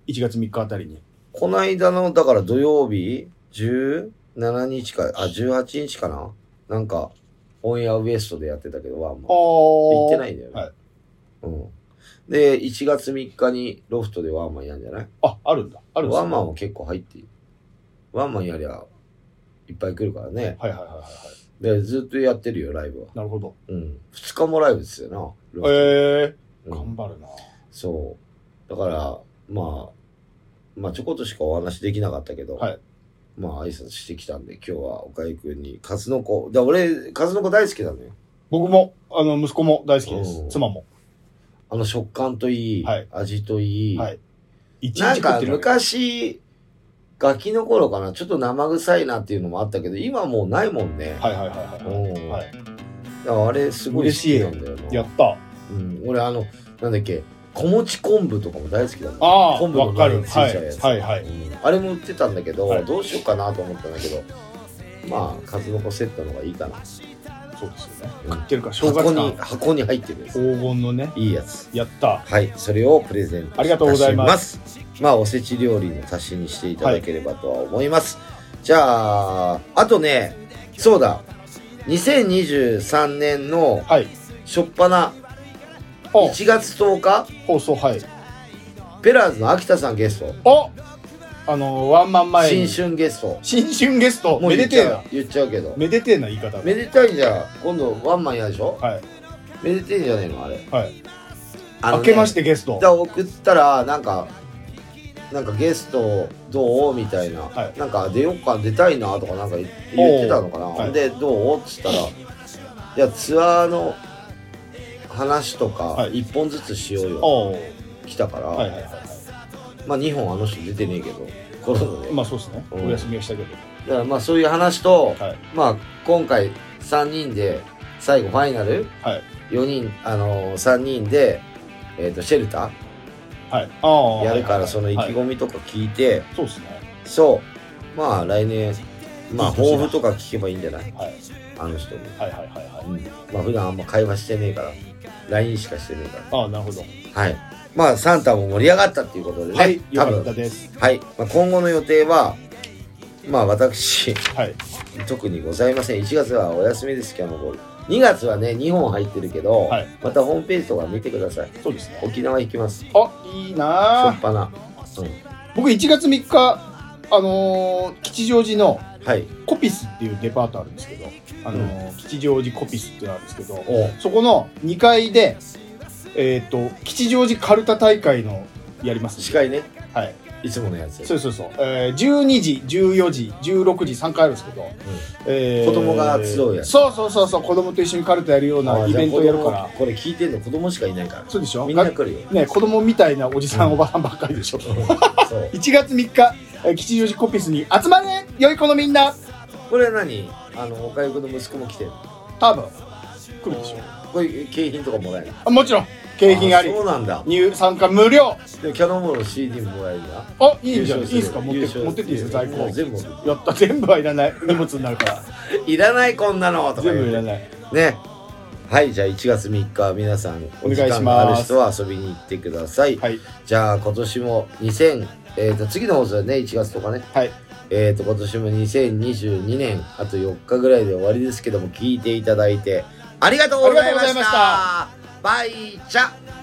Speaker 2: 1月3日あたりに。
Speaker 1: この間の、だから土曜日、17 17日か、あ、18日かななんか、オンエアウエストでやってたけど、ワンマン。行
Speaker 2: 行
Speaker 1: ってないんだよね。
Speaker 2: はい
Speaker 1: うん。で、1月3日にロフトでワンマンやんじゃない
Speaker 2: あ、あるんだ。あるんです
Speaker 1: ワ
Speaker 2: ね
Speaker 1: ンマンは結構入っていいワンマンやりゃ、いっぱい来るからね。
Speaker 2: はいはいはいはいは
Speaker 1: で、ずっとやってるよ、ライブは。
Speaker 2: い。なるほど。
Speaker 1: うん。2日もライブですよな。ロフト
Speaker 2: ええ
Speaker 1: う
Speaker 2: 頑
Speaker 1: ん
Speaker 2: 張るな。
Speaker 1: そう。だから、まあ、まあちょこっとしかお話できなかったけど、
Speaker 2: はい
Speaker 1: まあ挨拶してきたんで、今日は岡井くんに、数の子、だ俺、数の子大好きなのよ。
Speaker 2: 僕も、あの、息子も大好きで
Speaker 1: う
Speaker 2: す。
Speaker 1: ん
Speaker 2: 妻も。
Speaker 1: あの食感といい、
Speaker 2: はい
Speaker 1: 味といい。
Speaker 2: はい。一
Speaker 1: な
Speaker 2: 日
Speaker 1: ん
Speaker 2: 食っ
Speaker 1: か
Speaker 2: てるわけ。
Speaker 1: 昔、ガキの頃かな、ちょっと生臭いなっていうのもあったけど、今もうないもんね。
Speaker 2: はいはいはいは
Speaker 1: うん
Speaker 2: い。はい。
Speaker 1: だからあれすごい好きなんだよな。
Speaker 2: やった。
Speaker 1: うん、俺あの、なんだっけ、小餅昆布とかも大好きだもん。
Speaker 2: ああ
Speaker 1: 昆布の
Speaker 2: ー、わかる。
Speaker 1: 前についち
Speaker 2: は
Speaker 1: ゃ
Speaker 2: いう
Speaker 1: やつ
Speaker 2: はいはい。
Speaker 1: うんあれも売ってたんだけど、
Speaker 2: はい
Speaker 1: どうしようかなと思ったんだけど、まあ、数の子セットの方がいいかな。
Speaker 2: そうですよね。
Speaker 1: うん
Speaker 2: 食ってるから、正
Speaker 1: 箱
Speaker 2: 月
Speaker 1: に、
Speaker 2: 感。
Speaker 1: 箱に入ってるやつ。
Speaker 2: 黄金のね。
Speaker 1: いいやつ。
Speaker 2: やった。
Speaker 1: はい、それをプレゼントいたし。
Speaker 2: ありがとうございます
Speaker 1: まあ、おせち料理の足しにしていただければとは思います。じゃあ、あとね、そうだ、2023年の
Speaker 2: はい。
Speaker 1: 初っ端、
Speaker 2: お
Speaker 1: 1月10日、
Speaker 2: 放送、はい。
Speaker 1: ペラーズの秋田さんゲスト、
Speaker 2: おあの、ワンマン前に。
Speaker 1: 新。春ゲスト、
Speaker 2: 新春ゲスト。め
Speaker 1: 言
Speaker 2: で
Speaker 1: ってち
Speaker 2: え
Speaker 1: ゃ
Speaker 2: な
Speaker 1: う。言っちゃうけど。
Speaker 2: めでてえな言い方だ。
Speaker 1: めでたいんじゃん今度ワンマンやるでしょ
Speaker 2: はい。
Speaker 1: めでてんじゃねえのあれ
Speaker 2: はい。
Speaker 1: あの
Speaker 2: 明
Speaker 1: ね
Speaker 2: けましてゲスト。
Speaker 1: だ送ったらなんかなんかゲストどうみたいな、
Speaker 2: はい
Speaker 1: なんか出ようか出たいなとかなんか言って言ってたのかな、
Speaker 2: はい
Speaker 1: でどうっつったらいやツアーの話とか
Speaker 2: はい
Speaker 1: 一本ずつしようよ、
Speaker 2: おお。はい
Speaker 1: 来たから、
Speaker 2: はいはいは
Speaker 1: まあ2本あの人出てねえけどコロナで、
Speaker 2: い。まあそうですね。お
Speaker 1: うん
Speaker 2: 休みはしたけど。
Speaker 1: だからまあそういう話と、
Speaker 2: はい。
Speaker 1: まあ今回3人で最後ファイナル
Speaker 2: はい。
Speaker 1: 4人あのー、3人で、えー、とシェルタ
Speaker 2: はい。あ
Speaker 1: ー
Speaker 2: あ。
Speaker 1: やるからその意気
Speaker 2: はい
Speaker 1: 込みとか聞いて、
Speaker 2: そうですね。
Speaker 1: そうまあ来年まあ
Speaker 2: いい年だ
Speaker 1: 抱負とか聞けばいいんじゃない
Speaker 2: はい。
Speaker 1: あの人に、
Speaker 2: はいはいはいはい。
Speaker 1: うん、まあ普段あんま会話してねえから LINE しかしてねえか
Speaker 2: ああ、なるほど。
Speaker 1: らはいまあサンタも盛り上がったっていうことでね、
Speaker 2: はい。よ
Speaker 1: 多
Speaker 2: かった
Speaker 1: 分
Speaker 2: です。
Speaker 1: はい、まあ、今後の予定はまあ私
Speaker 2: はい。
Speaker 1: 特にございません1月はお休みですキャノンボール2月はね2本入ってるけど、
Speaker 2: はい
Speaker 1: またホームページとか見てください
Speaker 2: そうですね。
Speaker 1: 沖縄行きますし
Speaker 2: あ、いい
Speaker 1: ょ
Speaker 2: な
Speaker 1: っ
Speaker 2: あ
Speaker 1: ぱな
Speaker 2: 僕1月3日、あのー吉祥寺の
Speaker 1: はい
Speaker 2: コピスっていうデパートあるんですけど、あのー吉祥寺コピスっていうのあるんですけど、
Speaker 1: おう
Speaker 2: そこの2階で、えっ、と、吉祥寺カルタ大会のやります
Speaker 1: 司会ね
Speaker 2: はい。
Speaker 1: いつものやつ
Speaker 2: そうそうそう。えー、12時、14時、16時3回あるんですけど、えー
Speaker 1: 子供が集うやつ
Speaker 2: そうそうそうそう、子供と一緒にカルタやるよう
Speaker 1: あ
Speaker 2: な
Speaker 1: ー
Speaker 2: イベント
Speaker 1: じ
Speaker 2: や
Speaker 1: ゃあ
Speaker 2: る
Speaker 1: 子供
Speaker 2: から。
Speaker 1: これ聞いてんの子供しかいないから
Speaker 2: そうでしょ
Speaker 1: みんな来るよ
Speaker 2: ね、子供みたいなおじさん、
Speaker 1: うん
Speaker 2: おばさんばっかりでしょ。
Speaker 1: そう
Speaker 2: 1月3日、えー吉祥寺コピスに集まれ良い子のみんな
Speaker 1: これ何あの岡井君の息子も来てる
Speaker 2: 多分、来るでしょ。
Speaker 1: これ景品とかもらえる
Speaker 2: あもちろん、景品あり
Speaker 1: ー、そうなんだ
Speaker 2: 入参加無料
Speaker 1: でキャノンボールの CD ももらえるな
Speaker 2: あ、いいじゃん。い
Speaker 1: 優勝
Speaker 2: い
Speaker 1: る
Speaker 2: ですか持って
Speaker 1: 優
Speaker 2: って、
Speaker 1: 勝
Speaker 2: 持ってっていいですよ、在庫
Speaker 1: もう。全部
Speaker 2: やった、全部はいらない。荷物になるから。
Speaker 1: いらないこんなのとか
Speaker 2: 全
Speaker 1: 言うて
Speaker 2: 部いらない。
Speaker 1: ねはいじゃあ1月3日皆さん
Speaker 2: お願
Speaker 1: お
Speaker 2: いします
Speaker 1: 時間がある人は遊びに行ってください、
Speaker 2: はい。
Speaker 1: じゃあ今年も2000えっ、と次の放送はね1月とかね
Speaker 2: はい。
Speaker 1: えー、と今年も2022年あと4日ぐらいで終わりですけども聞いていただいてありがとうございました
Speaker 2: ありがとうございました
Speaker 1: バイチャ